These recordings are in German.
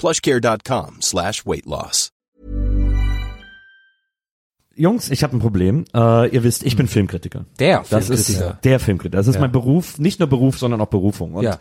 plushcare.com slash weight loss. Jungs, ich habe ein Problem. Äh, ihr wisst, ich bin Filmkritiker. Der Das ist Filmkritiker. der Filmkritiker. Das ist Ja. mein Beruf, nicht nur Beruf, sondern auch Berufung. Und Ja.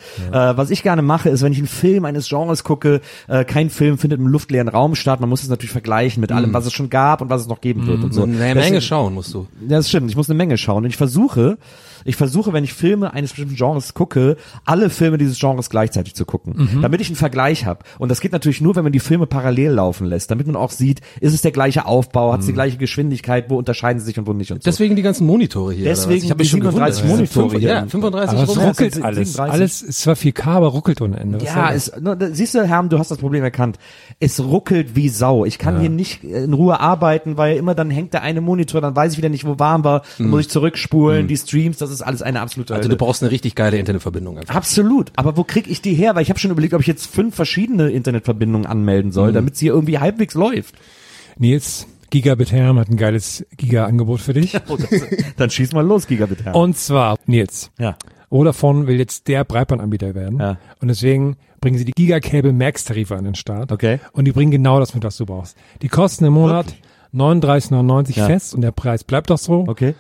Äh, was ich gerne mache, ist, wenn ich einen Film eines Genres gucke, äh, kein Film findet im luftleeren Raum statt. Man muss es natürlich vergleichen mit allem, was es schon gab und was es noch geben wird und so. Mhm. Eine Deswegen- Menge schauen musst du. ja, das stimmt. Ich muss eine Menge schauen. Und ich versuche, ich versuche, wenn ich Filme eines bestimmten Genres gucke, alle Filme dieses Genres gleichzeitig zu gucken, Mhm. damit ich einen Vergleich habe. Und das geht natürlich nur, wenn man die Filme parallel laufen lässt, damit man auch sieht, ist es der gleiche Aufbau, Mhm. hat es die gleiche Geschwindigkeit, wo unterscheiden sie sich und wo nicht und so. Deswegen die ganzen Monitore hier. Deswegen oder was? ich hab mich die schon gewundert. 37 Monitore Fünf- hier. Ja, 35 Also Aber es Monitore. ruckelt Ja, alles. 37. Alles ist zwar 4K, aber ruckelt ohne Ende. Was Ja, soll das? es, na, da- siehst du, Herm, du hast das Problem erkannt. Es ruckelt wie Sau. Ich kann hier nicht äh, in Ruhe arbeiten, weil immer dann hängt der eine Monitor, dann weiß ich wieder nicht, wo warm war, dann muss ich zurückspulen, die Streams, das ist alles eine absolute Mhm. Also Hölle. du brauchst eine richtig geile Internetverbindung. einfach. Absolut, aber wo krieg ich die her? Weil ich habe schon überlegt, ob ich jetzt fünf verschiedene Internetverbindungen anmelden soll, damit sie irgendwie halbwegs läuft. Nils, Gigabit Herm hat ein geiles Giga-Angebot für dich. Dann schieß mal los, Gigabit Herm. Und zwar, Nils, ja. Vodafone will jetzt der Breitbandanbieter werden. Ja. Und deswegen bringen sie die Gigacable Max-Tarife an den Start. Okay. Und die bringen genau das mit, was du brauchst. Die kosten im Monat 39,99 Ja. fest und der Preis bleibt auch so. Okay.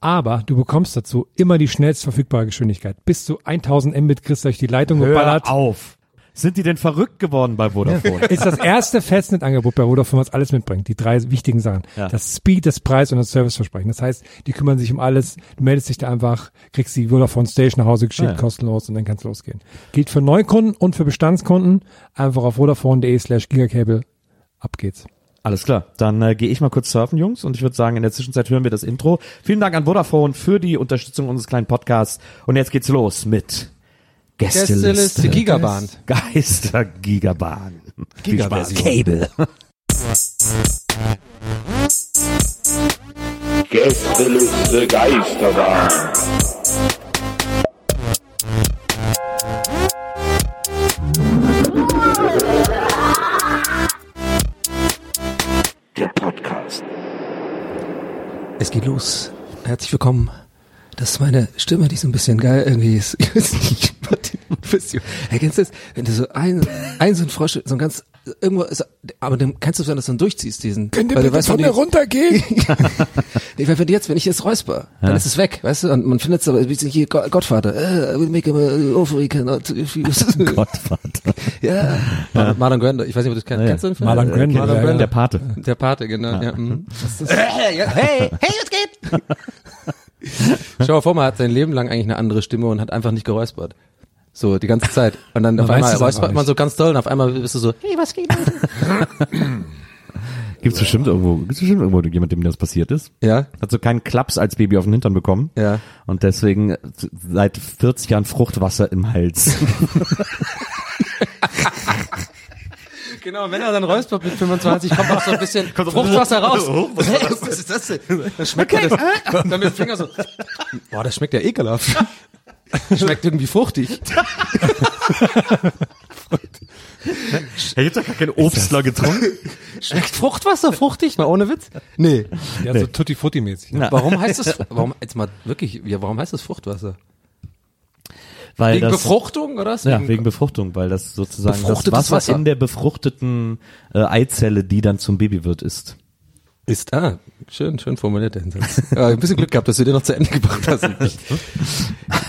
Aber du bekommst dazu immer die schnellst verfügbare Geschwindigkeit. Bis zu 1000 Mbit kriegst du durch die Leitung geballert. auf. Sind die denn verrückt geworden bei Vodafone? ist das erste Festnetangebot bei Vodafone, was alles mitbringt. Die drei wichtigen Sachen. Ja. Das Speed, das Preis und das Serviceversprechen. Das heißt, die kümmern sich um alles. Du meldest dich da einfach, kriegst die Vodafone Station nach Hause geschickt, Ah, ja. kostenlos und dann kannst losgehen. Gilt für Neukunden und für Bestandskunden. Einfach auf vodafone.de slash gigacable. Ab geht's. Alles klar, dann äh, gehe ich mal kurz surfen, Jungs, und ich würde sagen, in der Zwischenzeit hören wir das Intro. Vielen Dank an Vodafone für die Unterstützung unseres kleinen Podcasts. Und jetzt geht's los mit Gästeliste Gästeliste Gigabahn. Geister Gigabahn. Gigabahn. Cable. Gästeliste Geisterbahn. Der Podcast. Es geht los. Herzlich willkommen. Das ist meine Stimme, die so ein bisschen geil irgendwie ist. Ich weiß nicht, was die- was die- Erkennst du das? Wenn du so ein, ein so ein Frosch, so ein ganz, irgendwo, ist, aber dann kannst du sein, dass du dann durchziehst diesen. Könnt ihr weil du bitte weißt, wenn von du mir jetzt- runtergehen? nee, weil wenn du jetzt, wenn ich jetzt räusper, dann ist es weg, weißt du? Und man findet es aber, wie hier Go- Gottvater. Äh, I will make him a Overweekend. Gottvater. Ja. Marlon- Marlon Brando. Ich weiß nicht, ob du das kennst. Ja, ja. Kennst du den Film? Marlon Äh, Brando, ja, ja. Brando. Der Pate. Der Pate, genau. Ja. mhm. Äh, ja, hey, hey, was geht? Schau mal vor, man hat sein Leben lang eigentlich eine andere Stimme und hat einfach nicht geräuspert. So, die ganze Zeit. Und dann auf weiß einmal es einfach räuspert man nicht. so ganz doll und auf einmal bist du so, hey, was geht? Leute? Gibt's bestimmt irgendwo, gibt's bestimmt irgendwo jemand, dem das passiert ist? Ja, Hat so keinen Klaps als Baby auf den Hintern bekommen. Ja. Und deswegen seit 40 Jahren Fruchtwasser im Hals. Genau, wenn er dann räuspert mit 25, kommt auch so ein bisschen Fruchtwasser raus. Hey, was ist das denn? Dann schmeckt ja das. Dann mit dem Finger so. Boah, das schmeckt ja ekelhaft. Schmeckt irgendwie fruchtig. Er gibt doch gar kein Obstler getrunken. Schmeckt Fruchtwasser fruchtig? Mal ohne Witz? Nee. Ja, so Tutti-Frutti-mäßig. Ne? Warum heißt das, warum, jetzt mal wirklich, ja, warum heißt das Fruchtwasser? Weil Wegen das, Befruchtung oder was? Ja, wegen Befruchtung, weil das sozusagen das Befruchtetes Wasser, Wasser. in der befruchteten äh, Eizelle, die dann zum Baby wird, ist. Ist, ah, schön, schön formuliert der Hinweis. Ja, ein bisschen Glück gehabt, dass du den noch zu Ende gebracht hast.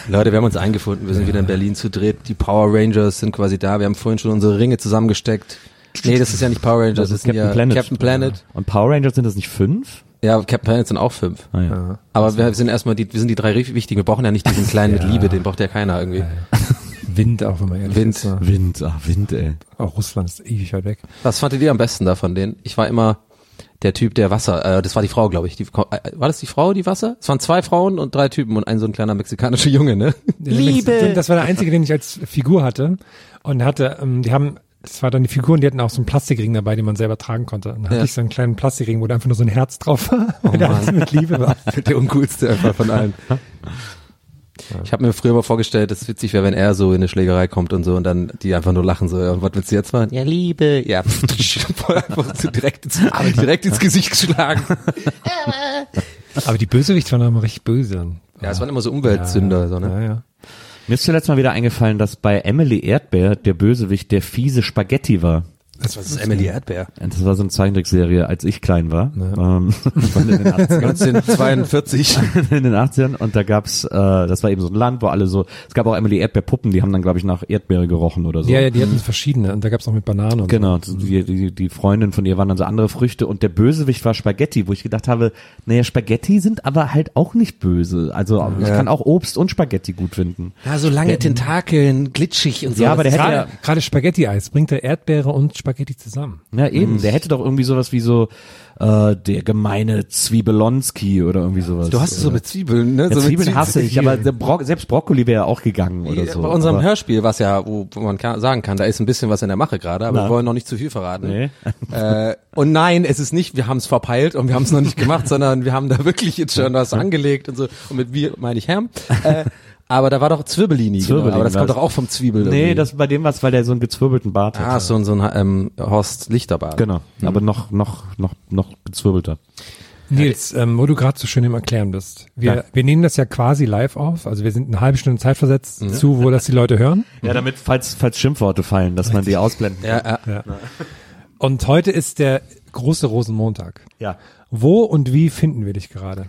Leute, wir haben uns eingefunden. Wir sind wieder in Berlin zu dritt. Die Power Rangers sind quasi da. Wir haben vorhin schon unsere Ringe zusammengesteckt. Nee, das ist ja nicht Power Rangers, das, ist ja Captain Planet. Und Power Rangers sind das nicht fünf? Ja. Captain Planet sind auch fünf. Ah, ja. Aber wir sind erstmal die, wir sind die drei ri- wichtigen. Wir brauchen ja nicht diesen kleinen mit Liebe, den braucht ja keiner irgendwie. Wind auch, wenn man ehrlich Wind. ist. ne? Wind, ah, Wind, ey. Auch Russland ist ewig weit weg. Was fandet ihr am besten da von denen? Ich war immer der Typ, der Wasser, äh, das war die Frau, glaube ich. Die, ko- äh, war das die Frau, die Wasser? Es waren zwei Frauen und drei Typen und ein so ein kleiner mexikanischer Junge, ne? Der Liebe. Das war der einzige, den ich als Figur hatte. Und hatte, ähm, die haben, das war dann die Figuren, die hatten auch so einen Plastikring dabei, den man selber tragen konnte. Und dann hatte Ja. ich so einen kleinen Plastikring, wo da einfach nur so ein Herz drauf war, oh der alles mit Liebe war. der uncoolste einfach von allen. Ich habe mir früher mal vorgestellt, dass es witzig wäre, wenn er so in eine Schlägerei kommt und so und dann die einfach nur lachen so. ja, Und was willst du jetzt machen? Ja, Liebe. Ja, voll einfach so direkt, ins, direkt ins Gesicht geschlagen. Aber die Bösewicht waren immer richtig böse. Ja, es waren immer so Umweltsünder. So, ne? Ja, ja. Mir ist zuletzt mal wieder eingefallen, dass bei Emily Erdbeer der Bösewicht der fiese Spaghetti war. Das war das Emily Erdbeer. Und Das war so eine Zeichentrickserie, als ich klein war. Ähm, das war in den 80ern. 1942. in den 80ern und da gab's, äh, das war eben so ein Land, wo alle so, es gab auch Emily Erdbeerpuppen, die haben dann glaube ich nach Erdbeere gerochen oder so. Ja, ja, die hatten verschiedene. Und da gab's noch mit Banane und Genau, die, die, die Freundin von ihr waren dann so andere Früchte und der Bösewicht war Spaghetti, wo ich gedacht habe, naja, Spaghetti sind aber halt auch nicht böse. Also ich kann auch Obst und Spaghetti gut finden. Ja, so lange Tentakeln, glitschig und so. Ja, aber der so. hätte Gerade, ja, gerade Spaghetti-Eis bringt er Erdbeere und Spaghetti zusammen. ja eben, der hätte doch irgendwie sowas wie so äh, der gemeine Zwiebelonski oder irgendwie sowas. Du hast es so mit Zwiebeln, ne? ja, so mit Zwiebeln hasse ich, aber der Bro selbst Brokkoli wäre ja auch gegangen oder so. Bei unserem aber, Hörspiel, was ja, wo wo man ka- sagen kann, da ist ein bisschen was in der Mache gerade, aber wir wollen noch nicht zu viel verraten. Nee. Äh, und nein, es ist nicht, wir haben es verpeilt und wir haben es noch nicht gemacht, sondern wir haben da wirklich jetzt schon was angelegt und so. Und mit wir meine ich Herm. Äh, aber da war doch Zwirbelini, Zwirbelini genau, aber das kommt war's. doch auch vom Zwiebel. Nee, irgendwie. das bei dem was, weil der so einen gezwirbelten Bart hat. Ah, Mhm. so ein, so ein ähm, Horst Lichterbart. Genau, aber noch noch noch noch gezwirbelter. Nils, ähm, wo du gerade so schön im Erklären bist. Wir, Ja. wir nehmen das ja quasi live auf. Also wir sind eine halbe Stunde Zeit versetzt zu, wo das die Leute hören. Ja, damit falls falls Schimpfworte fallen, dass man die ausblenden. Ja, ja. Und heute ist der große Rosenmontag. Ja. Wo und wie finden wir dich gerade?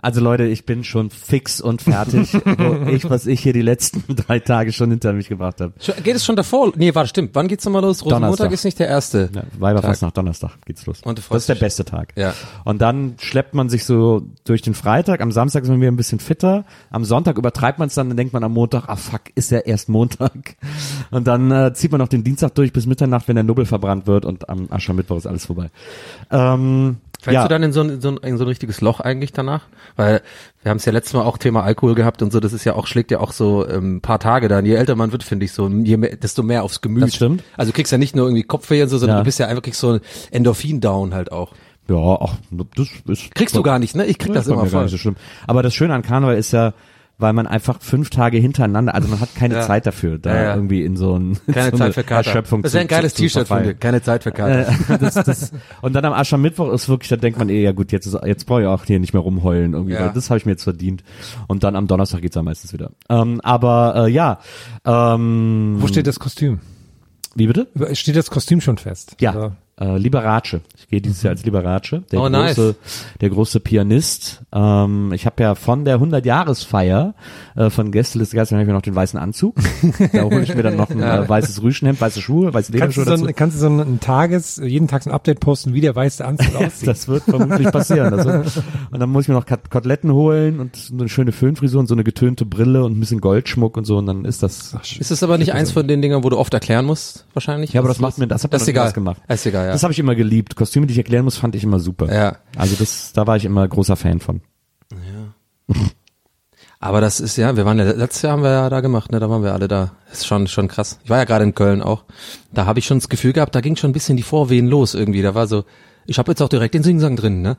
Also Leute, ich bin schon fix und fertig, wo ich, was ich hier die letzten drei Tage schon hinter mich gebracht habe. Schon- Geht es schon davor? Nee, warte, stimmt. Wann geht's nochmal los? Rosenmontag Donnerstag. ist nicht der erste. Ja, Weiberfastnacht, Donnerstag geht's los. Und du das freust ist der dich. beste Tag. Ja. Und dann schleppt man sich so durch den Freitag. Am Samstag sind wir ein bisschen fitter. Am Sonntag übertreibt man es dann, dann denkt man am Montag, ah fuck, ist ja erst Montag. Und dann äh, zieht man noch den Dienstag durch bis Mitternacht, wenn der Nubbel verbrannt wird und am Aschermittwoch ist alles vorbei. Ähm, Fällst ja. du dann in so, ein, in, so ein, in so ein richtiges Loch eigentlich danach? Weil wir haben es ja letztes Mal auch Thema Alkohol gehabt und so, das ist ja auch, schlägt ja auch so ähm, ein paar Tage dann. Je älter man wird, finde ich so, je mehr, desto mehr aufs Gemüt. Das stimmt. Also du kriegst ja nicht nur irgendwie Kopfweh und so, sondern Ja. du bist ja einfach, kriegst so einen Endorphin-Down halt auch. Ja, ach, das ist. Kriegst du gar nicht, ne? Ich krieg das ist bei immer mir gar voll. nicht so schlimm. Aber das Schöne an Karneval ist ja, weil man einfach fünf Tage hintereinander, also man hat keine Ja. Zeit dafür, da Ja, ja. irgendwie in so ein so Keine eine Zeit für Kater. Erschöpfung das ist ein zu- geiles zu- zu T-Shirt von dir. verfallen. Keine Zeit für Kater. Äh, das, das, und dann am Aschermittwoch ist wirklich, da denkt man, eh, ja gut, jetzt ist, jetzt brauche ich auch hier nicht mehr rumheulen irgendwie, Ja. weil das habe ich mir jetzt verdient. Und dann am Donnerstag geht's dann meistens wieder. Ähm, aber äh, ja, ähm, Wo steht das Kostüm? wie bitte? Über- Steht das Kostüm schon fest? Ja. Also, Äh, Liberace. Ich gehe dieses Jahr als Liberace. Der Oh, nice. große, der große Pianist. Ähm, ich habe ja von der 100-Jahres-Feier äh, von Gästeliste Gäste habe ich mir noch den weißen Anzug. Da hole ich mir dann noch ein äh, weißes Rüschenhemd, weiße Schuhe, weiße kannst, du Lederschuhe so dazu. ein, kannst du so einen Tages, jeden Tag so ein Update posten, wie der weiße Anzug aussieht? Das wird vermutlich passieren. Das wird, und dann muss ich mir noch Kat- Koteletten holen und so eine schöne Föhnfrisur und so eine getönte Brille und ein bisschen Goldschmuck und so und dann ist das. Ist es aber nicht eins von den Dingern, wo du oft erklären musst, wahrscheinlich? ja, aber Was das macht los? mir, das hat mir das ist noch egal. Spaß gemacht. Das ist egal, ja. Das habe ich immer geliebt. Kostüme, die ich erklären muss, fand ich immer super. Ja. Also das, da war ich immer großer Fan von. Aber das ist ja, wir waren ja, letztes Jahr haben wir ja da gemacht, ne, da waren wir alle da. Ist schon, schon krass. Ich war ja gerade in Köln auch. Da habe ich schon das Gefühl gehabt, da ging schon ein bisschen die Vorwehen los irgendwie. Da war so, ich habe jetzt auch direkt den Singsang drin, ne?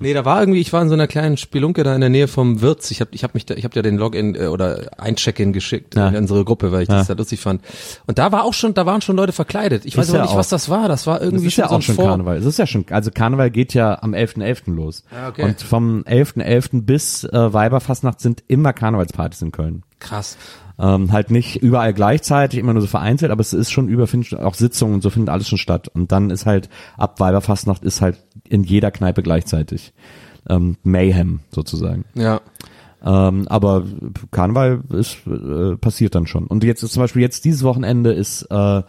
nee, da war irgendwie, ich war in so einer kleinen Spelunke da in der Nähe vom Wirtz. Ich habe ich hab mich da, ich habe ja den Login äh, oder Eincheck-in geschickt Ja. in unsere Gruppe, weil ich das Ja. da lustig fand. Und da war auch schon, da waren schon Leute verkleidet. Ich weiß Ist aber ja nicht, was auch- das war. Das war Das irgendwie ist ja so auch ein schon Vor- Karneval. Es ist ja schon, also Karneval geht ja am 11.11. los. Ah, okay. Und vom 11.11. bis äh, Weiberfastnacht sind immer Karnevalspartys in Köln. Krass. Ähm, halt nicht überall gleichzeitig, immer nur so vereinzelt, aber es ist schon über, finden schon- auch Sitzungen und so findet alles schon statt. Und dann ist halt, ab Weiberfastnacht ist halt in jeder Kneipe gleichzeitig. Ähm, Mayhem sozusagen. Ja. Ähm, aber Karneval ist, äh, passiert dann schon. Und jetzt ist zum Beispiel jetzt dieses Wochenende ist äh,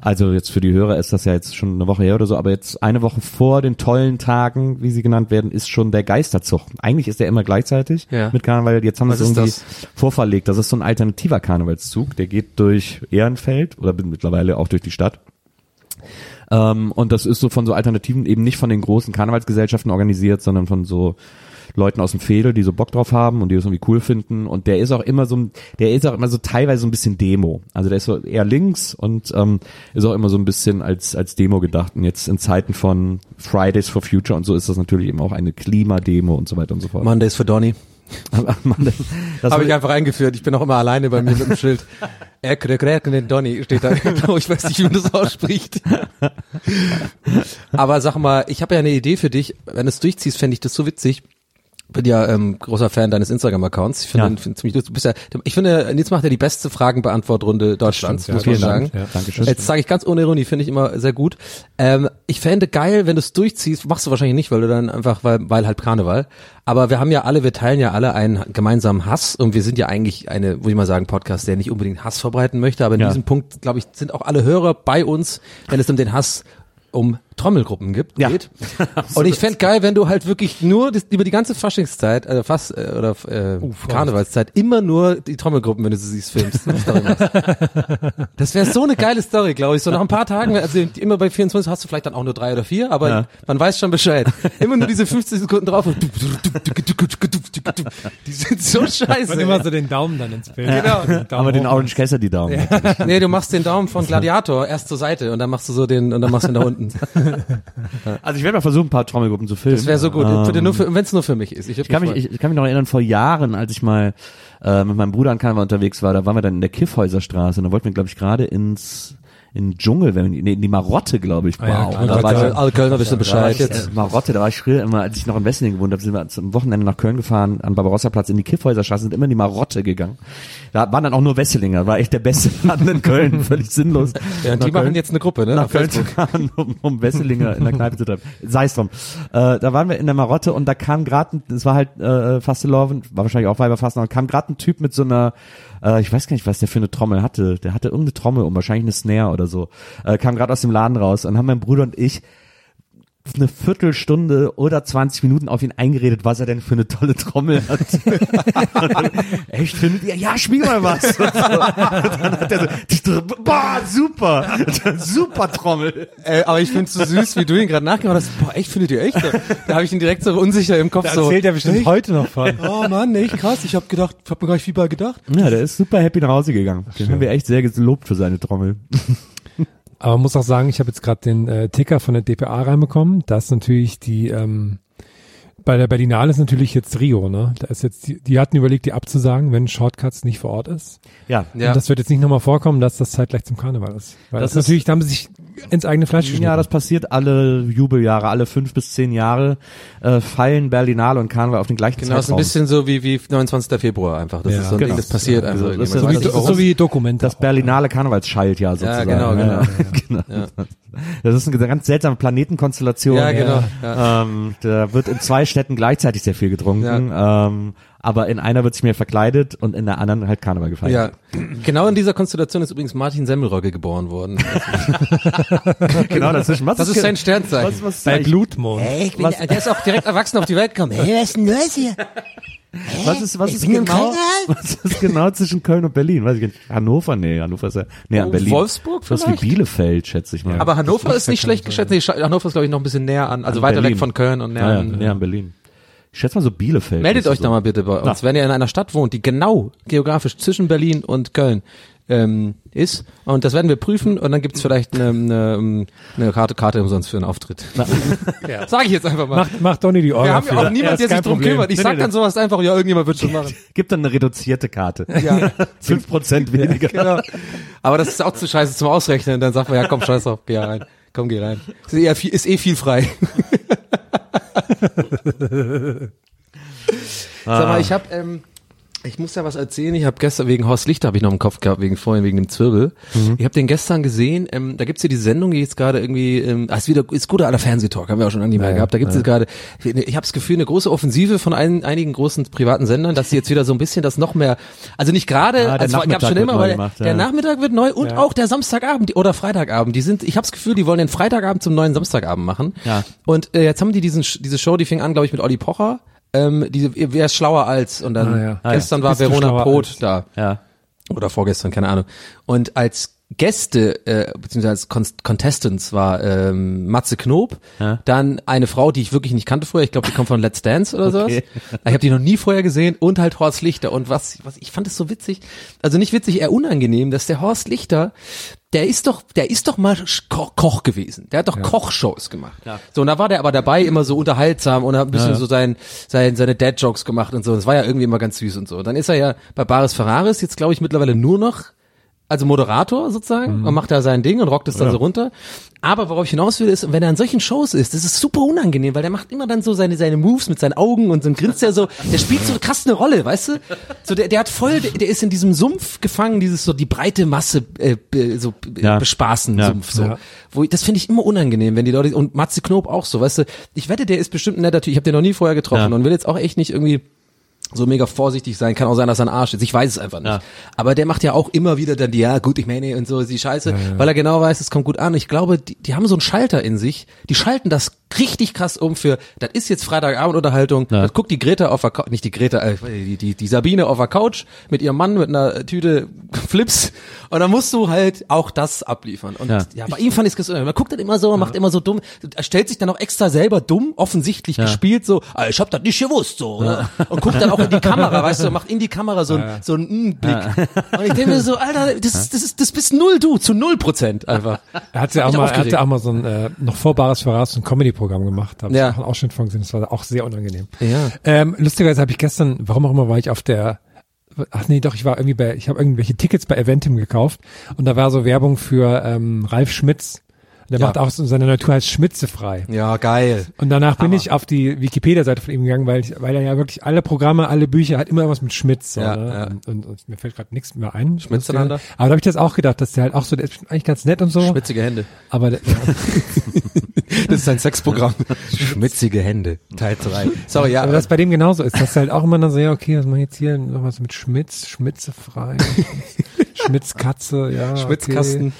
Also jetzt für die Hörer ist das ja jetzt schon eine Woche her oder so, aber jetzt eine Woche vor den tollen Tagen, wie sie genannt werden, ist schon der Geisterzug. Eigentlich ist der immer gleichzeitig Ja. mit Karneval. Jetzt haben sie Was es ist irgendwie das? vorverlegt. Das ist so ein alternativer Karnevalszug. Der geht durch Ehrenfeld oder mittlerweile auch durch die Stadt. Ähm, und das ist so von so Alternativen eben nicht von den großen Karnevalsgesellschaften organisiert, sondern von so Leuten aus dem Fädel, die so Bock drauf haben und die das irgendwie cool finden. Und der ist auch immer so, ein- der ist auch immer so teilweise so ein bisschen Demo. Also der ist so eher links und ähm, ist auch immer so ein bisschen als als Demo gedacht. Und jetzt in Zeiten von Fridays for Future und so ist das natürlich eben auch eine Klimademo und so weiter und so fort. Mondays for Donny. Mann, das- das Habe ich einfach eingeführt. Ich bin auch immer alleine bei mir mit dem Schild. Erkrekreken Donny steht da. irgendwo. ich weiß nicht, wie man das ausspricht. Aber sag mal, ich habe ja eine Idee für dich. Wenn du es durchziehst, fände ich das so witzig. Bin ja ähm, großer Fan deines Instagram-Accounts. Ich finde Ja. ihn- find ziemlich lustig. Du bist ja, ich finde, Nils macht ja die beste Fragenbeantwortrunde Deutschlands, stimmt, muss ja, man vielen sagen. Dank. Ja. Dankeschön. Jetzt sage ich ganz ohne Ironie, finde ich immer sehr gut. Ähm, ich fände geil, wenn du es durchziehst, machst du wahrscheinlich nicht, weil du dann einfach, weil, weil halt Karneval. Aber wir haben ja alle, wir teilen ja alle einen gemeinsamen Hass und wir sind ja eigentlich eine, würde ich mal sagen, Podcast, der nicht unbedingt Hass verbreiten möchte. Aber in Ja. diesem Punkt, glaube ich, sind auch alle Hörer bei uns, wenn es um den Hass um Trommelgruppen gibt, Ja. geht. Und ich fänd geil, wenn du halt wirklich nur das, über die ganze Faschingszeit, also fast äh, oder äh, Oh, Karnevalszeit, immer nur die Trommelgruppen, wenn du sie siehst, filmst. und Story machst. Das wäre so eine geile Story, glaube ich. So nach ein paar Tagen, also immer bei 24 hast du vielleicht dann auch nur drei oder vier, aber Ja. man weiß schon Bescheid. Immer nur diese 50 Sekunden drauf. Und die sind so scheiße. Und immer so den Daumen dann ins Bild. Genau. Den Daumen aber den hoch. Orange Cassidy Daumen. Nee, du machst den Daumen von Gladiator erst zur Seite und dann machst du so den und dann machst du ihn da unten. Also ich werde mal versuchen, ein paar Trommelgruppen zu filmen. Das wäre so gut, Bitte nur für- wenn's nur für mich ist. Ich kann, mich, ich, ich kann mich noch erinnern, vor Jahren, als ich mal äh, mit meinem Bruder an Karneval unterwegs war, da waren wir dann in der Kiffhäuserstraße und da wollten wir, glaube ich, gerade ins in den Dschungel, wenn wir, nee, in die Marotte, glaube Ah ich. Wow, ja, klar. da war ich, alle Kölner wissen da war Bescheid ich, äh, jetzt. Marotte, da war ich früher immer, als ich noch in Wesseling gewohnt habe, sind wir zum Wochenende nach Köln gefahren, an Barbarossa-Platz in die Kiffhäuserstraße, sind immer in die Marotte gegangen. Da waren dann auch nur Wesselinger, war echt der beste Laden in Köln, völlig sinnlos. Ja, und die Nach Köln- machen jetzt eine Gruppe, ne? nach auf Köln zu Facebook. fahren, um, um Wesselinger in der Kneipe zu treffen. Sei es drum. Äh, da waren wir in der Marotte und da kam gerade, es war halt äh, Fasteloven, war wahrscheinlich auch Weiberfasten, kam gerade ein Typ mit so einer, äh, ich weiß gar nicht, was der für eine Trommel hatte. Der hatte irgendeine Trommel um, wahrscheinlich eine Snare oder so. Äh, kam gerade aus dem Laden raus und haben mein Bruder und ich eine Viertelstunde oder 20 Minuten auf ihn eingeredet, was er denn für eine tolle Trommel hat. Und dann, Echt findet ihr? Ja, spiel mal was. Und so. Und dann hat er so, die Tr- boah, super, super Trommel. Äh, aber ich find's so süß, wie du ihn gerade nachgemacht hast. Boah, echt, findet ihr echt? Da, da habe ich ihn direkt so unsicher im Kopf. Da Also, so, erzählt er bestimmt echt? heute noch von. Oh Mann, echt krass. Ich habe gedacht, ich habe mir gar nicht viel bei gedacht. Ja, der ist super happy nach Hause gegangen. Den haben wir echt sehr gelobt für seine Trommel. Aber man muss auch sagen, ich habe jetzt gerade den äh, Ticker von der DPA reinbekommen. Da ist natürlich die, ähm, bei der Berlinale ist natürlich jetzt Rio, ne? Da ist jetzt, die, die hatten überlegt, die abzusagen, wenn Shortcuts nicht vor Ort ist. Ja. Ja. Und das wird jetzt nicht nochmal vorkommen, dass das zeitgleich zum Karneval ist. Weil das, Das ist ist- natürlich, da haben sie sich ins eigene Fleisch geschnitten. Ja, das passiert alle Jubeljahre, alle fünf bis zehn Jahre äh, fallen Berlinale und Karneval auf den gleichen Genau, ist ein Zeitraum. bisschen so wie, wie 29. Februar einfach. Das Ja, ist so ein genau. Ding, das passiert Ja, einfach. also das Man ist weiß so nicht, wie- warum. so wie Dokumente. Das auch. Berlinale Karnevalsschaltjahr sozusagen. genau, genau. genau. Das ist eine ganz seltsame Planetenkonstellation. Ja, genau. Ähm, da wird in zwei Städten gleichzeitig sehr viel getrunken. Ähm, aber in einer wird sich mehr verkleidet und in der anderen halt Karneval Ja, gefeiert. genau in dieser Konstellation ist übrigens Martin Semmelrogge geboren worden. genau, das ist, was Das ist sein Sternzeichen. Was, was, Bei was, Blutmond. Ich bin, Was- Der ist auch direkt erwachsen auf die Welt gekommen. hey, was ist denn los hier? was ist, was Ich ist bin im genau, Karneval? was ist genau zwischen Köln und Berlin? Weiß ich gar nicht. Hannover? Nee, Hannover ist ja, nee, an Berlin. Oh, Wolfsburg Das ist wie vielleicht? Bielefeld, schätze ich mal. Aber Hannover ist nicht schlecht geschätzt. Nee, Scha- Hannover ist, glaube ich, noch ein bisschen näher an, also An weiter Berlin. weg von Köln und näher ja, ja, an. näher an Berlin. Ich schätze mal so Bielefeld. Meldet ist euch so. da mal bitte bei uns, wenn ihr in einer Stadt wohnt, die genau geografisch zwischen Berlin und Köln ähm, ist. Und das werden wir prüfen und dann gibt's vielleicht eine, eine, eine Karte, Karte umsonst für einen Auftritt. Ja. Sag ich jetzt einfach mal. Macht, macht Donny die Orga wir haben ja für. auch niemanden, ist der sich kein drum Problem. kümmert. Ich Nee, sag nee, dann sowas einfach, ja, irgendjemand wird schon machen. Gibt dann eine reduzierte Karte. Ja. Fünf Prozent weniger. genau. Aber das ist auch zu scheiße zum Ausrechnen. Dann sagt man, ja komm, scheiß drauf, geh rein. Komm, geh rein. Ist, eher viel, ist eh viel frei. Ah. Sag mal, ich habe ähm, Ich muss ja was erzählen. Ich habe gestern wegen Horst Lichter habe ich noch im Kopf gehabt wegen vorhin wegen dem Zwirbel. Mhm. Ich habe den gestern gesehen. Ähm, da gibt's ja diese Sendung, die jetzt gerade irgendwie ähm, ah, ist wieder ist guter aller Fernsehtalk, haben wir auch schon angemeldet Ja, gehabt. Da gibt's jetzt gerade ich, ich habe das Gefühl eine große Offensive von ein, einigen großen privaten Sendern, dass sie jetzt wieder so ein bisschen das noch mehr also nicht gerade, Ah, der also es gab's Nachmittag schon wird immer, neu aber gemacht, der ja. Nachmittag wird neu und auch der Samstagabend die- oder Freitagabend. Die sind ich habe das Gefühl, die wollen den Freitagabend zum neuen Samstagabend machen. Ja. Und äh, jetzt haben die diesen Sch- diese Show, die fing an, glaube ich, mit Olli Pocher. Ähm, diese, wer ist schlauer als und dann Ah, ja. Ah, ja. gestern war Bist du Verona schlauer Poth als- da Ja. oder vorgestern, keine Ahnung. Und als Gäste äh, beziehungsweise als Con Contestants war ähm, Matze Knob, dann eine Frau, die ich wirklich nicht kannte vorher. Ich glaube, die kommt von Let's Dance oder sowas. Ich habe die noch nie vorher gesehen und halt Horst Lichter. Und was, was ich fand es so witzig, also nicht witzig, eher unangenehm, dass der Horst Lichter der ist doch, der ist doch mal Sch- Ko- Koch gewesen. Der hat doch Kochshows gemacht. So, und da war der aber dabei immer so unterhaltsam und hat ein bisschen so sein, sein, seine Dad-Jokes gemacht und so. Das war ja irgendwie immer ganz süß und so. Und dann ist er ja bei Baris Ferraris jetzt, glaube ich, mittlerweile nur noch, also Moderator sozusagen Mhm. und macht da sein Ding und rockt es dann so runter. Aber worauf ich hinaus will, ist, wenn er an solchen Shows ist, das ist super unangenehm, weil der macht immer dann so seine, seine Moves mit seinen Augen und dann grinst er so, der spielt so krass eine Rolle, weißt du? So, der, der hat voll, der, der ist in diesem Sumpf gefangen, dieses so die breite Masse, äh, be- so äh, Ja. bespaßen Ja. Sumpf, so. Ja. Wo ich, das finde ich immer unangenehm, wenn die Leute, und Matze Knob auch so, weißt du? Ich wette, der ist bestimmt ein netter Typ, ich habe den noch nie vorher getroffen Ja. und will jetzt auch echt nicht irgendwie so mega vorsichtig sein. Kann auch sein, dass er ein Arsch ist. Ich weiß es einfach nicht. Ja. Aber der macht ja auch immer wieder dann die, ja gut, ich meine und so, die Scheiße, weil er genau weiß, es kommt gut an. Ich glaube, die, die haben so einen Schalter in sich. Die schalten das richtig krass um für, das ist jetzt Freitagabendunterhaltung. Das guckt die Greta auf der Couch, nicht die Greta, äh, die, die, die Sabine auf der Couch mit ihrem Mann mit einer Tüte Flips. Und dann musst du halt auch das abliefern. Und ja, Ja. bei ihm fand ich es gesund. Man guckt dann immer so, macht immer so dumm. Er stellt sich dann auch extra selber dumm, offensichtlich gespielt, so, ah, ich hab das nicht gewusst, so. Oder? Und guckt dann auch in die Kamera, weißt du, macht in die Kamera so, einen so einen mm Blick. Und ich denke mir so, Alter, das, ist- das, ist, das bist null du, zu null Prozent einfach. Er hat ja auch mich mal, er hat aufgeregt. ja auch mal so ein äh, noch vor Bares Ferraris so ein Comedy-Programm gemacht. Da habe Ja. ich auch schon von gesehen. Das war auch sehr unangenehm. Ja. Ähm, lustigerweise habe ich gestern, warum auch immer, war ich auf der Ach nee, doch, ich war irgendwie bei, ich habe irgendwelche Tickets bei Eventim gekauft und da war so Werbung für ähm, Ralf Schmitz. Der Ja. macht auch so, seine Natur heißt Schmitze frei. Ja, geil. Und danach bin ich auf die Wikipedia-Seite von ihm gegangen, weil, ich, weil er ja wirklich alle Programme, alle Bücher hat immer was mit Schmitz. So, Ja, ne? ja. Und, und, und mir fällt gerade nichts mehr ein. Schmitzeinander. Aber da habe ich das auch gedacht, dass der halt auch so, der ist eigentlich ganz nett und so. Schmutzige Hände. Aber der, ja. Das ist sein Sexprogramm. Schmutzige Hände. Teil 3. Sorry, ja. Aber das bei dem genauso ist, dass du halt auch immer dann so, ja, okay, was machen wir jetzt hier? Noch was mit Schmitz, Schmitze frei, Schmitzkatze, ja. Schmitzkasten.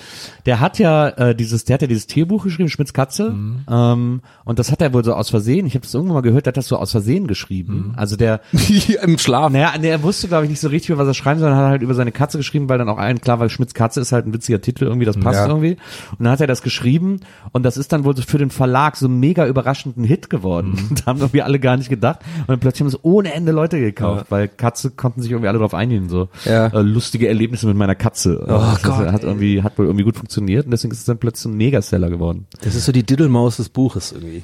Der hat ja äh, dieses, der hat ja dieses Tierbuch geschrieben, Schmitz Katze. Mhm. Ähm, und das hat er wohl so aus Versehen. Ich habe das irgendwann mal gehört, der hat das so aus Versehen geschrieben. Mhm. Also der, Im Schlaf. naja, nee, er wusste, glaube ich, nicht so richtig, über was er schreiben soll, hat halt über seine Katze geschrieben, weil dann auch allen klar war, Schmitz Katze ist halt ein witziger Titel, irgendwie, das passt Ja. irgendwie. Und dann hat er das geschrieben und das ist dann wohl so für den Verlag so mega überraschenden Hit geworden. Mhm. da haben irgendwie alle gar nicht gedacht. Und dann plötzlich haben es ohne Ende Leute gekauft, weil Katze konnten sich irgendwie alle drauf einigen. So Ja. äh, lustige Erlebnisse mit meiner Katze. Oh Gott, hat irgendwie, hat wohl irgendwie gut funktioniert und deswegen ist es dann plötzlich ein Megaseller geworden. Das ist so die Diddelmaus des Buches irgendwie.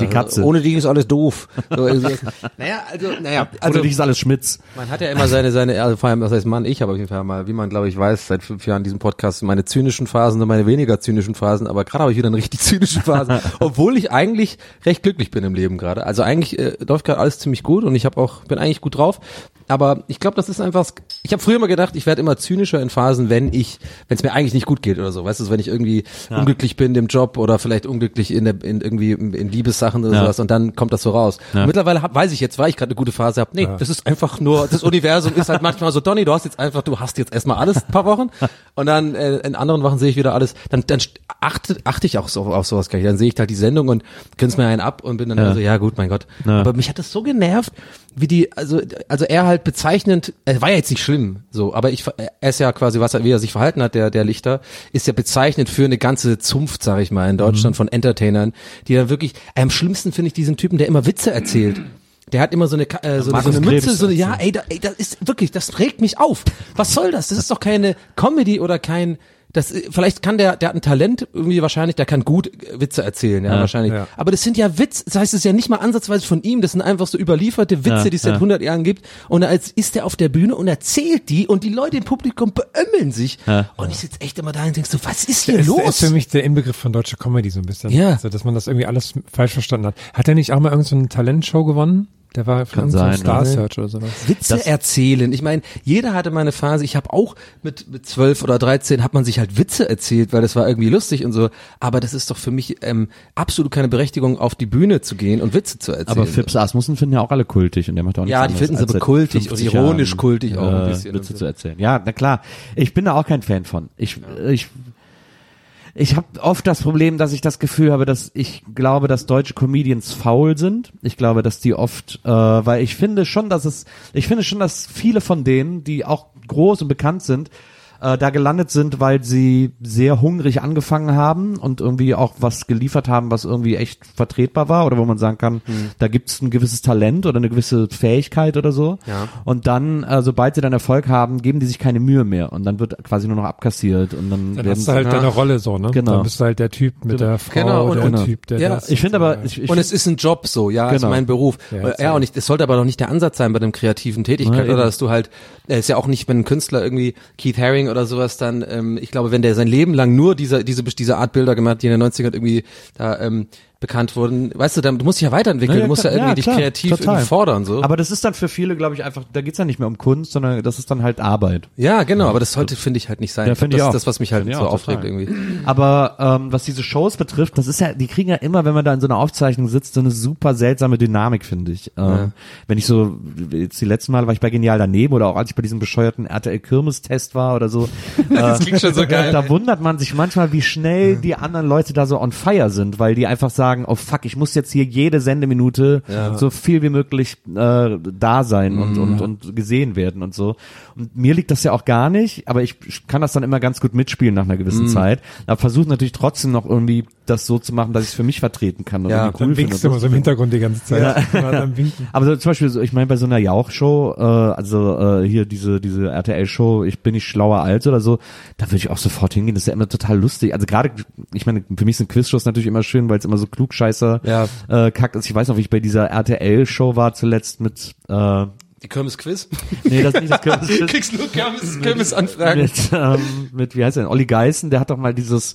Die Katze. Ohne die ist alles doof. So, irgendwie. naja, also, naja, also Oder dich ist alles Schmitz. man hat ja immer seine, seine, also vor allem, das heißt Mann, ich habe auf jeden Fall mal, wie man glaube ich weiß, seit fünf Jahren in diesem Podcast meine zynischen Phasen und meine weniger zynischen Phasen, aber gerade habe ich wieder eine richtig zynische Phase, obwohl ich eigentlich recht glücklich bin im Leben gerade. Also eigentlich äh, läuft gerade alles ziemlich gut und ich habe auch, bin eigentlich gut drauf. Aber ich glaube, das ist einfach, ich habe früher immer gedacht, ich werde immer zynischer in Phasen, wenn ich, wenn es mir eigentlich nicht gut geht oder so, weißt du, wenn ich irgendwie unglücklich bin im Job oder vielleicht unglücklich in der, in irgendwie in Liebessachen oder Ja. sowas und dann kommt das so raus. Und Mittlerweile hab, weiß ich jetzt, weil ich gerade eine gute Phase habe, nee, das ist einfach nur, das Universum ist halt manchmal so, Donny, du hast jetzt einfach, du hast jetzt erstmal alles ein paar Wochen und dann äh, in anderen Wochen sehe ich wieder alles, dann, dann st- achte, achte ich auch so auf sowas gar nicht, dann sehe ich halt die Sendung und grinse mir einen ab und bin dann so, ja gut, mein Gott. Aber mich hat das so genervt, wie die, also, also er halt bezeichnend, er war ja jetzt nicht schlimm, so, aber ich, er ist ja quasi, was er, wie er sich verhalten hat, der, der Lichter, ist ja bezeichnend für eine ganze Zunft, sag ich mal, in Deutschland von Entertainern, die dann wirklich, am schlimmsten finde ich diesen Typen, der immer Witze erzählt. Der hat immer so eine, Ka- äh, so, eine- so Markus eine Krebs Mütze, so eine, ja, erzählt. ey, da, ey, das ist wirklich, das regt mich auf. Was soll das? Das ist doch keine Comedy oder kein, das, äh, vielleicht kann der, der hat ein Talent irgendwie wahrscheinlich, der kann gut äh, Witze erzählen, ja, wahrscheinlich. ja. Aber das sind ja Witz, das heißt, es ist ja nicht mal ansatzweise von ihm, das sind einfach so überlieferte Witze, Ja, die es seit ja. 100 Jahren gibt. Und als ist er auf der Bühne und erzählt die und die Leute im Publikum beömmeln sich. Und ich sitze echt immer da und denkst so, was ist hier Der ist, los? der ist für mich der Inbegriff von deutscher Comedy so ein bisschen. Ja. Also, dass man das irgendwie alles falsch verstanden hat. Hat er nicht auch mal irgendeine so eine Talentshow gewonnen? Der war von sein, Star ne? Search oder sowas. Witze erzählen. Ich meine, jeder hatte mal eine Phase. Ich habe auch mit mit zwölf oder dreizehn hat man sich halt Witze erzählt, weil das war irgendwie lustig und so. Aber das ist doch für mich ähm, absolut keine Berechtigung, auf die Bühne zu gehen und Witze zu erzählen. Aber Phipps Asmussen finden ja auch alle kultig und der macht auch nichts Ja, die anderes, finden sie als aber seit kultig und 50 ironisch Jahren, kultig auch ein äh, bisschen und Witze so. zu erzählen. Ja, na klar. Ich bin da auch kein Fan von. Ich, ich, ich habe oft das Problem, dass ich das Gefühl habe, dass ich glaube, dass deutsche Comedians faul sind. Ich glaube, dass die oft, äh, weil ich finde schon, dass es, ich finde schon, dass viele von denen, die auch groß und bekannt sind, äh, da gelandet sind, weil sie sehr hungrig angefangen haben und irgendwie auch was geliefert haben, was irgendwie echt vertretbar war oder wo man sagen kann, Hm. da gibt's ein gewisses Talent oder eine gewisse Fähigkeit oder so. Ja. Und dann, äh, sobald sie dann Erfolg haben, geben die sich keine Mühe mehr und dann wird quasi nur noch abkassiert und dann, Dann werden hast du sie- halt ja. deine Rolle so, ne? Genau. Dann bist du halt der Typ mit der Frau, Genau, und- der und- Typ, der ja, das Ich finde aber, äh, ich, ich und es ist ein Job so, ja, ist Genau. mein Beruf. Äh, Ja, Ja, jetzt und ich, es sollte aber doch nicht der Ansatz sein bei einem kreativen Ja, Tätigkeit, eben. oder dass du halt, äh, ist ja auch nicht, wenn ein Künstler irgendwie Keith Haring oder sowas dann, ähm, ich glaube, wenn der sein Leben lang nur diese, diese, diese Art Bilder gemacht, hat, die in den 90ern irgendwie da ähm, bekannt wurden, weißt du, dann, du musst dich ja weiterentwickeln, Ja, ja, du musst ja klar, irgendwie ja, dich klar, kreativ total. irgendwie fordern, so. aber das ist dann für viele, glaube ich, einfach, da geht's ja nicht mehr um Kunst, sondern das ist dann halt Arbeit. ja, genau, aber das sollte, finde ich, halt nicht sein. Ja, finde ich das ist auch. das, was mich halt Finde ich so auch, aufregt total. irgendwie. Aber ähm, was diese Shows betrifft, das ist ja, die kriegen ja immer, wenn man da in so einer Aufzeichnung sitzt, so eine super seltsame Dynamik, finde ich. Ähm, Ja. Wenn ich so, jetzt die letzten Mal war ich bei Genial daneben oder auch als ich bei diesem bescheuerten RTL-Kirmes-Test war oder so. Äh, das klingt schon so geil. Äh, Da wundert man sich manchmal, wie schnell die anderen Leute da so on fire sind, weil die einfach sagen, oh fuck, ich muss jetzt hier jede Sendeminute so viel wie möglich äh, da sein und, Mhm. und, und gesehen werden und so. Und mir liegt das ja auch gar nicht, aber ich kann das dann immer ganz gut mitspielen nach einer gewissen Mhm. Zeit. Aber versuche natürlich trotzdem noch irgendwie das so zu machen, dass ich es für mich vertreten kann und Ja, irgendwie dann cool finde. winkst du immer so im Hintergrund die ganze Zeit. Ja. dann winken. Aber so, zum Beispiel, so, ich meine, bei so einer Jauch-Show, äh, also äh, hier diese, diese RTL-Show, ich bin nicht schlauer als oder so, da würde ich auch sofort hingehen. Das ist ja immer total lustig. Also gerade, ich meine, für mich sind Quizshows natürlich immer schön, weil es immer so klugscheißer Ja. äh, kack ist. Ich weiß noch, wie ich bei dieser RTL-Show war zuletzt mit äh, Die Kirmes-Quiz? Nee, das nicht, das Kirmes- Kriegst du Kirmes- Kirmes-Anfragen? mit, ähm, mit wie heißt er denn? Olli Geißen, der hat doch mal dieses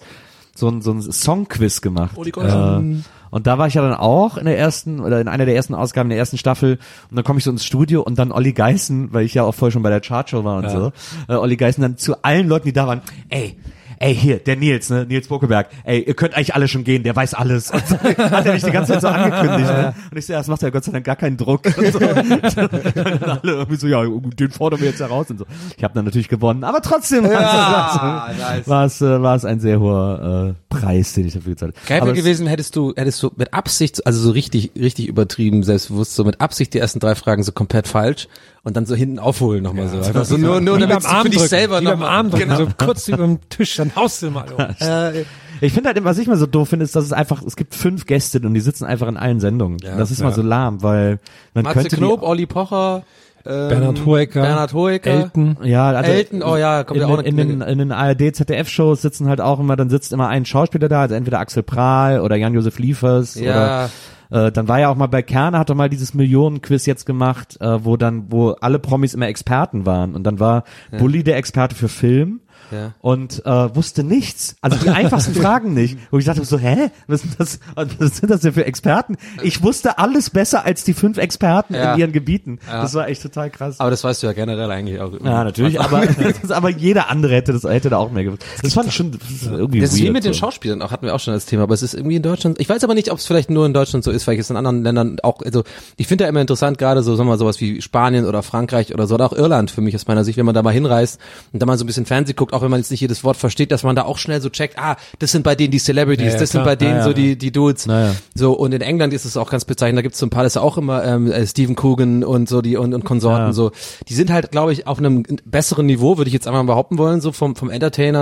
so ein, so ein Songquiz gemacht. Olli Geißen. Äh, und da war ich ja dann auch in der ersten oder in einer der ersten Ausgaben der ersten Staffel und dann komme ich so ins Studio und dann Olli Geißen, weil ich ja auch voll schon bei der Chartshow war und so, äh, Olli Geißen dann zu allen Leuten, die da waren, ey, ey hier, der Nils, ne, Nils Bokeberg, ey, ihr könnt eigentlich alle schon gehen, der weiß alles. Und so, hat er mich die ganze Zeit so angekündigt. Ne? Und ich so, ja, das macht ja Gott sei Dank gar keinen Druck. Und so. Und dann alle irgendwie so, ja, den fordern wir jetzt heraus und so. Ich habe dann natürlich gewonnen, aber trotzdem war, es, nice. war, es, äh, war es ein sehr hoher äh, Preis, den ich dafür gezahlt habe. Geil Aber wäre es- gewesen, hättest du, hättest du mit Absicht, also so richtig, richtig übertrieben, selbstbewusst, so mit Absicht die ersten drei Fragen so komplett falsch und dann so hinten aufholen nochmal so. Einfach so Also nur, nur Wie beim damit für dich drücken, selber Genau. wie beim Arm nochmal. drücken, so kurz über dem Tisch, dann haust du mal um. Ich finde halt, was ich mal so doof finde, ist, dass es einfach, es gibt fünf Gäste und die sitzen einfach in allen Sendungen. das ist mal so lahm, weil man Matze könnte Knob, Olli Pocher, ähm, Bernhard Hoeker, Bernhard Hoeker, Elton. die, ja, also Elton, oh ja, kommt in, ja auch in, eine- den, in den ARD, ZDF-Shows sitzen halt auch immer, dann sitzt immer ein Schauspieler da, also entweder Axel Prahl oder Jan-Josef Liefers Ja. oder äh, dann war ja auch mal bei Kerner, hat doch mal dieses Millionen-Quiz jetzt gemacht, äh, wo dann, wo alle Promis immer Experten waren und dann war Bulli der Experte für Film Ja. und äh, wusste nichts. Also die einfachsten Fragen nicht. Wo ich dachte so, hä? Was, sind das, was sind das denn für Experten? Ich wusste alles besser als die fünf Experten Ja. in ihren Gebieten. Das war echt total krass. Aber das weißt du ja generell eigentlich auch. ja, natürlich, aber, das, aber jeder andere hätte das hätte da auch mehr gewusst. Das fand ich schon das ist irgendwie Das ist wie weird, mit den so. Schauspielern, auch hatten wir auch schon als Thema, aber es ist irgendwie in Deutschland, ich weiß aber nicht, ob es vielleicht nur in Deutschland so ist, vielleicht ist es in anderen Ländern auch, also ich finde ja immer interessant, gerade so, sagen wir mal, sowas wie Spanien oder Frankreich oder so, oder auch Irland für mich aus meiner Sicht, wenn man da mal hinreist und da mal so ein bisschen Fernsehen guckt, auch wenn man jetzt nicht jedes Wort versteht, dass man da auch schnell so checkt, ah, das sind bei denen die Celebrities, Ja, ja, das klar. sind bei denen Ja, ja, so ja. die, die Dudes. Na ja. So, und in England ist es auch ganz bezeichnend, da gibt es so ein paar, das ist auch immer ähm, äh, Stephen Coogan und so die und, und Konsorten Ja. so. Die sind halt, glaube ich, auf einem besseren Niveau, würde ich jetzt einmal behaupten wollen, so vom, vom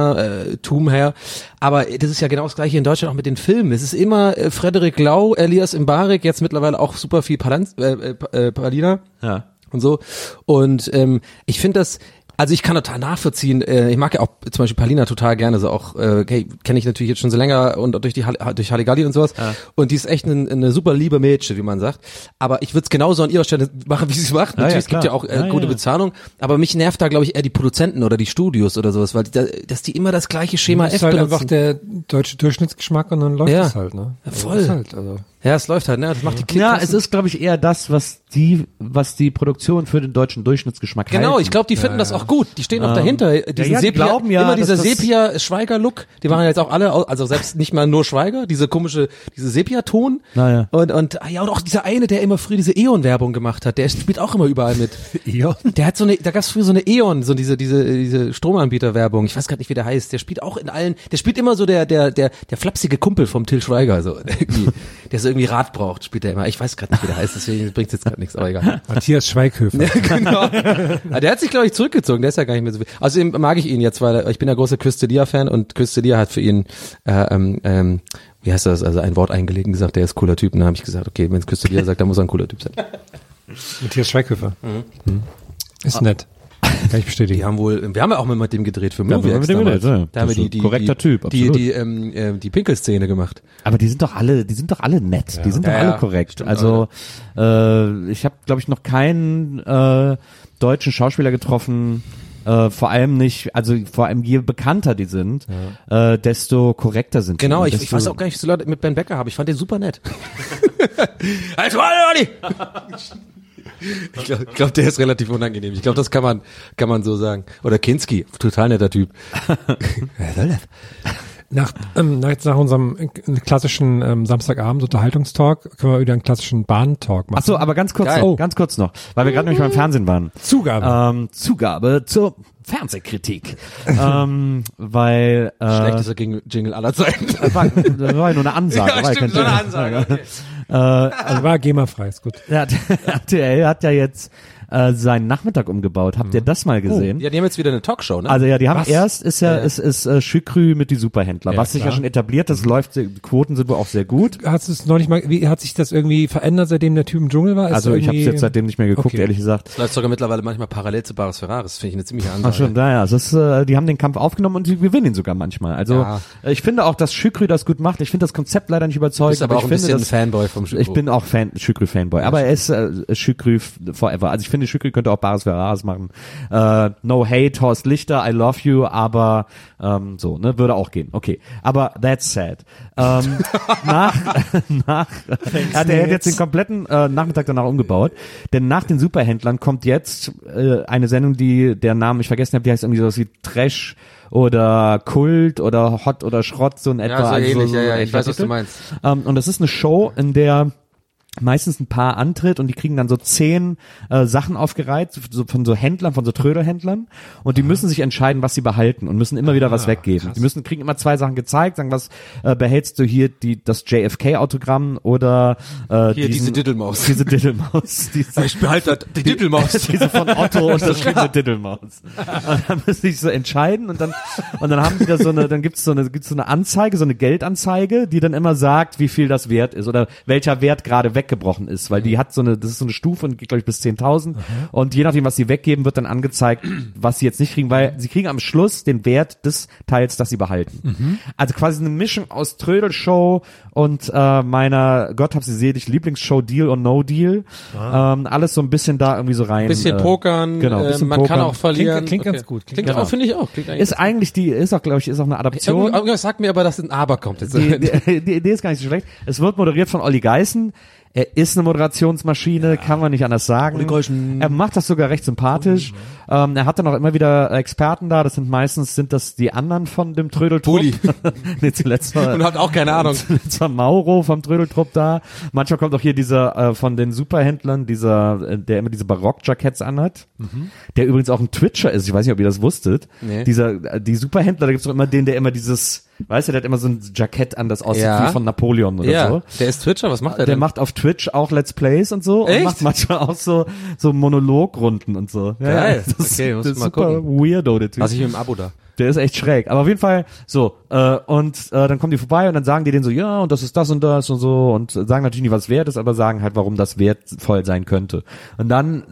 Entertainer-Tum her. Aber das ist ja genau das gleiche in Deutschland auch mit den Filmen. Es ist immer äh, Frederik Lau, Elias Mbarek, jetzt mittlerweile auch super viel Palanz, äh, äh, Pa- äh, Palina Ja. und so. Und ähm, ich finde das, also ich kann total nachvollziehen, äh, ich mag ja auch zum Beispiel Palina total gerne, so auch, äh, okay, kenne ich natürlich jetzt schon so länger und durch die Hall- durch Halligalli und sowas. Und die ist echt ein, eine super liebe Mädchen, wie man sagt. Aber ich würde es genauso an ihrer Stelle machen, wie sie es macht. ja, Natürlich, es gibt ja klar. auch äh, Ja, ja, gute ja. Bezahlung, aber mich nervt da, glaube ich, eher die Produzenten oder die Studios oder sowas, weil die, da- dass die immer das gleiche Schema Das F ist halt einfach benutzen. der deutsche Durchschnittsgeschmack und dann läuft Ja. das halt, ne? Ja, Also voll. das Ist halt, also. Ja, es läuft halt, ne? Das macht die Kinder. Ja, es ist, glaube ich, eher das, was die, was die Produktion für den deutschen Durchschnittsgeschmack Genau, halten. Ähm, ich glaube, die finden das auch gut. Die stehen auch dahinter. Diesen ja, die Sepia, glauben ja, immer dass dieser das- Sepia-Schweiger-Look. Die machen ja jetzt auch alle, au- also selbst nicht mal nur Schweiger, diese komische, diese Sepia-Ton. Naja. Und, und, ah ja, und auch dieser eine, der immer früher diese E.ON-Werbung gemacht hat, der spielt auch immer überall mit. E.ON? Der hat so eine, da gab's früher so eine E.ON, so diese, diese, diese Stromanbieter-Werbung. Ich weiß gerade nicht, wie der heißt. Der spielt auch in allen, der spielt immer so der, der, der, der flapsige Kumpel vom Till Schweiger, so, irgendwie, der so irgendwie Rat braucht, spielt der immer. Ich weiß gerade nicht, wie der heißt, deswegen bringt's jetzt gerade nichts, aber egal. Matthias Schweighöfer. genau. Ah, Der hat sich, glaube ich, zurückgezogen. Der ist ja gar nicht mehr so viel. Außerdem mag ich ihn jetzt, weil er- ich bin ja großer Küstelia-Fan und Küstelia hat für ihn, äh, ähm, ähm, wie heißt das, also ein Wort eingelegen gesagt, der ist cooler Typ. Und dann habe ich gesagt, okay, wenn es Küstelia sagt, dann muss er ein cooler Typ sein. Matthias Schweighöfer. Mhm. Ist nett. Kann ich bestätigen. Die haben wohl, wir haben ja auch mal mit dem gedreht für wir haben Movie mit dem damals. gedreht, ja. Da haben wir Das ist die, ein die, korrekter die, Typ, die, absolut. die, ähm, ähm, die Pinkelszene gemacht. Aber die sind doch alle, die sind doch alle nett, die sind doch Ja, alle ja, korrekt. stimmt, also äh, ich habe, glaube ich, noch keinen äh, deutschen Schauspieler getroffen. Äh, vor allem nicht, also vor allem je bekannter die sind, äh, desto korrekter sind Genau, die. ich, Desto, ich weiß auch gar nicht, was die Leute mit Ben Becker haben. Ich fand den super nett. Halt mal, Olli! Ich glaube, glaub, der ist relativ unangenehm. Ich glaube, das kann man, kann man so sagen. Oder Kinski, total netter Typ. Äh. Nach, ähm, nach, jetzt nach unserem äh, klassischen ähm, Samstagabend Unterhaltungstalk können wir wieder einen klassischen Bahntalk machen. Ach so, aber ganz kurz, Geil. noch, ganz kurz noch, weil wir gerade nämlich beim Fernsehen waren. Zugabe. Ähm, Zugabe zur Fernsehkritik, ähm, weil äh, Schlechtester Ging- Jingle aller Zeiten. war, das war ja nur eine Ansage. war ja kein so eine Jingle. Ansage. also war GEMA-frei, ist gut. Ja, RTL hat ja jetzt äh, seinen Nachmittag umgebaut. Habt ihr das mal gesehen? Ja, die haben jetzt wieder eine Talkshow, ne? Also ja, die haben Was? erst ist ja Ja. ist ist äh, Schükrü mit die Superhändler, was sich ja klar. schon etabliert, das läuft sehr- die Quoten sind wohl auch sehr gut. Hast du es neulich mal, wie hat sich das irgendwie verändert, seitdem der Typ im Dschungel war? Ist Also ich habe irgendwie- jetzt seitdem nicht mehr geguckt, Okay. ehrlich gesagt. das läuft sogar mittlerweile manchmal parallel zu Baris Ferraris. Das finde ich eine ziemliche Ansage. Ach schon, naja, es ist, äh, die haben den Kampf aufgenommen und die gewinnen ihn sogar manchmal. Also Ja. äh, ich finde auch, dass Schükrü das gut macht. Ich finde das Konzept leider nicht überzeugend. Bist aber ich auch ein finde, bisschen dass- Fanboy vom Schükrü. Ich bin auch Fan, Schükrü-Fanboy. Aber er ist äh, Schükrü f- forever. Also ich finde, Schükrü könnte auch Baris Ferraris machen. Äh, no hate, Horst Lichter, I love you, aber ähm, so, ne, würde auch gehen. Okay, aber that's sad. Ähm, nach, nach, hat er jetzt den kompletten äh, Nachmittag danach umgebaut. Denn nach den Superhändlern kommt jetzt äh, eine Sendung, die, der Namen ich vergessen habe, die heißt irgendwie sowas wie Trash oder Kult oder Hot oder Schrott, so in etwa. also so ähnlich, ja, ja, ein ich weiß, was du Titel. meinst. Ähm, und das ist eine Show, in der meistens ein Paar antritt und die kriegen dann so zehn äh, Sachen aufgereiht so, von so Händlern, von so Trödelhändlern und die müssen sich entscheiden, was sie behalten und müssen immer wieder Ah, was weggeben. Die müssen kriegen immer zwei Sachen gezeigt, sagen, was äh, behältst du hier die das JFK Autogramm oder äh, Hier, diese diesen- Diddelmaus. diese Diddelmaus, diese ich behalte die Titelmaus. diese von Otto und das schlimme Diddelmaus. Und dann müssen die sich so entscheiden und dann und dann haben die da so eine, dann gibt's so eine gibt's so eine Anzeige, so eine Geldanzeige, die dann immer sagt, wie viel das wert ist oder welcher Wert gerade weggebrochen ist, weil die hat so eine, das ist so eine Stufe und geht glaube ich bis 10.000 und je nachdem, was sie weggeben, wird dann angezeigt, was sie jetzt nicht kriegen, weil sie kriegen am Schluss den Wert des Teils, das sie behalten. Also quasi eine Mischung aus Trödelshow und äh, meiner Gott hab sie selig Lieblingsshow Deal or No Deal. Ähm, alles so ein bisschen da irgendwie so rein. Bisschen äh, pokern, genau, äh, bisschen man pokern. kann auch verlieren. klingt ganz gut. Klingt, Genau. auch, finde ich auch. Klingt eigentlich Ist eigentlich die, ist auch glaube ich, ist auch eine Adaption. Irgendwas sagt mir aber, dass ein Aber kommt jetzt. Die, die, die Idee ist gar nicht so schlecht. Es wird moderiert von Olli Geißen. Er ist eine Moderationsmaschine, kann man nicht anders sagen. Er macht das sogar recht sympathisch. Ähm, er hat dann auch immer wieder Experten da. Das sind meistens sind das die anderen von dem Trödeltrupp. Bulli. nee, zuletzt war Und habt auch keine Ahnung. Jetzt war Mauro vom Trödeltrupp da. Manchmal kommt auch hier dieser äh, von den Superhändlern, dieser, äh, der immer diese Barock-Jackets anhat, der übrigens auch ein Twitcher ist. Ich weiß nicht, ob ihr das wusstet. Mhm. Nee. Dieser, äh, die Superhändler, da gibt's doch immer den, der immer dieses, weißt du, der hat immer so ein Jackett an, das aussieht Ja. wie von Napoleon oder Ja, so. Ah, der ist Twitcher, was macht er Der denn? macht auf Twitch auch Let's Plays und so und Echt? macht manchmal auch so so Monologrunden und so. Ja, Geil. Ja, das Okay, ist, muss das ist mal super weirdo der Typ. Lass ich mit dem Abo da. Der ist echt schräg. Aber auf jeden Fall so. Äh, und äh, dann kommen die vorbei und dann sagen die denen so, ja, und das ist das und das und so. Und sagen natürlich nicht, was wert ist, aber sagen halt, warum das wertvoll sein könnte. Und dann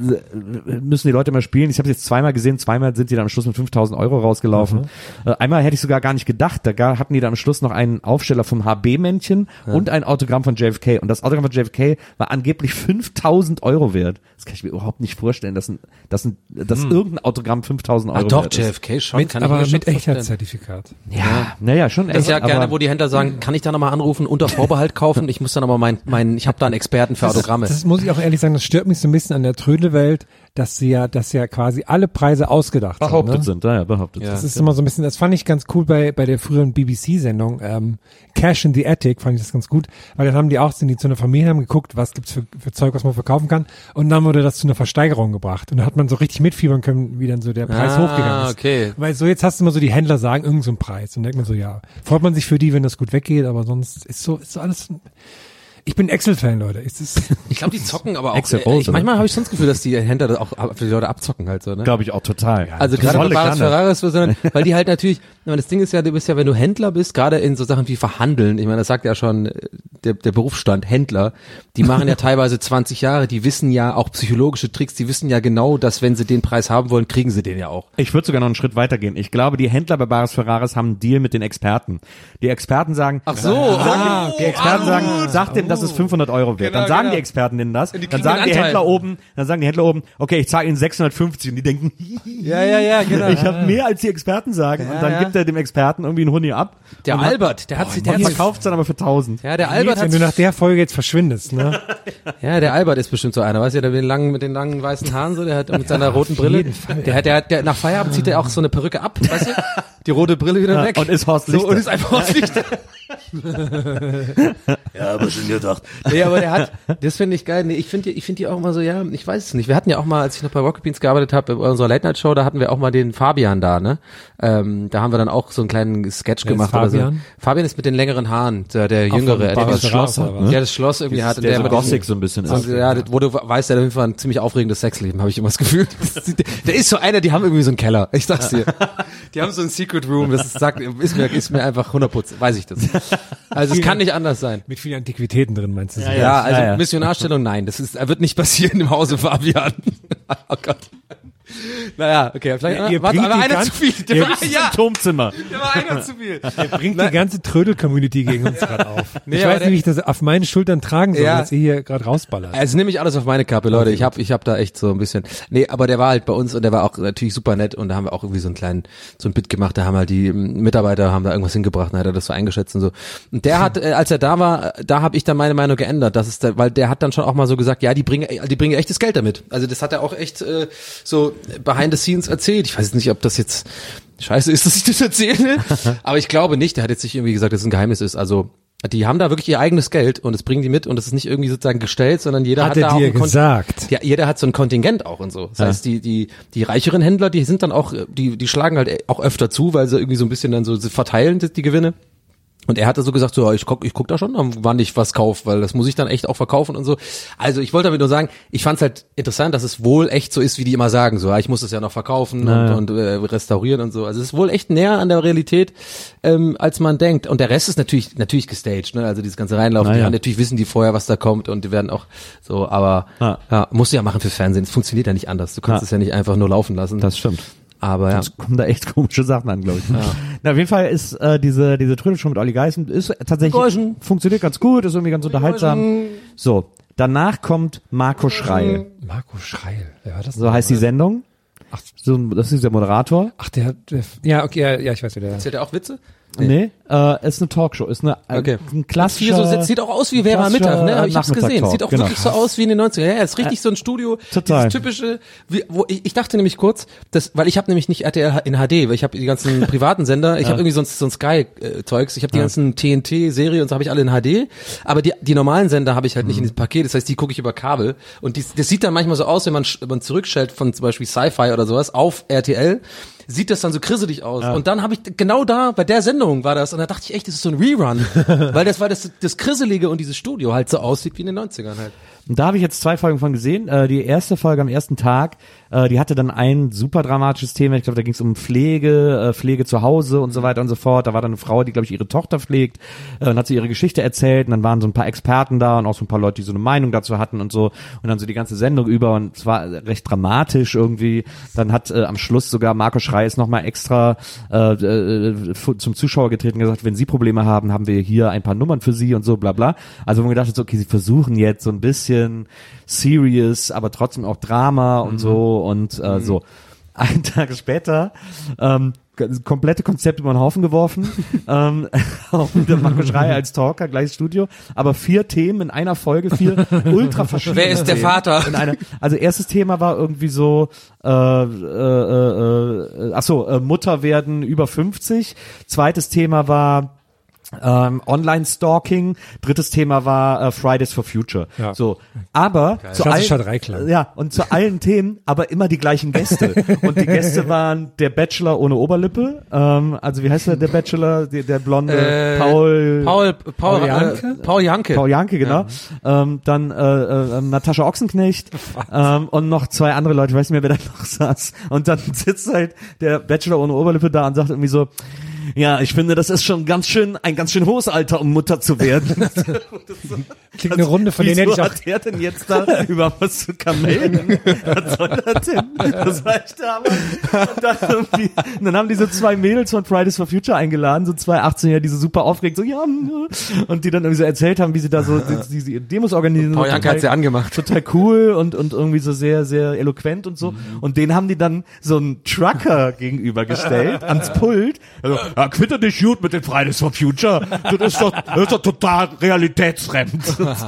äh, müssen die Leute immer spielen. Ich habe jetzt zweimal gesehen, zweimal sind die dann am Schluss mit 5000 Euro rausgelaufen. Mhm. Äh, einmal hätte ich sogar gar nicht gedacht. Da ga- hatten die dann am Schluss noch einen Aufsteller vom HB-Männchen und ein Autogramm von JFK. Und das Autogramm von JFK war angeblich 5000 Euro wert. Das kann ich mir überhaupt nicht vorstellen, dass, ein, dass, ein, dass irgendein Autogramm 5000 Euro Hm. Ah, doch, wert ist. JFK schon, kann ich aber mir mit Mit Echtheitszertifikat. Ja. Naja, schon Das echt. ist ja gerne, aber- wo die Händler sagen, kann ich da nochmal anrufen, unter Vorbehalt kaufen, ich muss dann aber mein, mein, ich habe da einen Experten für Autogramme. Das muss ich auch ehrlich sagen, das stört mich so ein bisschen an der Trödelwelt, dass sie ja, dass ja quasi alle Preise ausgedacht behauptet sind. Ne? sind, naja, behauptet Ja. Das ist immer so ein bisschen, das fand ich ganz cool bei, bei der früheren BBC-Sendung, ähm, Cash in the Attic fand ich das ganz gut, weil dann haben die auch, sind die zu einer Familie, haben geguckt, was gibt's für, für Zeug, was man verkaufen kann, und dann wurde das zu einer Versteigerung gebracht. Und da hat man so richtig mitfiebern können, wie dann so der Preis Ah, hochgegangen ist. okay. Weil so jetzt hast du immer so die Händler sagen, irgendeinen so einen Preis. Und denkt man so, ja, freut man sich für die, wenn das gut weggeht, aber sonst ist so, ist so alles, ich bin Excel-Fan, Leute. Es ist, Ich glaube, die zocken aber auch. Excel äh, ich, Rose, manchmal habe ich schon das Gefühl, dass die Händler das auch ab- für die Leute abzocken halt so, ne? Glaube ich auch total. Also gerade bei Tolle Baris Kanne. Ferraris, sondern, weil die halt natürlich, ich meine, das Ding ist ja, du bist ja, wenn du Händler bist, gerade in so Sachen wie Verhandeln, ich meine, das sagt ja schon äh, der, der Berufsstand, Händler, die machen ja teilweise 20 Jahre, die wissen ja auch psychologische Tricks, die wissen ja genau, dass wenn sie den Preis haben wollen, kriegen sie den ja auch. Ich würde sogar noch einen Schritt weitergehen. Ich glaube, die Händler bei Baris Ferraris haben einen Deal mit den Experten. Die Experten sagen, Ach so, sagen, ah, die Experten sagen, sag dem, dass es 500 Euro wert. Genau, dann sagen genau. die Experten denen das. Und die Dann kriegen sagen den die Anteil. Händler oben, dann sagen die Händler oben, okay, ich zahle ihnen 650 und die denken, Ja, ja, ja, genau. ich habe mehr als die Experten sagen und dann ja. gibt er dem Experten irgendwie einen Huni ab. Der und hat- Albert, der hat sich, der und hat verkauft es dann aber für 1000. Ja, der Albert wenn hat, du nach der Folge jetzt verschwindest, ne? ja, der Albert ist bestimmt so einer, weißt du, der mit den langen, mit den langen weißen Haaren so, der hat mit seiner roten Brille, der hat, der hat, der, nach Feierabend zieht er auch so eine Perücke ab, weißt du, die rote Brille wieder weg. und ist Horst So, und Lichter. ist einfach Horst Lichter. Ja, aber schon gedacht. Nee, aber der hat, das finde ich geil. Nee, ich finde die- ich finde die auch immer so, ja, ich weiß es nicht. Wir hatten ja auch mal, als ich noch bei Rocket Beans gearbeitet habe, bei unserer Late Night Show, da hatten wir auch mal den Fabian da, ne? Ähm, da haben wir dann auch so einen kleinen Sketch Wer ist gemacht oder so. Fabian? Fabian ist mit den längeren Haaren, der, der von jüngere, Barbara etwas Ferraris oder was? Der das Schloss irgendwie hat. und der so immer diesen- gothic so ein bisschen so- ist. Also, Ja, das, wo du weißt, der hat auf jeden Fall ein ziemlich aufregendes Sexleben, habe ich immer das Gefühl. Der ist so einer, die haben irgendwie so einen Keller. Ich sag's dir. Die haben so ein Secret Room, das ist, sagt, ist mir, ist mir einfach 100%, weiß ich das. Also es kann nicht anders sein. Mit vielen Antiquitäten drin, meinst du? so? Ja, also Ja, ja. Missionarstellung, nein, das ist, wird nicht passieren im Hause Fabian. oh Gott. Naja, okay, vielleicht Ihr warte, bringt aber die einer ganz- zu viel. Der Ihr war, wisst ja, im Turmzimmer. der war einer zu viel. Bringt die ganze Trödel-Community gegen uns gerade auf. Nee, ich aber weiß der- nicht, wie ich das auf meinen Schultern tragen soll, Ja. dass ihr hier gerade rausballert. Also nehme ich alles auf meine Kappe, Leute. Ich hab, ich hab da echt so ein bisschen. Nee, aber der war halt bei uns und der war auch natürlich super nett und da haben wir auch irgendwie so einen kleinen, so ein Bit gemacht. Da haben halt die ähm, Mitarbeiter haben da irgendwas hingebracht, und hat er das so eingeschätzt und so. Und der hat, äh, als er da war, äh, da habe ich dann meine Meinung geändert. Das ist, der, weil der hat dann schon auch mal so gesagt, ja, die bringen, die bringen echtes Geld damit. Also das hat er auch echt äh, so behind the scenes erzählt. Ich weiß jetzt nicht, ob das jetzt Scheiße ist, dass ich das erzähle. Aber ich glaube nicht, der hat jetzt nicht irgendwie gesagt, dass es ein Geheimnis ist. Also die haben da wirklich ihr eigenes Geld und das bringen die mit und das ist nicht irgendwie sozusagen gestellt, sondern jeder hat, Hat er da auch dir ein Kon- gesagt? Ja, jeder hat so ein Kontingent auch und so. Das heißt, die, die, die reicheren Händler, die sind dann auch, äh, die, die schlagen halt auch öfter zu, weil sie irgendwie so ein bisschen dann so sie verteilen die die Gewinne. Und er hatte so gesagt, so, ja, ich guck, ich guck da schon, ähm, wann ich was kauf, weil das muss ich dann echt auch verkaufen und so. Also ich wollte damit nur sagen, ich fand's halt interessant, dass es wohl echt so ist, wie die immer sagen, so, ja, ich muss es ja noch verkaufen und, und äh, restaurieren und so. Also es ist wohl echt näher an der Realität, ähm, als man denkt. Und der Rest ist natürlich, natürlich gestaged, ne? also dieses ganze Reinlaufen, die Naja. haben natürlich wissen die vorher, was da kommt und die werden auch so, aber Ja. ja, musst du ja machen für Fernsehen, es funktioniert ja nicht anders. Du kannst Ja. es ja nicht einfach nur laufen lassen. Das stimmt. aber ja. Sonst kommen da echt komische Sachen an, glaube ich. Na, auf jeden Fall ist äh, diese, diese Trödelshow mit Olli Geißen ist tatsächlich, Geuschen. funktioniert ganz gut, ist irgendwie ganz unterhaltsam. So, danach kommt Marco Schreil. Marco Schreil, wer war das? So heißt die Sendung. Ach. So, das ist dieser Moderator. Ach, der, der ja, okay, ja, ja, ich weiß wieder. Erzählt er auch Witze? Nee, äh, ist eine Talkshow, ist eine, äh, Okay. ein klassischer... Hier so, sitzt- sieht auch aus wie Vera klassischer Mittag, ne? Hab ich hab's gesehen. Nachmittagstalk, Sieht auch genau. wirklich so aus wie in den 90er. Ja, ja, ist richtig so ein Studio. Total. Dieses typische, wie, wo ich, ich dachte nämlich kurz, das, weil ich habe nämlich nicht RTL in HD, weil ich habe die ganzen privaten Sender, ich hab habe irgendwie sonst so ein Sky-Zeugs, ich habe die ganzen TNT-Serie und so habe ich alle in HD, aber die, die normalen Sender habe ich halt nicht in diesem Paket, das heißt, die gucke ich über Kabel und dies- das sieht dann manchmal so aus, wenn man, sch- wenn man zurückschaltet von zum Beispiel Sci-Fi oder sowas auf RTL, sieht das dann so grisselig aus. Und dann habe ich genau da bei der Sendung war das und da dachte ich echt, das ist so ein Rerun, weil das war das das grisselige und dieses Studio halt so aussieht wie in den 90ern halt. Und da habe ich jetzt zwei Folgen von gesehen. Äh, die erste Folge am ersten Tag, äh, die hatte dann ein super dramatisches Thema. Ich glaube, da ging es um Pflege, äh, Pflege zu Hause und so weiter und so fort. Da war dann eine Frau, die, glaube ich, ihre Tochter pflegt äh, und hat so ihre Geschichte erzählt. Und dann waren so ein paar Experten da und auch so ein paar Leute, die so eine Meinung dazu hatten und so. Und dann so die ganze Sendung über und es war recht dramatisch irgendwie. Dann hat äh, am Schluss sogar Marco Schreis nochmal extra äh, äh, fu- zum Zuschauer getreten und gesagt, wenn Sie Probleme haben, haben wir hier ein paar Nummern für Sie und so bla bla. Also wo man gedacht hat, so, okay, sie versuchen jetzt so ein bisschen serious, aber trotzdem auch Drama und so und äh, so. Einen Tag später ähm, komplette Konzept über den Haufen geworfen. ähm, auch mit der Marco Schreier als Talker, gleiches Studio. Aber vier Themen in einer Folge, vier ultra verschiedene Wer ist der Themen. Vater? In einer, also erstes Thema war irgendwie so, äh, äh, äh, äh, ach so, äh, Mutter werden über 50. Zweites Thema war ähm, Online-Stalking. Drittes Thema war äh, Fridays for Future. Ja. So, aber zu Klassischer allen- Dreiklang. Ja, und zu allen Themen, aber immer die gleichen Gäste. Und die Gäste waren der Bachelor ohne Oberlippe. Ähm, also wie heißt der, der Bachelor, der, der blonde Äh, Paul. Paul, Paul, Paul Janke? Äh, Paul Janke. Paul Janke, genau. Ähm, dann äh, äh, Natascha Ochsenknecht ähm, und noch zwei andere Leute, ich weiß nicht mehr, wer da noch saß. Und dann sitzt halt der Bachelor ohne Oberlippe da und sagt irgendwie so, ja, ich finde, das ist schon ganz schön, ein ganz schön hohes Alter, um Mutter zu werden. Klingt eine Runde, von denen hätte Wieso ich auch hat er denn jetzt da über was zu kamellen? Was soll das denn? Das war echt der Hammer. Und dann, irgendwie- und dann haben diese zwei Mädels von Fridays for Future eingeladen, so zwei 18-Jährige, die so super aufgeregt, so ja, mm, und die dann irgendwie so erzählt haben, wie sie da so diese die, die Demos organisieren. Paul Janke hat's ja angemacht. Total cool und, und irgendwie so sehr, sehr eloquent und so. Und den haben die dann so einen Trucker gegenübergestellt ans Pult. Also, ja, quitter dich gut mit den Fridays for Future. Das ist doch, das ist doch total realitätsfremd. Und, so.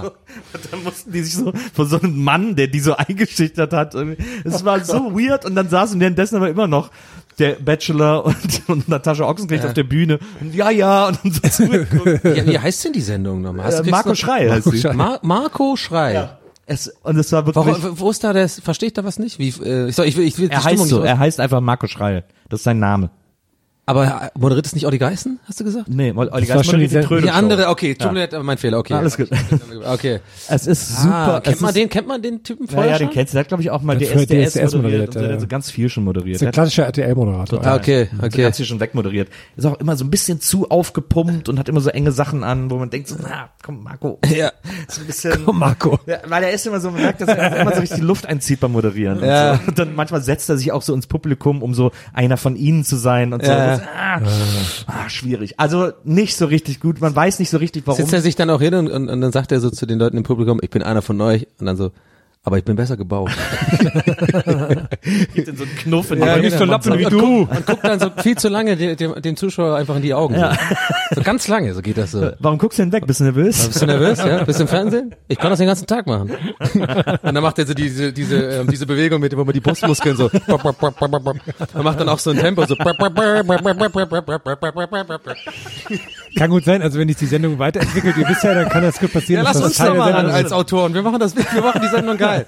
und dann mussten die sich so von so einem Mann, der die so eingeschüchtert hat. irgendwie- Es war so weird. Und dann saßen währenddessen aber immer noch der Bachelor und, und Natascha Ochsenknecht auf der Bühne. Und ja, ja. Und dann so zurückgucken. Ja, wie heißt denn die Sendung nochmal? Hast Äh, du- kriegst Marco du- Schrei heißt Marco sie. Schrei. Mar Marco Schrei. es, und es war wirklich. Warum, wo ist da das? Verstehe ich da was nicht? Wie, äh, ich, soll, ich will, ich will die Er heißt Stimmung so, nicht er heißt einfach Marco Schreil. Das ist sein Name. Aber äh, moderiert es nicht Olli Geißen, hast du gesagt? Nee, Olli war schon die Sendung. Die andere, okay, tut mir leid, aber mein Fehler, okay. Alles gut. Okay. Es ist super. Super. es Ah, kennt man ist, den, kennt man den Typen Ja, vorher ja, den schon? kennst du. Der hat, glaube ich, auch mal Der hat DSDS, früher DSDS moderiert. moderiert, und so, der ja. hat so ganz viel schon moderiert. der klassischer RTL-Moderator. Ah, okay, Okay. okay. Ganz viel schon wegmoderiert. Ist auch immer so ein bisschen zu aufgepumpt und hat immer so enge Sachen an, wo man denkt so, na, komm, Marco. Ja. Ist ein bisschen, Oh, Marco. Ja, weil er ist immer so, man merkt, dass er immer so richtig Luft einzieht beim Moderieren. und Ja. So. Und dann manchmal setzt er sich auch so ins Publikum, um so einer von ihnen zu sein und so. Ja. Das ist, ah, ah, schwierig. Also nicht so richtig gut. Man weiß nicht so richtig, warum. Sitzt er sich dann auch hin und, und, und dann sagt er so zu den Leuten im Publikum, ich bin einer von euch. Und dann so, aber ich bin besser gebaut. gibt denn so einen Knuff in die Ja, genau. Hand. nicht so Lappen wie Und du. guckt- Und guckt dann so viel zu lange dem, dem, dem Zuschauer einfach in die Augen. So. so ganz lange, so geht das so. Warum guckst du denn weg? Bist du nervös? Bist du nervös, ja? Bist du im Fernsehen? Ich kann das den ganzen Tag machen. Und dann macht er so diese, diese, ähm, diese Bewegung mit, wo man die Brustmuskeln so, bop, bop, bop, bop, bop, bop. und macht dann auch so ein Tempo, so, bop, bop, bop, bop, bop, bop, bop, bop, bop, bop, bop, bop, bop. Kann gut sein, also wenn ich die Sendung weiterentwickelt, ihr wisst ja, dann kann das gut ja, passieren. dass lass das uns Teil doch der mal an Sendung als ist. Autoren. Wir machen das, wir machen die Sendung geil.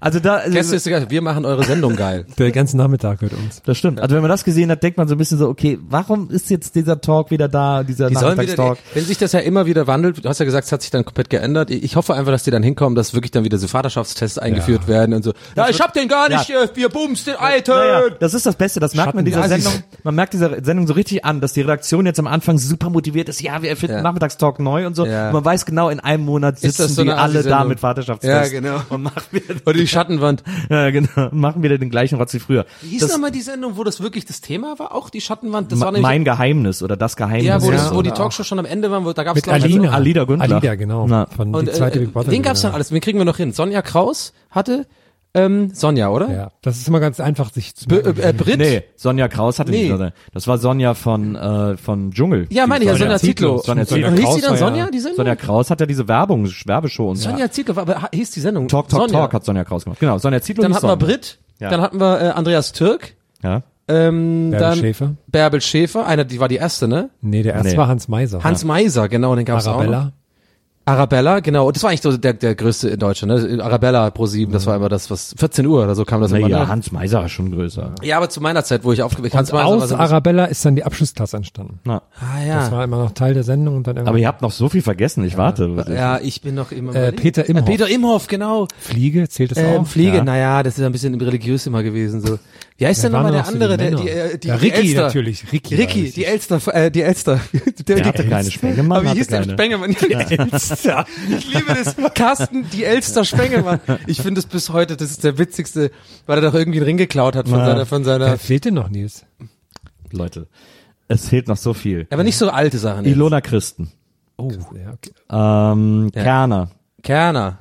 Also da, Gäste ist egal, wir machen eure Sendung geil. Der ganze Nachmittag hört uns. das stimmt. Also wenn man das gesehen hat, denkt man so ein bisschen so, okay, warum ist jetzt dieser Talk wieder da, dieser Die sollen wieder, Nachmittagstalk? wenn sich das ja immer wieder wandelt, du hast ja gesagt, es hat sich dann komplett geändert. Ich hoffe einfach, dass die dann hinkommen, dass wirklich dann wieder so Vaterschaftstests eingeführt werden und so. Ja, ich hab den gar nicht, äh, wir booms, den Alten. Naja, das ist das Beste, das merkt man Schatten- dieser Assis. Sendung, man merkt dieser Sendung so richtig an, dass die Redaktion jetzt am Anfang super motiviert ist, ja, wir erfinden Ja. Nachmittagstalk neu und so. Ja. Und man weiß genau, in einem Monat sitzen das so die eine alle da Assi-Sendung? mit Vaterschaftstest. Ja, genau. Und machen wieder, Oder die Schattenwand. ja, genau, und machen wieder den gleichen Rotz wie früher. Hieß Das- nochmal die Sendung, wo das wirklich das Thema war? Auch die Schattenwand? Das war nämlich, mein Geheimnis oder das Geheimnis. ja, wo, das, oder wo die so. Talkshow schon am Ende waren, wo, da gab's Mit glaub ich, also- Alina. Alida Gundlach. Alida, genau. Na. Von Und, die zweite genau. äh, Big Brother. den gab's Gewinnerin. dann alles, den kriegen wir noch hin. Sonja Kraus hatte, ähm, Sonja, oder? Ja, das ist immer ganz einfach, sich zu B äh, äh, Brit? Nee, Sonja Kraus hatte Nee. nicht Sonja. Das war Sonja von, äh, von Dschungel. Ja, meine ich, ja, Sonja Zietlow. Sonja Zietlow. Und hieß die Kraus dann war ja- Sonja, die Sendung? Sonja Kraus hat ja diese Werbung, Werbeshow und so. Sonja Zietlow, war- aber hieß die Sendung? Talk, Talk, Sonja. Talk hat Sonja Kraus gemacht. Genau, Sonja Zietlow Dann hieß hatten wir Sonja. Britt, Ja. dann hatten wir äh, Andreas Türk, Ja. ähm, Bärbel dann Schäfer? Bärbel Schäfer, einer, die war die erste, ne? Nee, der erste Nee. war Hans Meiser. Hans Meiser, genau, den gab's auch. noch. Arabella. Arabella, genau. Und das war eigentlich so der, der größte in Deutschland, ne? Arabella pro Mhm. sieben, das war immer das, was 14 Uhr oder so kam das immer. Naja, ne? Hans Meiser ist schon größer. ja, aber zu meiner Zeit, wo ich aufgeweckt Hans Meiser war Aus so- Arabella ist dann die Abschlussklasse entstanden. Na. Ah Das ja. war immer noch Teil der Sendung und dann Aber irgendwann ihr habt noch so viel vergessen, ich warte. Ja, ich bin noch immer äh, Peter Imhoff. Peter Imhoff, genau. Fliege, zählt das Ähm, auch? Fliege, Ja. naja, das ist ein bisschen religiös immer gewesen. so. Wie heißt Wer denn waren nochmal denn der noch so die andere? Der, die, Männer? äh, die, Ja, die Ricky Elster. natürlich, Ricky war Ricky, richtig. die Elster, äh, die Elster. Der, Der hatte keine Spengemann, Aber wie hatte hieß der keine- Spengemann? Die Elster. Ich liebe das. Carsten, die Elster Spengemann. Ich finde es bis heute, das ist der witzigste, weil er doch irgendwie einen Ring geklaut hat von seiner, von Wer seiner, Äh, fehlt denn noch, Nils? Leute, es fehlt noch so viel. aber nicht so alte Sachen. jetzt. Ilona Christen, Oh, ja, okay. ähm, Kerner, Kerner.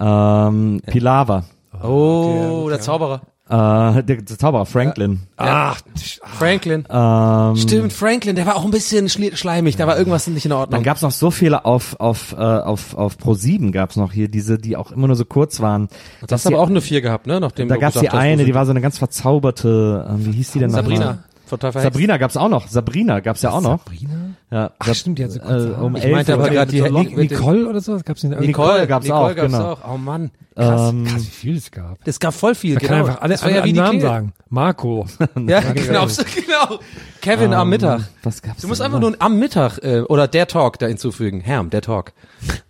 ähm, Pilawa, Oh, der Zauberer. Äh, der, der Zauberer Franklin. Ach, Ah. Franklin. Ähm, Stimmt, Franklin, der war auch ein bisschen schli- schleimig, da war irgendwas nicht in Ordnung. Dann gab's noch so viele auf auf äh, auf auf Pro 7 gab's noch hier diese, die auch immer nur so kurz waren. das hast aber auch eine 4 gehabt, ne? Nachdem Da du gab's die gesagt hast, eine, du- die war so eine ganz verzauberte. Ähm, wie hieß die denn noch mal? Sabrina. von Teufel Hex. Sabrina gab's auch noch. Sabrina gab's ja auch noch. Sabrina. Ja. Sab- stimmt, die hat so ah. äh, kurze Haare. um Ich 11 meinte aber Uhr gerade die mit so Nick- Locken- mit den- Nicole oder sowas? Gab's denn irgendwie? Nicole gab's auch, genau. Oh Mann. Krass. Krass, krass, wie viel es gab. Es gab voll viel, Man kann ähm, genau. einfach alle, Das war alle ja wie die Namen Klingel. sagen. Marco. Ja, genau, so, genau. Kevin am Mittag. Was gab's Du musst denn einfach noch? nur ein am Mittag äh, oder der Talk da hinzufügen. Herm, der Talk.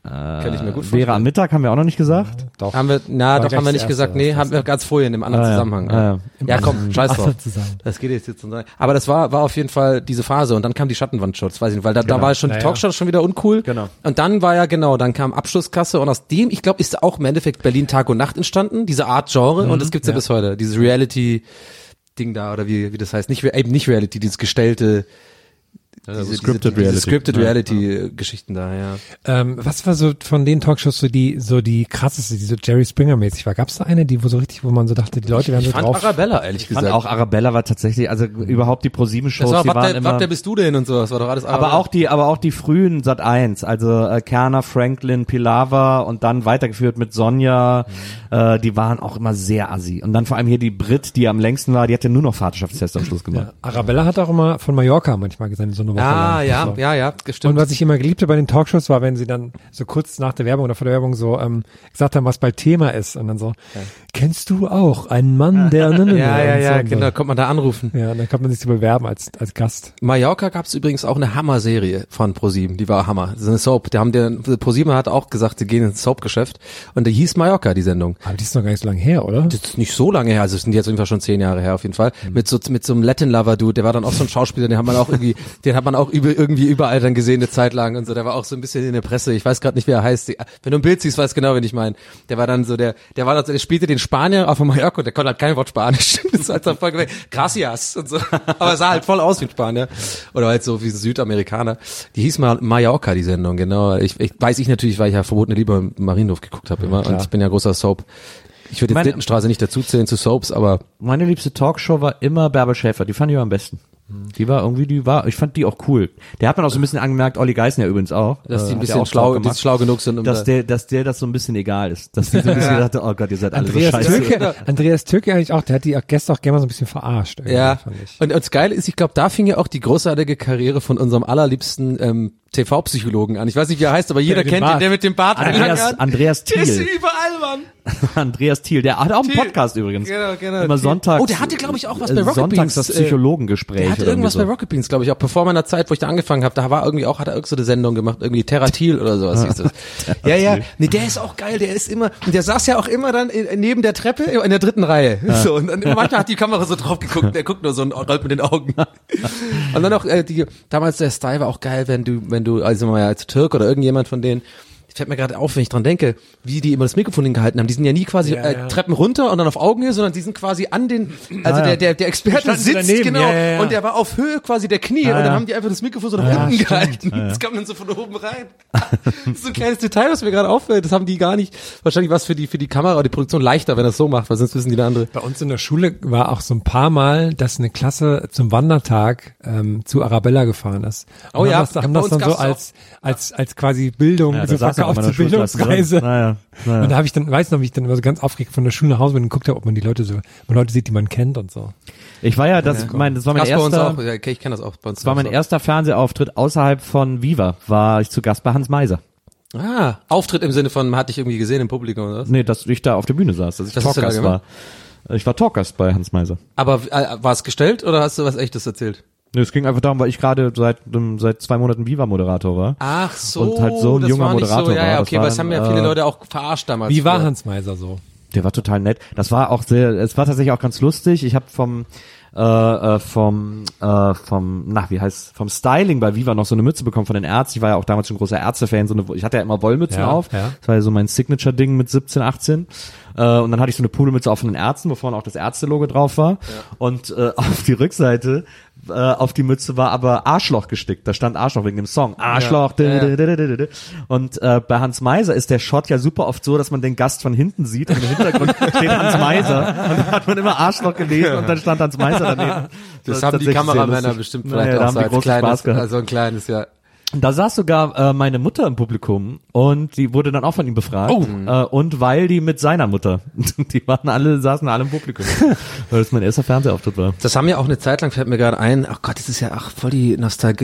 Kann ich mir gut Vera am Mittag haben wir auch noch nicht gesagt. Doch. Haben wir, na, War doch gleich haben wir das nicht erste, gesagt, was nee, das haben wir ganz vorhin im anderen Ah, ja. Zusammenhang. Ah, ja. Ja, ja komm, scheiß drauf. anderen Zusammenhang. Das geht jetzt jetzt nicht. Aber das war, war auf jeden Fall diese Phase und dann kam die Schattenwandschutz, weiß ich nicht, weil da, da war schon die Naja. Talkshow schon wieder uncool. Genau. Und dann war ja genau, dann kam Abschlusskasse und aus dem, ich glaube, ist auch im Endeffekt Berlin Tag und Nacht entstanden, diese Art Genre Mhm. und das gibt's ja, bis heute, dieses Reality Ding da oder wie, wie das heißt, nicht, re- eben nicht Reality, dieses gestellte diese, scripted diese, reality. Diese scripted Ja. Reality äh, Geschichten da, ja. Ähm, was war so von den Talkshows so die, so die krasseste, die so Jerry Springer mäßig war? Gab's da eine, die wo so richtig, wo man so dachte, die Leute werden Ich so fand drauf? Arabella, ehrlich Ich fand gesagt. auch Arabella war tatsächlich, also überhaupt die Pro 7 Shows, das war, die waren was immer. der bist du denn und so, das war doch alles aber Arabella. auch die, aber auch die frühen Sat 1, also äh, Kerner, Franklin, Pilawa und dann weitergeführt mit Sonja, äh, die waren auch immer sehr assi. Und dann vor allem hier die Brit, die am längsten war, die hatte nur noch Vaterschaftstest am Schluss gemacht. Arabella hat auch immer von Mallorca manchmal gesendet, so eine Woche Ah, lang. Also, ja, So. ja, ja, Und gestimmt. was ich immer geliebte bei den Talkshows war, wenn sie dann so kurz nach der Werbung oder vor der Werbung so ähm, gesagt haben, was bald Thema ist und dann so, kennst du auch einen Mann, der... ne, ja, ja, genau. und so ja, und Kinder, kommt man da anrufen. Dann, ja, dann kann man sich so bewerben als, als Gast. Mallorca gab's übrigens auch eine Hammer-Serie von ProSieben. Die war Hammer. Das ist eine Soap. Die haben den, ProSieben hat auch gesagt, sie gehen ins Soap-Geschäft. Und die hieß Mallorca, die Sendung. Aber die ist noch gar nicht so lange her, oder? Das ist nicht so lange her, also es sind jetzt auf jeden Fall schon zehn Jahre her auf jeden Fall. Mit so mit so einem Latin Lover Dude, der war dann auch so ein Schauspieler, den hat man auch irgendwie, den hat man auch über, irgendwie überall dann gesehen eine Zeit lang und so. Der war auch so ein bisschen in der Presse. Ich weiß gerade nicht, wie er heißt. Wenn du ein Bild siehst, weißt du genau, wen ich meine. Der war dann so der, der war dann so, der spielte den Spanier auf dem Mallorca, und der konnte halt kein Wort Spanisch. Das war halt so voll gewesen. Gracias und so. Aber er sah halt voll aus wie ein Spanier oder halt so wie ein Südamerikaner. Die hieß mal Mallorca die Sendung genau. Ich, ich weiß ich natürlich, weil ich ja verbotene Liebe im Marienhof geguckt habe immer und ich bin ja großer Soap. Ich würde jetzt Meine- Lindenstraße nicht dazu zählen zu Soaps, aber Meine liebste Talkshow war immer Bärbel Schäfer, die fand ich am besten. Die war irgendwie, die war, ich fand die auch cool. Der hat man auch so ein bisschen angemerkt, Olli Geisner übrigens auch. dass äh, hat die ein ja bisschen auch schlau, gemacht. die schlau genug sind, um dass da, der, dass der das so ein bisschen egal ist. Dass die so ein bisschen dachte, oh Gott, ihr seid alle so Andreas scheiße. Türke, Andreas Türke eigentlich auch, der hat die auch Gäste auch gerne mal so ein bisschen verarscht. irgendwie, ja. fand ich. Und das Geile ist, ich glaube, da fing ja auch die großartige Karriere von unserem allerliebsten ähm, TV-Psychologen an. Ich weiß nicht, wie er heißt, aber jeder mit dem kennt ihn, Bart. der mit dem Bart Andreas, lang an. Andreas Der ist Thiel. überall, Mann. Andreas Thiel, der hat auch einen Thiel. Podcast übrigens. Genau, genau, Immer Thiel. sonntags. Oh, der hatte, glaub ich, auch was bei äh, Rocket Sonntags Beans, das äh, Psychologengespräch. Der hat oder irgendwas bei irgendwie so. Rocket Beans, glaube ich, auch bevor meiner Zeit, wo ich da angefangen habe, da war irgendwie auch, hat er irgendeine Sendung gemacht, irgendwie Terratil oder sowas hieß das. Ja, ja, nee, der ist auch geil, der ist immer, und der saß ja auch immer dann in, neben der Treppe in der dritten Reihe. So, und dann, manchmal hat die Kamera so drauf geguckt, der guckt nur so und rollt mit den Augen. Und dann auch, äh, die, damals der Style war auch geil, wenn du, wenn du, also mal als Türk oder irgendjemand von denen, fällt mir gerade auf, wenn ich dran denke, wie die immer das Mikrofon hingehalten haben. Die sind ja nie quasi äh, Treppen runter und dann auf Augenhöhe, sondern die sind quasi an den, also der, der, der Experte standen so sitzt, daneben, genau, ja, ja, ja. und der war auf Höhe quasi der Knie und dann ja. haben die einfach das Mikrofon so nach unten stimmt. gehalten. Das kam dann so von oben rein. Das ist so ein kleines Detail, was mir gerade auffällt. Das haben die gar nicht, wahrscheinlich was für die, für die Kamera oder die Produktion leichter, wenn das so macht, weil sonst wissen die der andere. Bei uns in der Schule war auch so ein paar Mal, dass eine Klasse zum Wandertag ähm, zu Arabella gefahren ist. Und Oh ja, haben das, haben bei das uns dann so gab's auch. als, als, als quasi Bildung, Ja, so da saß er auch verkaufte in der Bildungsreise. Naja, naja. Und da habe ich dann, weiß noch, wie ich dann immer so ganz aufgeregt von der Schule nach Hause bin und geguckt habe, ob man die Leute so, ob man Leute sieht, die man kennt und so. Ich war ja, das, mein, das war mein Gab's bei uns erster, auch, ja, okay, ich kenne das auch bei uns. das war mein erster Fernsehauftritt außerhalb von Viva. War ich zu Gast bei Hans Meiser. Ah, Auftritt im Sinne von, man hat dich irgendwie gesehen im Publikum oder was? Nee, dass ich da auf der Bühne saß, dass ich Was hast du da Talkgast war. gemacht? Ich war Talkgast bei Hans Meiser. Aber äh, war es gestellt oder hast du was echtes erzählt? Nee, es ging einfach darum, weil ich gerade seit, ähm, seit zwei Monaten Viva-Moderator war. Ah. Ach so, Und halt so ein das junger war nicht Moderator so, ja, war. ja, Das okay, war aber das haben ja dann, viele äh, Leute auch verarscht damals. Wie war Ja. Hans Meiser so? Der war total nett. Das war auch sehr, es war tatsächlich auch ganz lustig. Ich habe vom äh, äh, vom äh, vom na wie heißt vom Styling bei Viva noch so eine Mütze bekommen von den Ärzten. Ich war ja auch damals schon großer Ärztefan. So eine, ich hatte ja immer Wollmützen Ja, auf. ja. Das war ja so mein Signature Ding mit 17, 18. Äh, und dann hatte ich so eine Pudelmütze auch von den Ärzten, wo vorne auch das Ärzte-Logo drauf war. Und äh, auf die Rückseite äh, auf die Mütze war aber Arschloch gestickt. Da stand Arschloch wegen dem Song. Arschloch. Ja. dididididididi. Und äh, bei Hans Meiser ist der Shot ja super oft so, dass man den Gast von hinten sieht und im Hintergrund steht Hans Meiser. Und da hat man immer Arschloch gelesen und dann stand Hans Meiser daneben. Das, ist haben tatsächlich die sehr Kameramänner lustig. bestimmt Naja, vielleicht da auch haben so die als großen kleines, Spaß gehabt. also ein kleines, ja. Da saß sogar äh, meine Mutter im Publikum und die wurde dann auch von ihm befragt. Oh. Äh, und weil die mit seiner Mutter, die waren alle, saßen alle im Publikum. weil das mein erster Fernsehauftritt war. Das haben ja auch eine Zeit lang, fällt mir gerade ein, ach Gott, das ist ja ach, voll die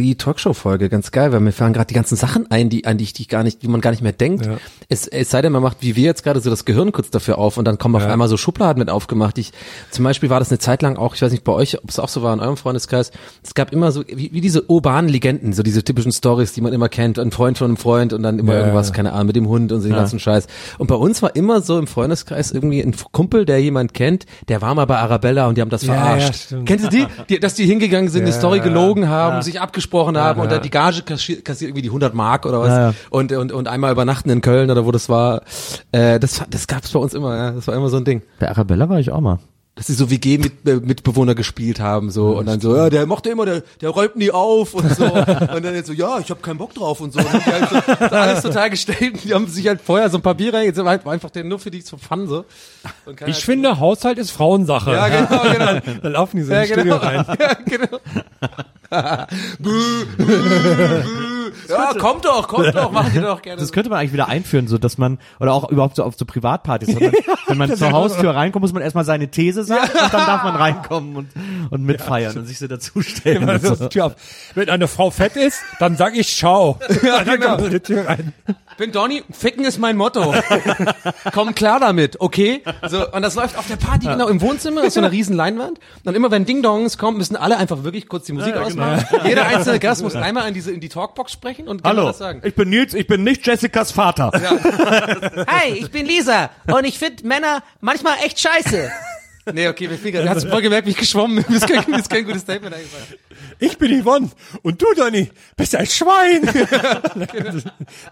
Nostalgie-Talkshow-Folge, ganz geil, weil mir fallen gerade die ganzen Sachen ein, die, an die ich die gar nicht, die man gar nicht mehr denkt. Ja. Es, es sei denn, man macht wie wir jetzt gerade so das Gehirn kurz dafür auf und dann kommen auf Ja. einmal so Schubladen mit aufgemacht. Ich, zum Beispiel war das eine Zeit lang auch, ich weiß nicht bei euch, ob es auch so war in eurem Freundeskreis, es gab immer so, wie, wie diese urbanen Legenden, so diese typischen Stories, die man immer kennt, ein Freund von einem Freund und dann immer Ja, irgendwas, ja. keine Ahnung, mit dem Hund und so den ganzen Scheiß. Und bei uns war immer so im Freundeskreis irgendwie ein Kumpel, der jemand kennt, der war mal bei Arabella und die haben das Ja, ja, verarscht. stimmt. Kennst du die? die? Dass die hingegangen sind, eine Ja, Story ja, gelogen haben, sich abgesprochen haben und dann die Gage kassi- kassiert irgendwie die 100 Mark oder was Ja, ja. Und, und, und einmal übernachten in Köln oder wo das war. Äh, das das gab's bei uns immer, ja. das war immer so ein Ding. Bei Arabella war ich auch mal. Dass sie so WG-Mitbewohner äh, gespielt haben so und dann so, ja, der mochte immer, der, der räumt nie auf und so. und dann jetzt so, ja, ich habe keinen Bock drauf und so. Und die halt so das alles total gestellt und die haben sich halt vorher so ein Papier reingesetzt, halt einfach den nur für die zu Fun so. Und keiner Ich finde, Haushalt ist Frauensache. Ja, genau, genau. Dann laufen die so Ja, ins Studio genau. rein. Ja, genau. Buh, buh, buh. ja, kommt doch, kommt doch, macht ihr doch gerne. Das könnte man eigentlich wieder einführen, so dass man, oder auch überhaupt so auf so Privatpartys, wenn man, wenn man zur Haustür reinkommt, muss man erstmal seine These sagen und dann darf man reinkommen und, und mitfeiern und sich so dazustellen. und Also, so. Tür auf. Wenn eine Frau fett ist, dann sag ich schau. Ja, dann genau. kommt so die Tür rein. bin Donny, ficken ist mein Motto. Komm klar damit, okay? So, und das läuft auf der Party, genau, im Wohnzimmer, auf so einer riesen Leinwand. Und immer wenn Ding-Dongs kommen, müssen alle einfach wirklich kurz die Musik ausmachen. Jeder einzelne Gast muss einmal in diese, in die Talkbox sprechen und genau. genau Hallo, das sagen. ich bin Nils, ich bin nicht Jessicas Vater. Hi, ich bin Lisa und ich finde Männer manchmal echt scheiße. Nee, okay, wir fliegen. Du hast voll gemerkt, wie ich geschwommen bin. Das ist kein, das ist kein gutes Statement eingefallen. Ich bin Yvonne und du, Donny, bist ein Schwein.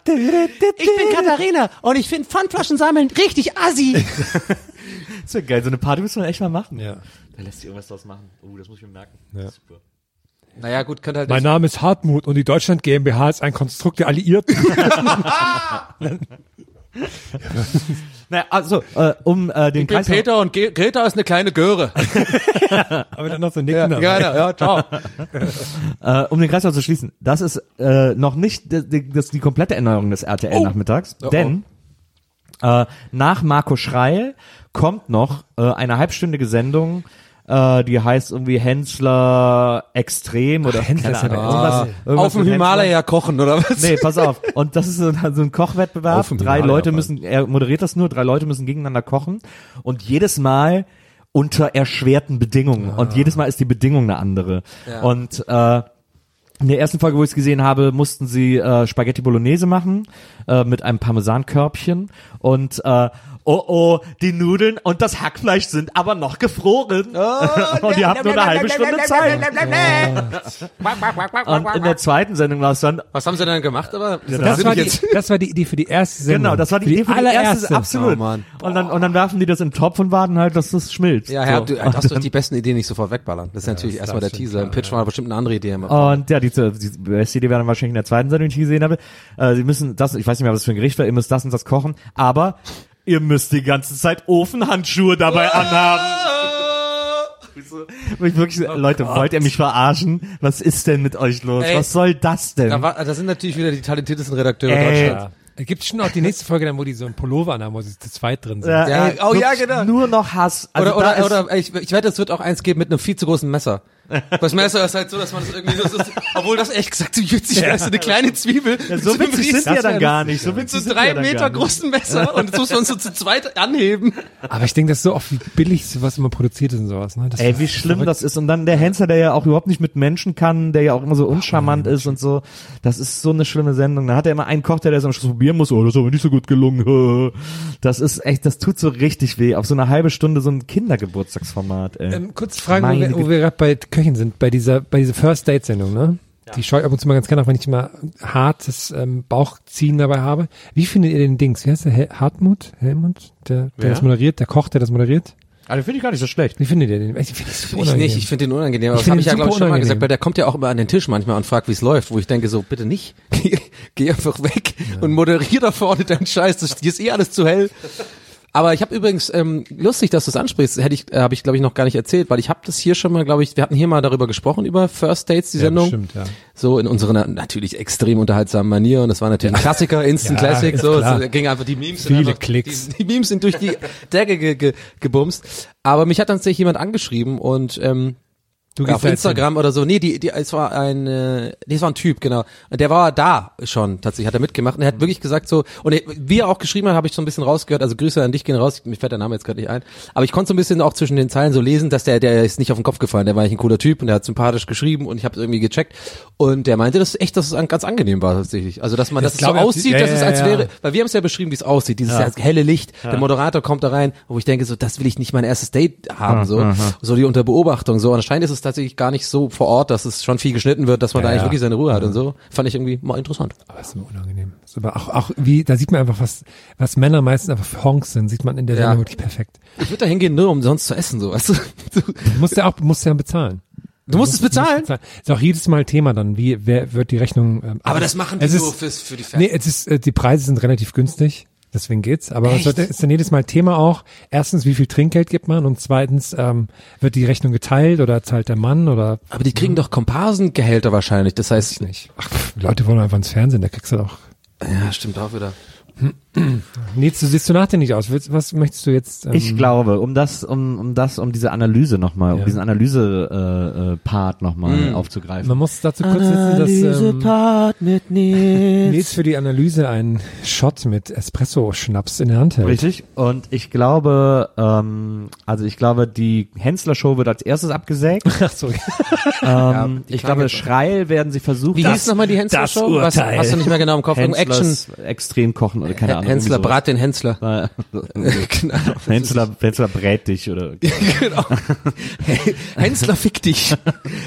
Ich bin Katharina und ich finde Pfandflaschen sammeln richtig assi. Das wäre geil, so eine Party müssen wir echt mal machen. Ja. Da lässt sich irgendwas draus machen. Oh, das muss ich mir merken. Super. Naja, gut, könnte halt Mein Name ist Hartmut und die Deutschland GmbH ist ein Konstrukt der Alliierten. Naja, also, äh, um äh, den Ich bin Kreis... Peter und Ge Greta ist eine kleine Göre. Aber dann noch so nicken. dabei. ja, ciao. Äh, um den Kreis noch zu schließen, das ist äh, noch nicht die, die, das, die komplette Erneuerung des RTL-Nachmittags, oh. denn äh, nach Marco Schreil kommt noch äh, eine halbstündige Sendung, äh, die heißt irgendwie Hensler Extrem oder Hensler ist keine ja Ahnung, der- irgendwas, irgendwas Ah. Auf dem mit Hensler. Himalaya kochen, oder was? Nee, pass auf. Und das ist so ein, so ein Kochwettbewerb. Auf dem Drei Himalaya, Leute Mann. müssen, er moderiert das nur, drei Leute müssen gegeneinander kochen. Und jedes Mal unter erschwerten Bedingungen. Ah. Und jedes Mal ist die Bedingung eine andere. Und äh, in der ersten Folge, wo ich es gesehen habe, mussten sie äh, Spaghetti Bolognese machen äh, mit einem Parmesankörbchen und äh, oh oh, die Nudeln und das Hackfleisch sind aber noch gefroren Oh, und ihr habt nur eine halbe Stunde Zeit. Und in der zweiten Sendung war es dann Was haben sie denn gemacht, aber? Das, war die, das war die Idee für die erste Sendung. Genau, das war die Idee für die allererste, absolut. Oh, Mann. und dann und dann werfen die das in den Topf und warten halt, dass das schmilzt. Ja, Herr, so. du darfst doch die besten Ideen nicht sofort wegballern. Das ist natürlich erstmal der Teaser. Im Pitch war bestimmt eine andere Idee. immer. Und ja, die, die beste Idee wäre dann wahrscheinlich in der zweiten Sendung, die ich gesehen habe. Äh, sie müssen das, ich weiß nicht mehr, was es für ein Gericht war, ihr müsst das und das kochen, aber ihr müsst die ganze Zeit Ofenhandschuhe dabei Ah! anhaben. Wo Ich wirklich, Oh so, Leute, wollt ihr mich verarschen? Was ist denn mit euch los? Ey. Was soll das denn? Da, war, da sind natürlich wieder die talentiertesten Redakteure Ey. Deutschlands. Gibt schon auch die nächste Folge, dann, wo die so einen Pullover anhaben, wo sie zu zweit drin sind. Ja, Ja, oh ja, Äh, wirklich genau. Nur noch Hass. Also Oder, da oder, ist- oder ich, ich wette, es wird auch eins geben mit einem viel zu großen Messer. Das Messer ist halt so, dass man das irgendwie so, so obwohl das echt gesagt so witzig wäre, ist so eine kleine Zwiebel. Ja, so mit einem witzig riesen- sind die ja dann gar nicht. So Mit witzig so sind die drei ja dann gar Meter nicht. großen Messer und das muss man so zu zweit anheben. Aber ich denke, das ist so oft, wie billig sowas immer produziert ist und sowas. Ne? Das Ey, wie schlimm das ist. Und dann der Hensler, der ja auch überhaupt nicht mit Menschen kann, der ja auch immer so uncharmant ist und so. Das ist so eine schlimme Sendung. Da hat er immer einen Koch, der das am Schluss probieren muss. Oh, das ist aber nicht so gut gelungen. Das ist echt, das tut so richtig weh. Auf so eine halbe Stunde so ein Kindergeburtstagsformat, ey. Ähm, kurz fragen, wo Meine wir, wo Güte. wir gerade bei Köchen sind, bei dieser, bei dieser First Date Sendung, ne? Die schaue ich ab und zu mal ganz gerne, auch wenn ich immer hartes ähm, Bauchziehen dabei habe. Wie findet ihr den Dings? Wie heißt der? Hel Hartmut? Helmut? Der, der das moderiert? Der Koch, der das moderiert? Also finde ich gar nicht so schlecht. Wie findet ihr den? Ich finde das so Ich nicht, ich finde den unangenehm. Aber Ich das habe ich find ja, den glaube ich, schon super mal unangenehm. gesagt, weil der kommt ja auch immer an den Tisch manchmal und fragt, wie es läuft, wo ich denke so, bitte nicht, geh, geh einfach weg und moderier da vorne deinen Scheiß, das, hier ist eh alles zu hell. Aber ich habe übrigens, ähm, lustig, dass du es ansprichst, hätte ich, äh, habe ich, glaube ich, noch gar nicht erzählt, weil ich habe das hier schon mal, glaube ich, wir hatten hier mal darüber gesprochen, über First Dates, die Sendung. bestimmt, ja. So in unserer na- natürlich extrem unterhaltsamen Manier und das war natürlich ein Klassiker, Instant Ja, Classic, ist so, klar. es ging einfach die Memes. sind Viele einfach, Klicks. Die, die Memes sind durch die Decke ge, ge, gebumst. Aber mich hat dann tatsächlich jemand angeschrieben und ähm, Du auf da jetzt Instagram oder so. Nee, die, die, es war ein, äh, nee, es war ein Typ, genau. Und der war da schon tatsächlich, hat er mitgemacht und er hat wirklich gesagt so, und er, wie er auch geschrieben hat, habe ich so ein bisschen rausgehört, also Grüße an dich gehen raus, mir fällt der Name jetzt gerade nicht ein, aber ich konnte so ein bisschen auch zwischen den Zeilen so lesen, dass der, der ist nicht auf den Kopf gefallen, der war eigentlich ein cooler Typ und der hat sympathisch geschrieben und ich habe es irgendwie gecheckt und der meinte, das ist echt, dass es an- ganz angenehm war tatsächlich. Also, dass man, Das dass es so glaub ich, aussieht, ja, dass ja, es als ja. wäre, weil wir haben es ja beschrieben, wie es aussieht, dieses helle Licht, der Moderator kommt da rein, wo ich denke so, das will ich nicht mein erstes Date haben, so, so die unter Beobachtung, so, und anscheinend ist es tatsächlich gar nicht so vor Ort, dass es schon viel geschnitten wird, dass man da eigentlich ja. wirklich seine Ruhe hat und so, fand ich irgendwie mal interessant. Aber es ist immer unangenehm. Es Ist aber auch, auch wie, da sieht man einfach, was, was Männer meistens einfach für Honks sind, sieht man in der Ja. Sendung wirklich perfekt. Ich würde da hingehen, nur um sonst zu essen, so, weißt du? Du, Du musst ja auch, musst ja bezahlen. du musst es bezahlen? Ist auch jedes Mal Thema dann, wie, wer wird die Rechnung, ähm, Aber das machen die es nur ist, fürs, für die Fans. Nee, es ist, äh, die Preise sind relativ günstig. Deswegen geht's. Aber es Echt? wird, ist dann jedes Mal Thema auch. Erstens, wie viel Trinkgeld gibt man? Und zweitens, ähm, wird die Rechnung geteilt oder zahlt der Mann oder Aber die kriegen doch Comparsengehälter wahrscheinlich, das heißt, nicht? Ach, pff, Leute wollen einfach ins Fernsehen, da kriegst du doch. ja, stimmt auch wieder. Nils, du siehst du nach dir nicht aus. Willst, was möchtest du jetzt? Ähm, Ich glaube, um das, um, um das, um diese Analyse nochmal, um Ja. Mhm. diesen Analyse-Part äh, äh, Part nochmal aufzugreifen. Man muss dazu kurz wissen, dass ähm, mit Nils. Nils für die Analyse einen Shot mit Espresso-Schnaps in der Hand hält. Richtig. Und ich glaube, ähm, also ich glaube, die Hensler-Show wird als erstes abgesägt. Ach so. Ähm, ich klang glaube, jetzt- Schreil werden sie versuchen. Wie hieß nochmal die Hensler das Show? Was, Urteil. hast du nicht mehr genau im Kopf? Irgendein Action. Henslers extrem kochen oder keine Ahnung. Hensler, irgendwie sowas. brat den Hensler. genau. Hensler, Hensler brät dich oder genau. Hensler fick dich.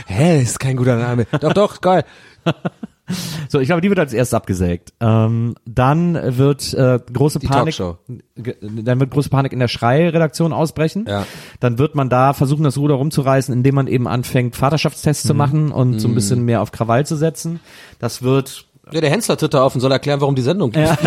Hä, ist kein guter Name. Doch, doch, geil. So, ich glaube, die wird als erstes abgesägt. Ähm, dann wird äh, große Die Panik, Talkshow. Ge- dann wird große Panik in der Schrei-Redaktion ausbrechen. Ja. Dann wird man da versuchen, das Ruder rumzureißen, indem man eben anfängt, Vaterschaftstests Mhm. zu machen und so ein bisschen mehr auf Krawall zu setzen. Das wird Ja, der Hensler tritt da auf und soll erklären, warum die Sendung ja.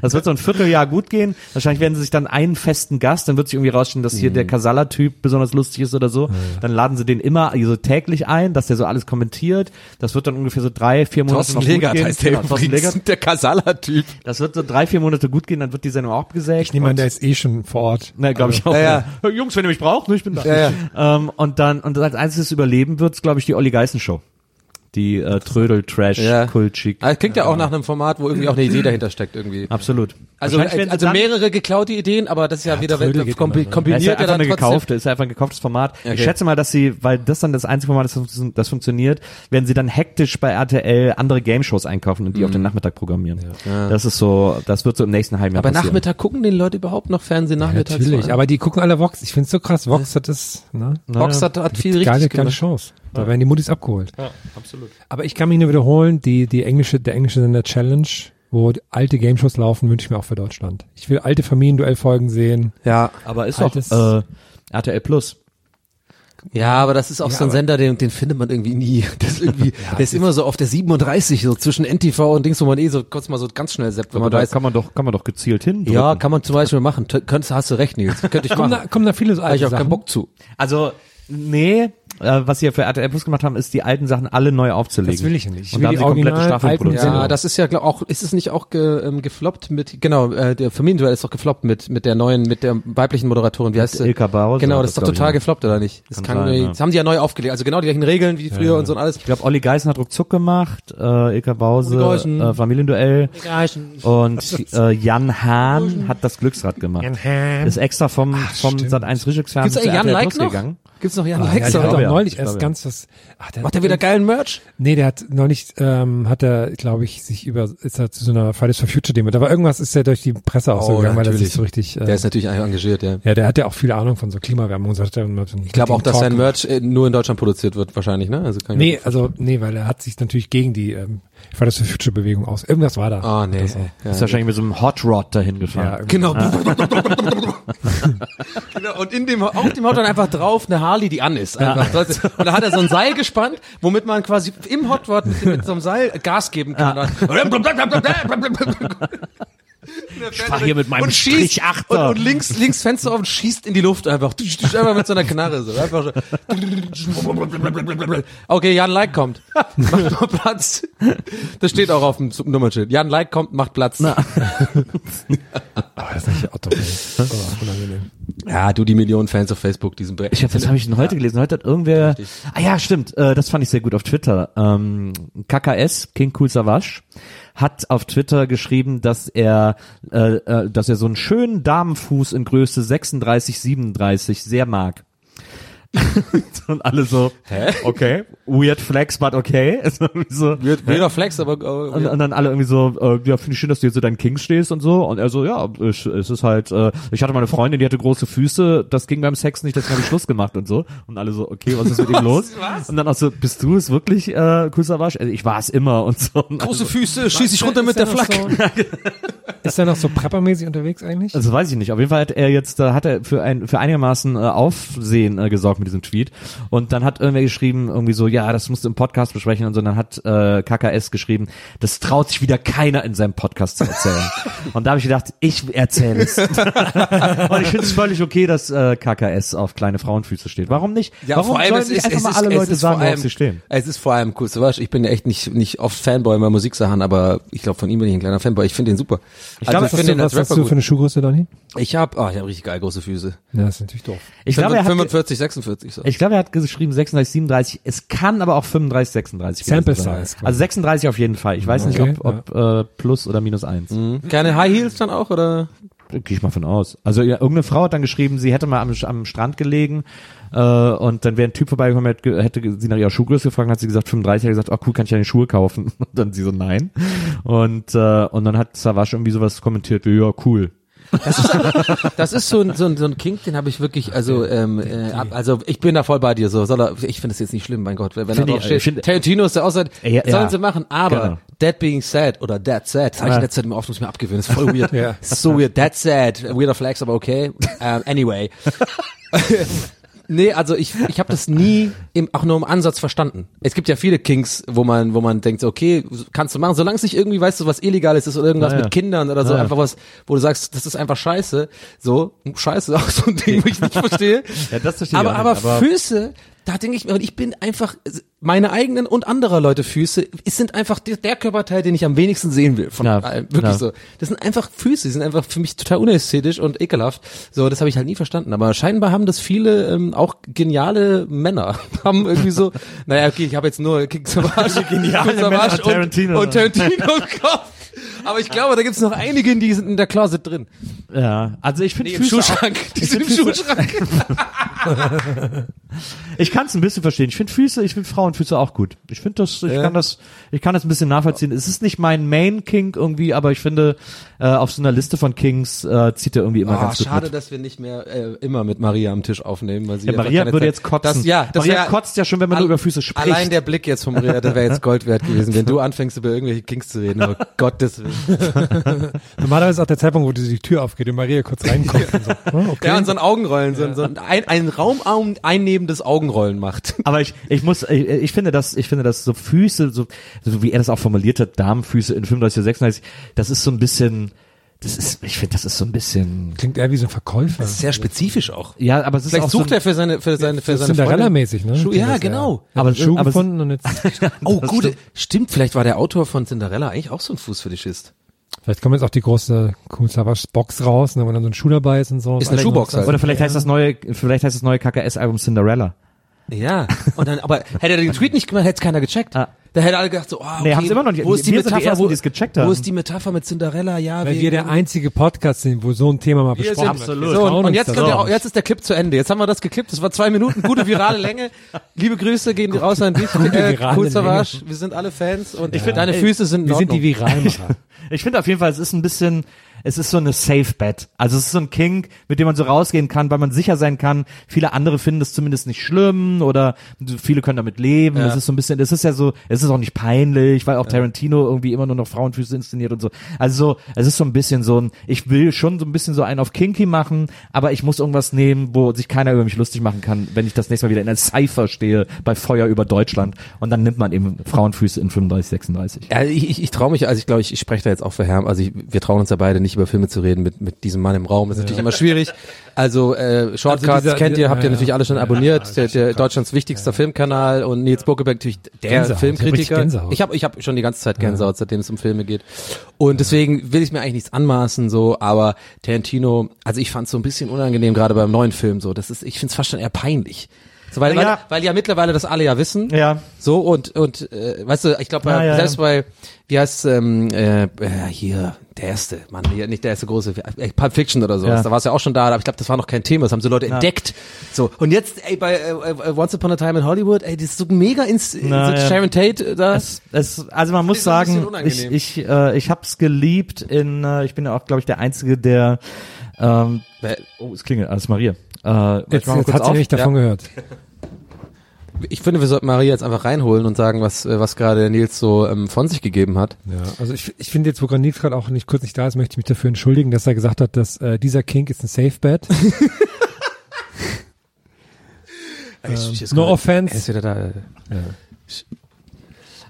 Das wird so ein Vierteljahr gut gehen. Wahrscheinlich werden sie sich dann einen festen Gast, dann wird sich irgendwie rausstellen, dass hier Mhm. der Casala-Typ besonders lustig ist oder so. Dann laden sie den immer so täglich ein, dass der so alles kommentiert. Das wird dann ungefähr so drei, vier Monate Thorsten noch gut Legert gehen. heißt der Genau, Thorsten übrigens. Legert. Der Kasala-Typ. Das wird so drei, vier Monate gut gehen, dann wird die Sendung auch abgesägt. Ich nehme an, der ist eh schon vor Ort. Na, glaube ich auch. Ja, ja. Hey, Jungs, wenn ihr mich braucht, ne, ich bin da. Ja, Ähm, und dann und als einziges Überleben wird's, glaube ich, die Olli Geißen Show. Die äh, Trödel Trash Ja. Kultschik. Ah, klingt ja auch nach einem Format, wo irgendwie auch eine Idee dahinter steckt irgendwie. Absolut. Also, Wahrscheinlich werden sie also dann- mehrere geklaute Ideen, aber das ist ja, wieder Trödel geht immer, kombi ne? Ja, kombiniert ist ja einfach dann eine trotzdem. gekaufte, ist ja einfach ein gekauftes Format. Okay. Ich schätze mal, dass sie, weil das dann das einzige Format ist, das fun- das funktioniert, werden sie dann hektisch bei RTL andere Game-Shows einkaufen und die auf den Nachmittag programmieren. Das ist so, das wird so im nächsten halben Jahr Aber passieren. Nachmittag gucken den Leute überhaupt noch Fernsehen nachmittags? Natürlich, aber die gucken alle Vox. Ich find's so krass. Vox hat das, ne? Box hat, hat viel richtig geile, geile gemacht. Chance. Da werden die Muttis abgeholt. Ja, absolut. Aber ich kann mich nur wiederholen, die, die englische, der englische Sender Challenge, wo die alte Gameshows laufen, wünsche ich mir auch für Deutschland. Ich will alte Familienduellfolgen sehen. Ja, Aber ist Altes- doch äh, RTL Plus. Ja, aber das ist auch so ein aber- Sender, den, den findet man irgendwie nie. Das ist irgendwie, der ist immer so auf der 37, so zwischen NTV und Dings, wo man eh so kurz mal so ganz schnell seppt, wenn man weiß. man doch, kann man doch gezielt hin. Ja, kann man zum Beispiel machen. T könntest, hast du recht, Nils. Könnte ich Kommen machen. da, kommen da viele so Habe alte ich auch keinen Sachen? Bock zu. Also, nee, äh, was sie ja für RTL Plus gemacht haben, ist die alten Sachen alle neu aufzulegen. Das will ich nicht. Ich Und will da haben die sie komplette original Staffeln alten produziert. Sendungen. Ja, das ist ja glaub, auch, ist es nicht auch ge, ähm, gefloppt mit, genau, äh, der Familienduell ist doch gefloppt mit, mit der neuen, mit der weiblichen Moderatorin, wie heißt sie? Ilka Bauer, Genau, so, das ist das doch glaub ich total noch. gefloppt, oder nicht? Das Kann kann, sein, irgendwie- ja. das haben die ja neu aufgelegt, also genau die gleichen Regeln wie früher und so und alles. Ich glaube, Olli Geißen hat ruckzuck gemacht, äh, Ilka Bause, Olli Geißen. äh, Familienduell und äh, Jan Hahn hat das Glücksrad gemacht. Jan Hahn. Ist extra vom, vom stimmt. Sat1 Frühstücksfernsehen Gibt's zu eigentlich Jan RTL Like Plus noch? gegangen. Gibt's noch Jan Ah, Lex? ja, der Ich hat glaube, ja. auch neulich Ich erst glaube, ganz was. Ach, der Macht er wieder geilen Merch? Nee, der hat neulich, ähm, hat er, glaube ich, sich über, ist er zu so einer Fridays for Future Demo. Da war irgendwas, ist er durch die Presse auch so Oh, gegangen, weil er natürlich. sich so richtig, äh, Der ist natürlich engagiert, ja. ja, der hat ja auch viel Ahnung von so Klimawärmung und so. Hat er immer so einen Ich glaube auch, richtigen dass Talk sein Merch äh, nur in Deutschland produziert wird, wahrscheinlich, ne? Also kann ich Nee, also nee, weil er hat sich natürlich gegen die ähm, Ich war das für Future Bewegung aus. Irgendwas war da. Ah, nee. Das war- Ist wahrscheinlich mit so einem Hot Rod dahin ja, gefahren. irgendwie- Genau. genau. Und in dem, auf dem Hot Rod einfach drauf eine Harley, die an ist. Einfach. Und da hat er so ein Seil gespannt, womit man quasi im Hot Rod mit, mit so einem Seil Gas geben kann. Ich fahr hier mit meinem und schießt, Strichachter. Und, und links, links Fenster offen, schießt in die Luft einfach. Tsch, tsch, Einfach mit so einer Knarre. So. Einfach so. Okay, Jan Like kommt. Macht mal Platz. Das steht auch auf dem Nummernschild. Jan Like kommt, macht Platz. Ah, das ist nicht Otto. ey. Oh, unangenehm. Ja, du die Millionen Fans auf Facebook, diesen Brett. Ich hab, das habe ich denn heute gelesen. Heute hat irgendwer. Ah ja, stimmt. Äh, das fand ich sehr gut auf Twitter. Ähm, KKS King Cool Savage hat auf Twitter geschrieben, dass er, äh, äh, dass er so einen schönen Damenfuß in Größe 36, 37 sehr mag. Und alle so, Hä? okay, weird flex, but okay. Also irgendwie so, Wird wieder Flex, aber äh, und, und dann alle irgendwie so, äh, ja, finde ich schön, dass du jetzt so deinen King stehst und so. Und er so, ja, ich, es ist halt, äh, ich hatte mal eine Freundin, die hatte große Füße, das ging beim Sex nicht, deswegen habe ich Schluss gemacht und so. Und alle so, okay, was ist mit ihm los? Und dann auch so, bist du es wirklich, äh, Kusawasch? Also ich war es immer und so. Und große Füße, schieß ich runter mit der Flak. Ist er noch so preppermäßig unterwegs eigentlich? Also weiß ich nicht. Auf jeden Fall hat er jetzt, äh, hat er für ein für einigermaßen äh, Aufsehen äh, gesorgt mit diesem Tweet. Und dann hat irgendwer geschrieben, irgendwie so, ja, das musst du im Podcast besprechen. Und so, und dann hat äh, KKS geschrieben, das traut sich wieder keiner in seinem Podcast zu erzählen. und da habe ich gedacht, ich erzähle es. und ich finde es völlig okay, dass äh, KKS auf kleine Frauenfüße steht. Warum nicht? Warum sollen nicht einfach mal alle Leute sagen, worauf sie stehen? Es ist vor allem cool. So, weißt du, ich bin ja echt nicht, nicht oft Fanboy bei Musiksachen, aber ich glaube, von ihm bin ich ein kleiner Fanboy. Ich finde den super. Ich Was ich hast, du, was hast du für eine Schuhgröße, Donny? Ich habe oh, ich hab richtig geil große Füße. Ja, das ist natürlich doof. Ich glaube, er hat, 45, 46. So. ich glaube, er hat geschrieben 36, 37. Es kann aber auch 35, 36. gewesen Sample sein. size. Also 36 auf jeden Fall. Ich weiß Okay, Mhm. nicht, ob, ob äh, plus oder minus eins. Hm? Keine High Heels dann auch, oder? Gehe ich mal von aus. Also ja, irgendeine Frau hat dann geschrieben, sie hätte mal am, am Strand gelegen äh, und dann wäre ein Typ vorbeigekommen, hätte, ge- hätte ge- sie nach ihrer Schuhgröße gefragt, hat sie gesagt 35, hat gesagt, oh cool, kann ich deine Schuhe kaufen? Und dann sie so, nein. Und äh, und dann hat Savage irgendwie sowas kommentiert, wie, ja cool. Das ist so ein, so ein, so ein Kink, den habe ich wirklich, also ähm, äh, ab, also ich bin da voll bei dir. So soll er, ich finde es jetzt nicht schlimm, mein Gott, wenn er Find ich- drauf steht. ich find- Tarantino ist der Aussage, Ja, sollen ja. sie machen, aber Genau. Ah. That being said oder That said, das habe ich in letzter Zeit mir oft nicht mehr abgewöhnt, ist voll weird. Ja. Ist So weird, That said, weirder Flex, aber okay. Ähm, anyway. Nee, also ich, ich habe das nie im, auch nur im Ansatz verstanden. Es gibt ja viele Kinks, wo man, wo man denkt, so, okay, kannst du machen, solange es nicht irgendwie, weißt du, was Illegales ist oder irgendwas Ja, ja. mit Kindern oder so, Ja, ja. einfach was, wo du sagst, das ist einfach scheiße. So, scheiße, auch so ein Ding, wo ich nicht verstehe. Ja, das verstehe ich aber, auch aber, nicht, aber- Füße, da denke ich mir, und ich bin einfach, meine eigenen und anderer Leute Füße, es sind einfach der, der Körperteil, den ich am wenigsten sehen will. Von Ja, allem. Wirklich ja. so. Das sind einfach Füße, die sind einfach für mich total unästhetisch und ekelhaft. So, das habe ich halt nie verstanden. Aber scheinbar haben das viele ähm, auch geniale Männer. haben irgendwie so, naja, okay, ich habe jetzt nur King Savage, Geniale King Savage Männer und und Tarantino. Und Tarantino im Kopf. Aber ich glaube, da gibt's noch einige, die sind in der Closet drin. Ja, also ich finde Nee, im Schuhschrank. Die sind im Schuhschrank. Ich kann es ein bisschen verstehen. Ich finde Füße, ich finde Frauenfüße auch gut. Ich finde das, ich kann das, ich kann das ein bisschen nachvollziehen. Es ist nicht mein Main King irgendwie, aber ich finde, äh, auf so einer Liste von Kings äh, zieht er irgendwie immer Ah, ganz gut schade, mit. dass wir nicht mehr äh, immer mit Maria am Tisch aufnehmen, weil sie Ja, einfach Maria keine würde Zeit- jetzt kotzen. Das, ja, das Maria wär- kotzt ja schon, wenn man Al- nur über Füße spricht. Allein der Blick jetzt von Maria, der wäre jetzt Gold wert gewesen, wenn du anfängst über irgendwelche Kings zu reden. Oh Gottes Willen. Normalerweise ist auch der Zeitpunkt, wo die, die Tür aufgeht und Maria kurz reinkommt. und so. Oh, okay. Ja, und so ein Augenrollen, so ein, so ein, ein, ein Raum ein- einnehmendes Augenrollen macht. aber ich, ich muss, ich, ich finde das, ich finde das so Füße, so, so wie er das auch formuliert hat, Damenfüße in 35 oder 36, das ist so ein bisschen, das ist, ich finde, das ist so ein bisschen, Klingt eher wie so ein Verkäufer. Sehr spezifisch auch. ja, aber es ist Vielleicht auch so sucht ein, er für seine, für seine, für seine Cinderella-mäßig, ne? Freundin. Schuh, ja, genau. Aber Aber- Schuh aber- gefunden und jetzt. Oh, gut. Stimmt. vielleicht war der Autor von Cinderella eigentlich auch so ein Fußfetischist. Vielleicht kommt jetzt auch die große Kunstlawasch-Box raus, ne, wo dann so ein Schuh dabei ist und so. Also, Ist eine Schuhbox halt. oder vielleicht heißt das neue, vielleicht heißt das neue KKS-Album Cinderella. Ja. Und dann, aber hätte er den Tweet nicht gemacht, hätte es keiner gecheckt. Ah. Da hätte alle gedacht so, ah, okay, Nee, haben's immer noch nicht. Wo ist die Wir sind die Metapher, Ersten, wo, die es gecheckt haben. wo ist die Metapher mit Cinderella? Ja, Weil wir der einzige Podcast sind, wo so ein Thema mal wir besprochen sind- wird. Absolut. Wir So, trauen und, und uns jetzt, das kommt der, auch. jetzt ist der Clip zu Ende. Jetzt haben wir das geklippt. Das war zwei Minuten, gute virale Länge. Liebe Grüße gehen raus an dich. Äh, virale cool Länge. Savage. Wir sind alle Fans und find, deine ey, Füße sind in wir sind die Ordnung. Viralmacher. Ich finde auf jeden Fall, es ist ein bisschen, es ist so eine Safe Bet. Also es ist so ein Kink, mit dem man so rausgehen kann, weil man sicher sein kann. Viele andere finden es zumindest nicht schlimm oder viele können damit leben. Es ist so ein bisschen, es ist ja so, es ist auch nicht peinlich, weil auch Tarantino irgendwie immer nur noch Frauenfüße inszeniert und so. Also so, es ist so ein bisschen so ein, ich will schon so ein bisschen so einen auf Kinky machen, aber ich muss irgendwas nehmen, wo sich keiner über mich lustig machen kann, wenn ich das nächste Mal wieder in einer Cypher stehe bei Feuer über Deutschland. Und dann nimmt man eben Frauenfüße in 35, 36. Ja, ich, ich, ich traue mich, also ich glaube, ich, ich spreche da jetzt auch für Herm. Also ich, wir trauen uns ja beide nicht über Filme zu reden mit, mit diesem Mann im Raum. Ist natürlich immer schwierig. Also äh, Shortcuts Also dieser- kennt ihr, dieser- habt ihr ja, natürlich alle schon abonniert. der, der Deutschlands wichtigster Filmkanal und Nils Buckeberg natürlich der Gänsehaut, ich hab Filmkritiker. richtig Gänsehaut. Ich habe ich hab schon die ganze Zeit Gänsehaut, seitdem es um Filme geht. Und deswegen will ich mir eigentlich nichts anmaßen so, aber Tarantino, also ich fand es so ein bisschen unangenehm gerade beim neuen Film so. Das ist, ich finde es fast schon eher peinlich. So, weil, Ja. weil, weil ja mittlerweile das alle ja wissen. Ja. So und und äh, weißt du, ich glaube Ja, ja, selbst ja. bei wie heißt ähm, äh, äh, hier der erste, Mann, hier, nicht der erste große äh, Pulp Fiction oder sowas. Ja. Da war es ja auch schon da, aber ich glaube, das war noch kein Thema. Das haben so Leute entdeckt. So und jetzt ey, bei äh, äh, Once Upon a Time in Hollywood, ey, das ist so mega ins äh, Na, so ja. Sharon Tate äh, da. Es, es, also man muss Ist ein bisschen sagen, ich, unangenehm. ich, äh, ich habe es geliebt in, äh, ich bin ja auch, glaube ich, der Einzige, der, ähm, Wer- oh, es klingelt, alles Maria. Äh, warte, ich Jetzt, mach mal jetzt kurz hat sie auf. nicht davon gehört. Ich finde, wir sollten Maria jetzt einfach reinholen und sagen, was äh, was gerade Nils so ähm, von sich gegeben hat. Ja, also ich, ich finde jetzt, wo Granit gerade auch nicht kurz nicht da ist, möchte ich mich dafür entschuldigen, dass er gesagt hat, dass äh, dieser Kink ist ein Safe Bet. Ähm, no Er ist offense. wieder da. äh,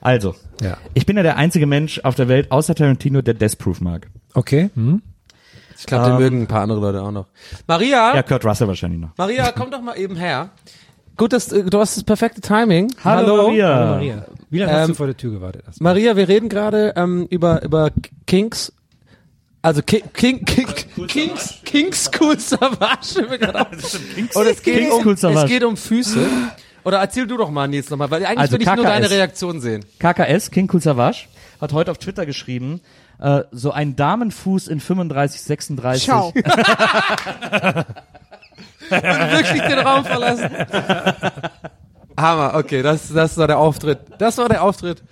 Also, Ja. ich bin ja der einzige Mensch auf der Welt außer Tarantino, der Death Proof mag. Okay. Hm? Ich glaube, den mögen ein paar andere Leute auch noch. Maria, Ähm, Ja, Kurt Russell wahrscheinlich noch. Maria, komm doch mal eben her. Gut, dass äh, du hast das perfekte Timing. Maria. Hallo Maria. Wie lange hast du Ähm, vor der Tür gewartet? erstmal? Maria, wir reden gerade ähm, über über Kings. Also Ki King, King, Kings, Kings Cool Savage. haben wir gerade auch. Und es geht, Kings um, Cool es Savage. geht um Füße. Oder erzähl du doch mal, Nils, nochmal, weil eigentlich Also will ich nur KKS. deine Reaktion sehen. KKS, King Cool Savage, hat heute auf Twitter geschrieben, äh, so ein Damenfuß in 35, 36. Ciao. Und wirklich den Raum verlassen. Hammer, okay, das, das war der Auftritt. Das war der Auftritt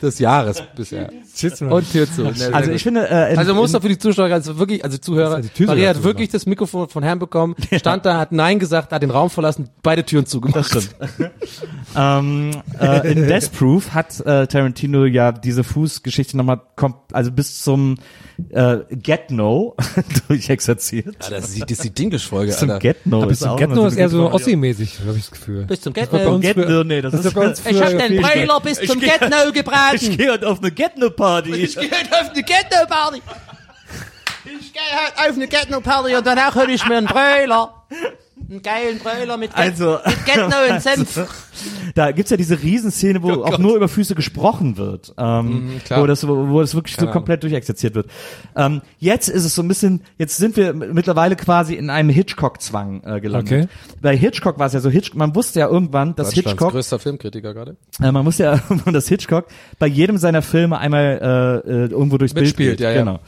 des Jahres bisher. Tschüss, Maria. Und Tür zu. Sehr, sehr Also gut. ich finde, äh, in, Also muss in, doch für die Zuschauer, also wirklich, also Zuhörer, Das hat die Tür Maria sogar hat wirklich das Mikrofon von Herrn bekommen, stand da, hat Nein gesagt, hat den Raum verlassen, beide Türen zugemacht. Das ähm, äh, in Death Proof hat äh, Tarantino ja diese Fußgeschichte nochmal, kom- also bis zum äh, Get No durchexerziert. Ja, das, ist die, das ist die Dinglish-Folge, Zum Get No. Bis zum auch Getno immer ist eher eine so gute Formulierung. Ossi-mäßig, habe ich das Gefühl. Bis zum Bei Get-No. uns Get früher- No, nee, das das ist ist bei uns Ich früher hab den viel Brailer bis Ich zum geh- Get-No gebraten. Ich gehe heute auf eine Get No Party. Ich gehe heute auf eine Get-No-Party. Ich gehe heute auf eine Get-No-Party und danach hol ich mir einen Bröler. Einen geilen Bröler mit, Get- Also- mit Get-No und Senf. da gibt's ja diese Riesenszene, wo Oh auch Gott. Mhm, nur über Füße gesprochen wird, ähm, klar. wo, das, wo, wo das wirklich so Ahnung. komplett durchexerziert wird. Ähm, jetzt ist es so ein bisschen, jetzt sind wir m- mittlerweile quasi in einem Hitchcock-Zwang äh, gelandet. Okay. Bei Hitchcock war es ja so, Hitch, man wusste ja irgendwann, dass Hitchcock größter Filmkritiker gerade. äh, man muss ja, dass Hitchcock bei jedem seiner Filme einmal äh, äh, irgendwo durchs Mitspielt, Bild geht. ja, ja. Genau.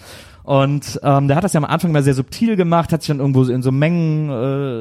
Und ähm, der hat das ja am Anfang mal sehr subtil gemacht, hat sich dann irgendwo so in so Mengen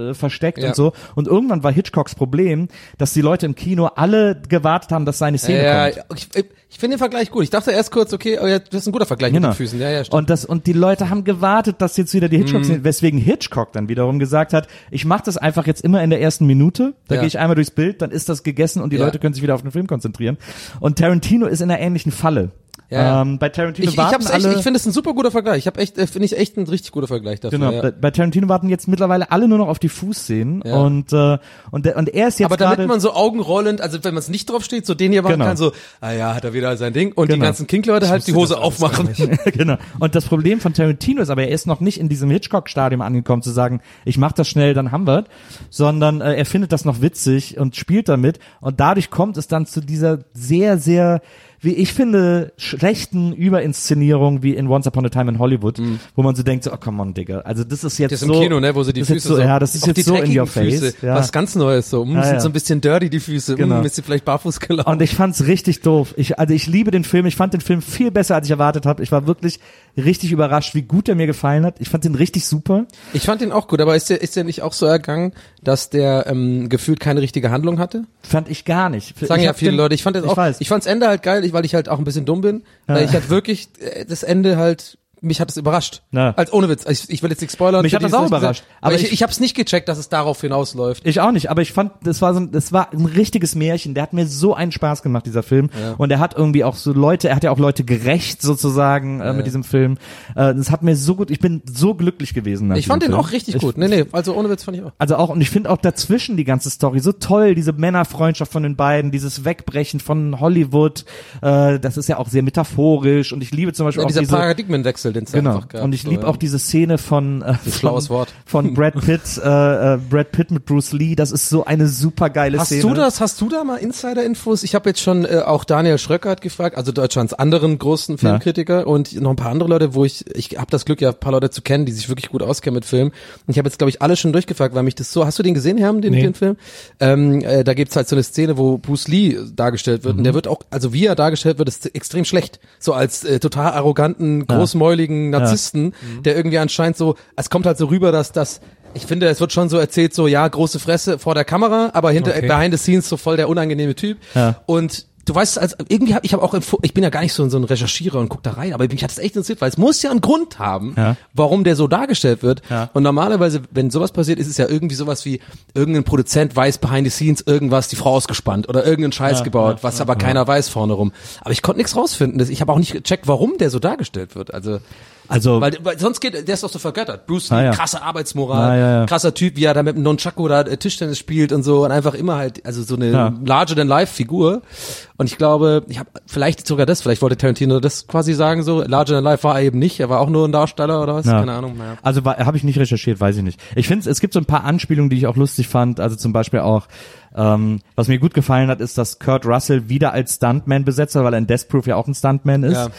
äh, versteckt Ja. und so. Und irgendwann war Hitchcocks Problem, dass die Leute im Kino alle gewartet haben, dass seine Szene Ja, kommt. ja, ich, ich finde den Vergleich gut. Ich dachte erst kurz, okay, oh ja, das ist ein guter Vergleich mit den Füßen. Ja, ja, stimmt. Genau. Mhm. und das und die Leute haben gewartet, dass jetzt wieder die Hitchcock sind, weswegen Hitchcock dann wiederum gesagt hat, ich mache das einfach jetzt immer in der ersten Minute, da Ja. gehe ich einmal durchs Bild, dann ist das gegessen und die Ja. Leute können sich wieder auf den Film konzentrieren. Und Tarantino ist in einer ähnlichen Falle. Ja, ja. Ähm, bei Tarantino Ich, ich, warten hab's echt, alle ich finde es ein super guter Vergleich. Ich habe echt, äh, finde ich echt ein richtig guter Vergleich dafür. Genau, bei, ja. bei Tarantino warten jetzt mittlerweile alle nur noch auf die Fußszenen Ja. und äh, und der, und er ist jetzt Aber gerade damit man so augenrollend, also wenn man es nicht drauf steht, so den hier machen Genau. kann, so, ah ja, hat er wieder sein Ding und die Genau. ganzen Kink-Leute halt die Hose aufmachen. genau. Und das Problem von Tarantino ist aber, er ist noch nicht in diesem Hitchcock-Stadium angekommen, zu sagen, ich mach das schnell, dann haben wir's, sondern äh, er findet das noch witzig und spielt damit. Und dadurch kommt es dann zu dieser sehr, sehr, wie ich finde, schlechten Überinszenierung wie in Once Upon a Time in Hollywood, wo man so denkt, so, oh come on, Digga. Also das ist jetzt Mhm. Das ist so, im Kino, ne, wo sie die das ist Füße jetzt so, so, ja, das ist auf die jetzt so in dreckigen your face. Füße, ja. was ganz Neues so, hm, Ja, sind ja. so ein bisschen dirty die Füße, Genau. hm, bist du vielleicht barfuß gelaufen. Und ich fand's richtig doof. Ich, also ich liebe den Film. Ich fand den Film viel besser, als ich erwartet habe. Ich war wirklich richtig überrascht, wie gut er mir gefallen hat. Ich fand ihn richtig super. Ich fand den auch gut, aber ist der, ist der nicht auch so ergangen, dass der ähm, gefühlt keine richtige Handlung hatte? Fand ich gar nicht. Sagen ich ja hab viele den- Leute. Ich fand das ich auch, Weiß. ich fand's Ende halt geil, ich- weil ich halt auch ein bisschen dumm bin. Weil ich halt wirklich äh, das Ende halt mich hat es überrascht. Na. Als ohne Witz. Also ich, ich will jetzt nicht spoilern. Mich für hat das die, die auch es nicht überrascht. gesehen haben. Aber Aber ich, ich- ich habe es nicht gecheckt, dass es darauf hinausläuft. Ich auch nicht, aber ich fand, das war so ein, das war ein richtiges Märchen. Der hat mir so einen Spaß gemacht, dieser Film. Und er hat irgendwie auch so Leute, er hat ja auch Leute gerecht sozusagen äh, mit diesem Film. Äh, das hat mir so gut, ich bin so glücklich gewesen. nach Ich fand diesem den Film. auch richtig Ich- gut. Nee, nee, also ohne Witz fand ich auch. Also auch, und ich finde auch dazwischen die ganze Story so toll, diese Männerfreundschaft von den beiden, dieses Wegbrechen von Hollywood, äh, das ist ja auch sehr metaphorisch und ich liebe zum Beispiel Ja, auch dieser diese, Paradigmenwechsel, den es da Genau. einfach gab. und ich so, ähm, liebe ja. auch diese Szene von äh, schlaues von, Wort. von Brad Pitt, äh, äh, Brad Pitt mit Bruce Lee. Das ist so eine super geile Hast Szene. du das, hast du da mal Insider-Infos? Ich habe jetzt schon äh, auch Daniel Schröckert gefragt, also Deutschlands anderen großen Filmkritiker und noch ein paar andere Leute, wo ich, ich habe das Glück ja ein paar Leute zu kennen, die sich wirklich gut auskennen mit Filmen. Und ich habe jetzt, glaube ich, alle schon durchgefragt, weil mich das so, hast du den gesehen, Herm, den, Nee. den Film? Ähm, äh, da gibt's halt so eine Szene, wo Bruce Lee äh, dargestellt wird und der wird auch, also wie er dargestellt wird, ist extrem schlecht. So als äh, total arroganten, großmäuligen Narzissten, der irgendwie anscheinend so, es kommt halt so rüber, dass das, ich finde, es wird schon so erzählt, so ja, große Fresse vor der Kamera, aber hinter Okay. behind the scenes so voll der unangenehme Typ. Und du weißt, also irgendwie habe ich habe auch, im Vor- ich bin ja gar nicht so, so ein Recherchierer und guck da rein, aber mich hat es echt interessiert, weil es muss ja einen Grund haben, warum der so dargestellt wird. Und normalerweise, wenn sowas passiert, ist es ja irgendwie sowas wie irgendein Produzent weiß behind the scenes irgendwas, die Frau ausgespannt oder irgendeinen Scheiß gebaut, was aber keiner weiß vorne rum. Aber ich konnte nichts rausfinden. Das- Ich habe auch nicht gecheckt, warum der so dargestellt wird. Also Also weil, weil sonst geht, der ist doch so vergöttert. Bruce Lee, Ah, ja. krasse Arbeitsmoral, Ah, ja, ja. krasser Typ, wie er da mit dem Nonchaco da äh, Tischtennis spielt und so und einfach immer halt, also so eine Ja. larger-than-life-Figur. Und ich glaube, ich habe vielleicht sogar das, vielleicht wollte Tarantino das quasi sagen, so larger-than-life war er eben nicht, er war auch nur ein Darsteller oder was, Ja. keine Ahnung. Naja. Also habe ich nicht recherchiert, weiß ich nicht. Ich finde, es gibt so ein paar Anspielungen, die ich auch lustig fand. Also zum Beispiel auch, ähm, was mir gut gefallen hat, ist, dass Kurt Russell wieder als Stuntman besetzt wird, weil er in Death Proof ja auch ein Stuntman ist.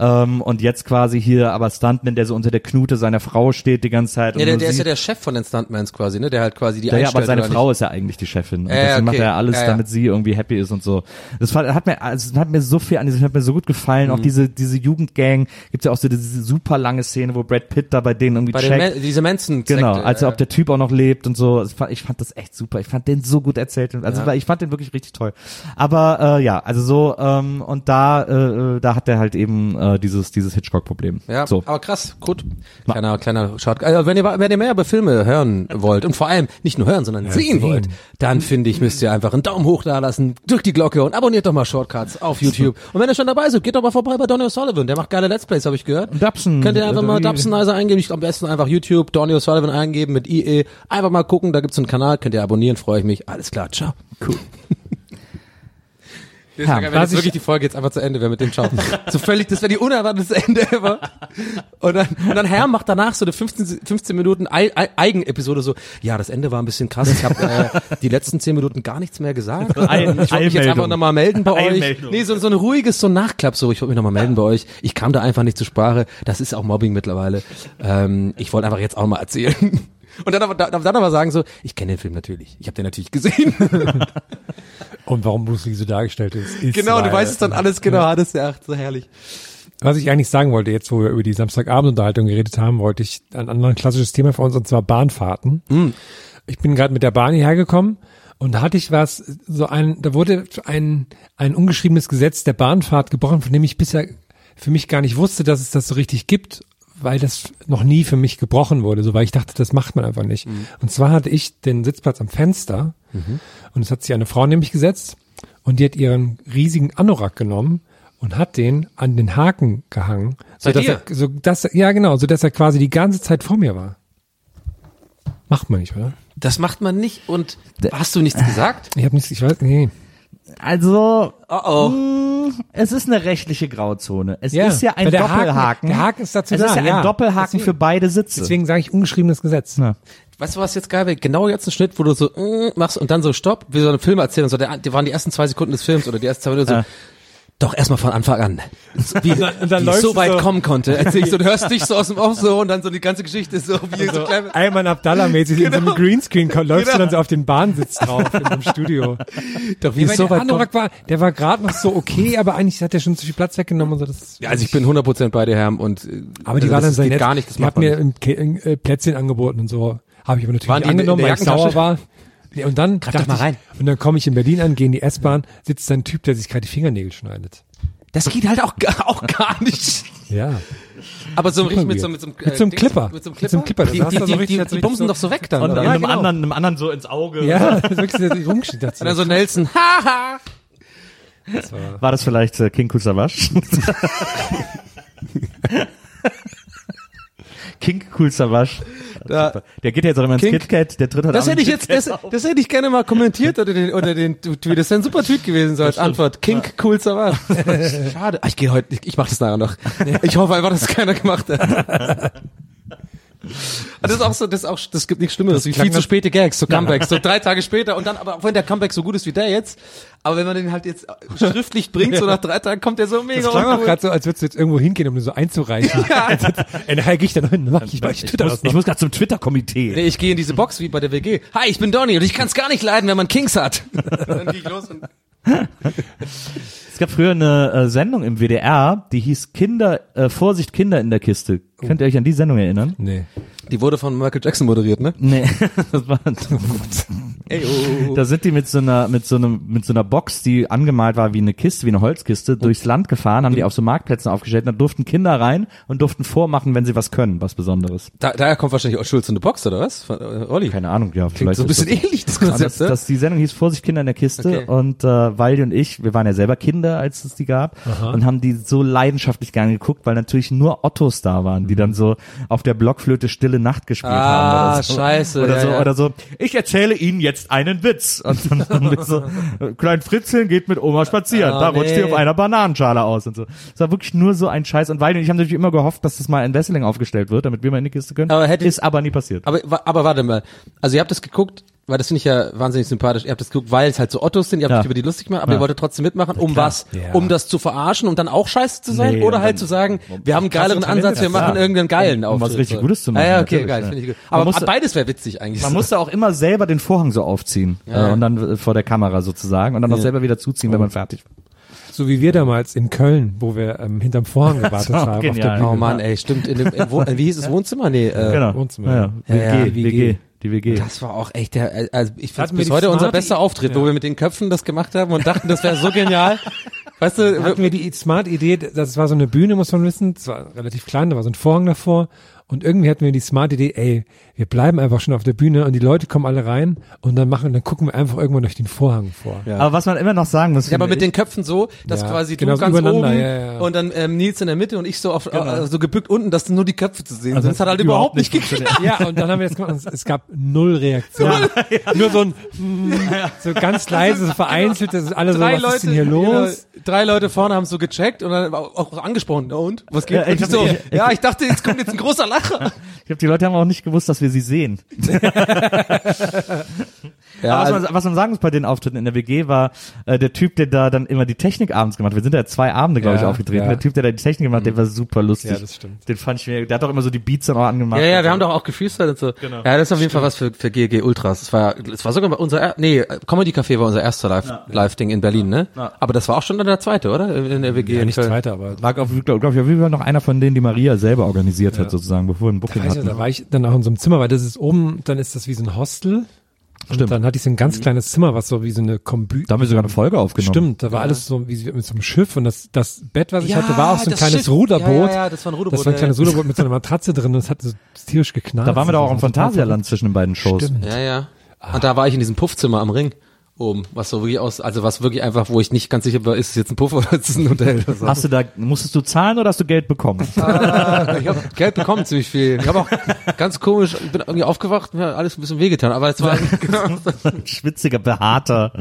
Ähm, und jetzt quasi hier aber Stuntman, der so unter der Knute seiner Frau steht die ganze Zeit. Ja, und der, nur der ist ja sieht- der Chef von den Stuntmans quasi, ne? Der halt quasi die Ja, ja, einstellt, aber seine oder nicht? Frau ist ja eigentlich die Chefin. Und Ja, ja, deswegen macht okay. er ja alles, Ja, ja. damit sie irgendwie happy ist und so. Das fa- hat mir, also, das hat mir so viel an diesem, hat mir so gut gefallen. Mhm. Auch diese, diese Jugendgang gibt's ja auch so diese super lange Szene, wo Brad Pitt da bei denen irgendwie Bei den checkt. Man, diese manson Genau, also ja. ob der Typ auch noch lebt und so. Ich fand, ich fand das echt super. Ich fand den so gut erzählt. Also weil ich fand den wirklich richtig toll. Aber äh, ja, also so ähm, und da äh, äh, da hat er halt eben äh, dieses dieses Hitchcock-Problem. Ja, so. aber krass, gut. Kleiner, kleiner Shot. Also wenn ihr, wenn ihr mehr über Filme hören wollt und vor allem nicht nur hören, sondern sehen, wollt, dann finde ich, müsst ihr einfach einen Daumen hoch da lassen, drückt die Glocke und abonniert doch mal Shortcuts auf YouTube. Und wenn ihr schon dabei seid, geht doch mal vorbei bei Donny O'Sullivan. Der macht geile Let's Plays, habe ich gehört. Dubson. Könnt ihr einfach mal Oder wie- Dubsonizer eingeben. Ich, am besten einfach YouTube, Donny O'Sullivan eingeben mit IE. Einfach mal gucken, da gibt's einen Kanal, könnt ihr abonnieren, freue ich mich. Alles klar, ciao. Cool. Ja, wenn was jetzt ich- wirklich die Folge jetzt einfach zu Ende wäre mit dem Ciao. so völlig, das wäre die unerwartetste Ende ever. Und dann, und dann Herr macht danach so eine 15, Se- 15 Minuten Ei- Ei- Eigenepisode so, ja, das Ende war ein bisschen krass. Ich habe äh, die letzten 10 Minuten gar nichts mehr gesagt. Und Ei- ich wollte mich jetzt einfach Eilmeldung. nochmal melden bei euch. Eilmeldung. Nee, so, so ein ruhiges, so ein Nachklapp so, ich wollte mich nochmal melden bei euch. Ich kam da einfach nicht zur Sprache. Das ist auch Mobbing mittlerweile. Ähm, ich wollte einfach jetzt auch mal erzählen. Und dann aber, dann dann aber sagen so, ich kenne den Film natürlich. Ich habe den natürlich gesehen. Und warum Bruce Lee so dargestellt ist. ist genau, du weil- weißt es dann alles genau. Hades der Acht, so herrlich. Was ich eigentlich sagen wollte, jetzt wo wir über die Samstagabendunterhaltung geredet haben, wollte ich ein anderes klassisches Thema für uns, und zwar Bahnfahrten. Ich bin gerade mit der Bahn hierher gekommen und da hatte ich was, so ein, da wurde ein, ein ungeschriebenes Gesetz der Bahnfahrt gebrochen, von dem ich bisher für mich gar nicht wusste, dass es das so richtig gibt, weil das noch nie für mich gebrochen wurde, so weil ich dachte, das macht man einfach nicht. Und zwar hatte ich den Sitzplatz am Fenster und es hat sich eine Frau nämlich gesetzt und die hat ihren riesigen Anorak genommen und hat den an den Haken gehangen, so dass dir? er, so dass er, ja genau, so dass er quasi die ganze Zeit vor mir war. Macht man nicht, oder? Das macht man nicht und hast du nichts gesagt? Ich habe nichts, ich weiß, nee. Also Oh oh. mh, es ist eine rechtliche Grauzone. Es Ja, ist ja ein weil der Doppelhaken. Haken- der Haken ist dazu es da, ist ja, ja. ein Doppelhaken Deswegen- für beide Sitze. Deswegen sage ich ungeschriebenes Gesetz. Ja. Weißt du, was jetzt geil wäre? Genau jetzt ein Schnitt, wo du so mm, machst und dann so Stopp, wie so ein Film erzählen. So, der, die waren die ersten zwei Sekunden des Films oder die ersten zwei Minuten so. Doch erstmal von Anfang an. Wie, und dann wie es läufst so du weit so- kommen konnte. Erzählst du und hörst dich so aus dem Off so und dann so die ganze Geschichte ist so wie Also, so klein. Ayman Abdallah-mäßig in so einem Greenscreen ko- läufst du dann so auf den Bahnsitz drauf in einem Studio. Doch Wie so der kommt. Anorak war, der war gerade noch so okay, aber eigentlich hat der schon zu viel Platz weggenommen und so. Das, Ja, also ich bin 100% bei dir, Herm. Und, äh, aber die also war das dann so geht nett. gar nicht, das die macht hat man mir nicht. ein Ke- ein, äh, Plätzchen angeboten und so. Habe ich aber natürlich Waren nicht die in der- angenommen, in der weil ich sauer Jackentasche? war. Ja, Und dann doch mal dachte rein. ich, und dann komme ich in Berlin an, gehe in die S-Bahn, sitzt da ein Typ, der sich gerade die Fingernägel schneidet. Das geht halt auch, gar- auch gar nicht. Ja. Aber so richtig mit so, weird. mit so einem, Mit so einem Dings- Clipper. Mit so einem Mit so einem Clipper. Clipper, das hast du Die, also die, die, richtig- die, hast die du richtig bumsen so- doch so weg dann, Und oder? einem, genau. anderen, einem anderen so ins Auge. Ja, das ist wirklich das rumgeschickt. Das Und dann so Nelson, haha. War das vielleicht äh, King Kusawasch? King Kusawasch. Da- Der geht ja jetzt auch immer ins King- KitKat, der tritt heute Das Abend hätte ich ins jetzt, das, KitKat auf. das hätte ich gerne mal kommentiert oder den, oder den Tweet. Das wäre ein super Tweet gewesen, so als Antwort. Kink, cool, was. Schade. Ah, Ich gehe heute, ich mache das nachher noch. Ich hoffe einfach, dass es keiner gemacht hat. Aber Das ist auch so, das ist auch, das gibt nichts Schlimmeres, wie klang viel zu nach- späte Gags, so Comebacks, so drei Tage später und dann, aber auch wenn der Comeback so gut ist wie der jetzt, aber wenn man den halt jetzt schriftlich bringt, so nach drei Tagen kommt der so mega Das klang auch uncool. gerade so, als würdest du jetzt irgendwo hingehen, um den so einzureichen. Ja. Ey, nachher gehe ich da noch hin, mach ich mal ich muss, ich muss gerade zum Twitter-Komitee. Nee, ich gehe in diese Box wie bei der WG. Hi, ich bin Donny und ich kann es gar nicht leiden, wenn man Kings hat. dann gehe ich los und Es gab früher eine äh, Sendung im WDR, die hieß Kinder, äh, Vorsicht, Kinder in der Kiste. Oh. Könnt ihr euch an die Sendung erinnern? Nee. Die wurde von Michael Jackson moderiert, ne? Nee, das war, Ey, oh, oh, oh. da sind die mit so einer, mit so einem, mit so einer Box, die angemalt war wie eine Kiste, wie eine Holzkiste, durchs Land gefahren, haben die auf so Marktplätzen aufgestellt, und da durften Kinder rein und durften vormachen, wenn sie was können, was Besonderes. Da, daher kommt wahrscheinlich auch Schulz in the Box, oder was? Von, äh, Olli. Keine Ahnung, ja, Klingt vielleicht. so ein ist bisschen das- ähnlich, das Aber das, Konzept, ne? das, die Sendung hieß Vorsicht Kinder in der Kiste Okay. und äh, Waldi und ich, wir waren ja selber Kinder, als es die gab und haben die so leidenschaftlich gerne geguckt, weil natürlich nur Ottos da waren, die dann so auf der Blockflöte Stille Nacht gespielt haben. Mhm. Ah, Oder so. scheiße, Oder, ja, so, ja. oder so, ich erzähle Ihnen jetzt einen Witz. Und dann, dann mit so, Klein Fritzeln geht mit Oma spazieren, Ah, da rutscht die nee. auf einer Bananenschale aus und so. Es war wirklich nur so ein Scheiß und Waldi und ich haben natürlich immer gehofft, dass das mal in Wesseling aufgestellt wird, damit wir mal in die Kiste können. Aber hätte- Ist aber nie passiert. aber, wa- aber warte mal. Also ihr habt das geguckt, weil das finde ich ja wahnsinnig sympathisch. Ihr habt das geguckt, weil es halt so Ottos sind, ihr habt Ja. euch über die lustig gemacht, aber Ja. ihr wolltet trotzdem mitmachen, um was? Ja. Um das zu verarschen, um dann auch scheiße zu sein? Nee, oder und halt dann- um zu sagen, wir haben einen Krasse geileren Talente, Ansatz, wir ja, machen klar. irgendeinen geilen Um- um was Auftritt. richtig so. Gutes zu machen, Ah, ja, okay, natürlich, geil, ja. finde ich gut. Man Aber musste- beides wäre witzig eigentlich. Man musste auch immer selber den Vorhang so aufziehen Ja. äh, und dann äh, vor der Kamera sozusagen und dann auch selber wieder zuziehen, wenn man fertig war. So wie wir damals in Köln, wo wir ähm, hinterm Vorhang gewartet war auch haben. genial. Oh Mann, ey, stimmt. In dem, im Wohn wie hieß es, Wohnzimmer? Nee, äh, Genau. Wohnzimmer. Ja, ja. Ja, ja, WG, WG, die WG. Das war auch echt der, also ich find's Hatten wir bis die heute unser smarte bester I- Auftritt, wo wir mit den Köpfen das gemacht haben und dachten, das wäre so genial. Weißt du, hatten wir die smart Idee, das war so eine Bühne, muss man wissen, es war relativ klein, da war so ein Vorhang davor und irgendwie hatten wir die smart Idee, ey, wir bleiben einfach schon auf der Bühne und die Leute kommen alle rein und dann machen, dann gucken wir einfach irgendwann durch den Vorhang vor. Ja. Aber was man immer noch sagen muss, ja, aber finde mit den Köpfen so, dass Ja, quasi du genau so ganz übereinander, oben ja, Genau. ja. und dann ähm, Nils in der Mitte und ich so auf, äh, so gebückt unten, dass nur die Köpfe zu sehen Also sind. Das hat halt überhaupt nicht geklappt. Ja, und dann haben wir das gemacht. und Es gab null Reaktion. Nur so ein mm, so ganz leise, so vereinzelt, das ist alles so, Drei Also was Leute, ist denn hier los? genau, drei Leute vorne haben so gecheckt und dann auch, auch angesprochen. Na und? Was geht? Ja, ich und ich so, hab- ja, ich dachte, jetzt kommt jetzt ein großer Lacher. ich glaube, die Leute haben auch nicht gewusst, dass wir sie sehen. Ja, aber also- was man, was man sagen muss bei den Auftritten in der WG war, äh, der Typ, der da dann immer die Technik abends gemacht hat, wir sind da ja zwei Abende, glaube Ja, ich, aufgetreten, ja. der Typ, der da die Technik gemacht hat, der Mhm. war super lustig. Ja, das stimmt. Den fand ich mir, der hat doch immer so die Beats dann auch angemacht. Ja, ja, Und wir so. haben doch auch gefreestylt und so. Genau. Ja, das ist auf jeden Fall was für, für GG Ultras. Das war, das war sogar unser, er- nee, Comedy Café war unser erster Live, Live-Ding in Berlin, ne? Aber das war auch schon dann der zweite, oder? In der WG. Ja, in nicht Köln. weiter, aber War, glaube glaub glaub ich, auf jeden Fall noch einer von denen, die Maria selber organisiert hat, sozusagen, bevor wir ein Booking Weiß ich, hatten. da war ich dann auch in so einem Zimmer, weil das ist oben, dann ist das wie so ein Hostel. Und Stimmt. dann hatte ich so ein Mhm. ganz kleines Zimmer, was so wie so eine Kombü. Da haben wir sogar eine Folge aufgenommen. Stimmt, da war alles so wie mit so einem Schiff und das, das Bett, was ich Ja, hatte, war auch so ein das kleines Schiff. Ruderboot. Ja, ja, ja, das war ein Ruderboot, Das war ein ja, kleines ja. Ruderboot mit so einer Matratze drin und das hat so tierisch geknallt. Da waren wir doch auch im Phantasialand zwischen den beiden Shows. Stimmt. Ja, ja. Und da war ich in diesem Puffzimmer am Ring. Oben, was so wirklich aus, also was wirklich einfach, wo ich nicht ganz sicher war, ist es jetzt ein Puff oder ist es ein Hotel oder so. Hast du da, musstest du zahlen oder hast du Geld bekommen? Ah, ich habe Geld bekommen, ziemlich viel. Ich habe auch ganz komisch, ich bin irgendwie aufgewacht, mir hat alles ein bisschen wehgetan, aber es war Ein schwitziger, behaarter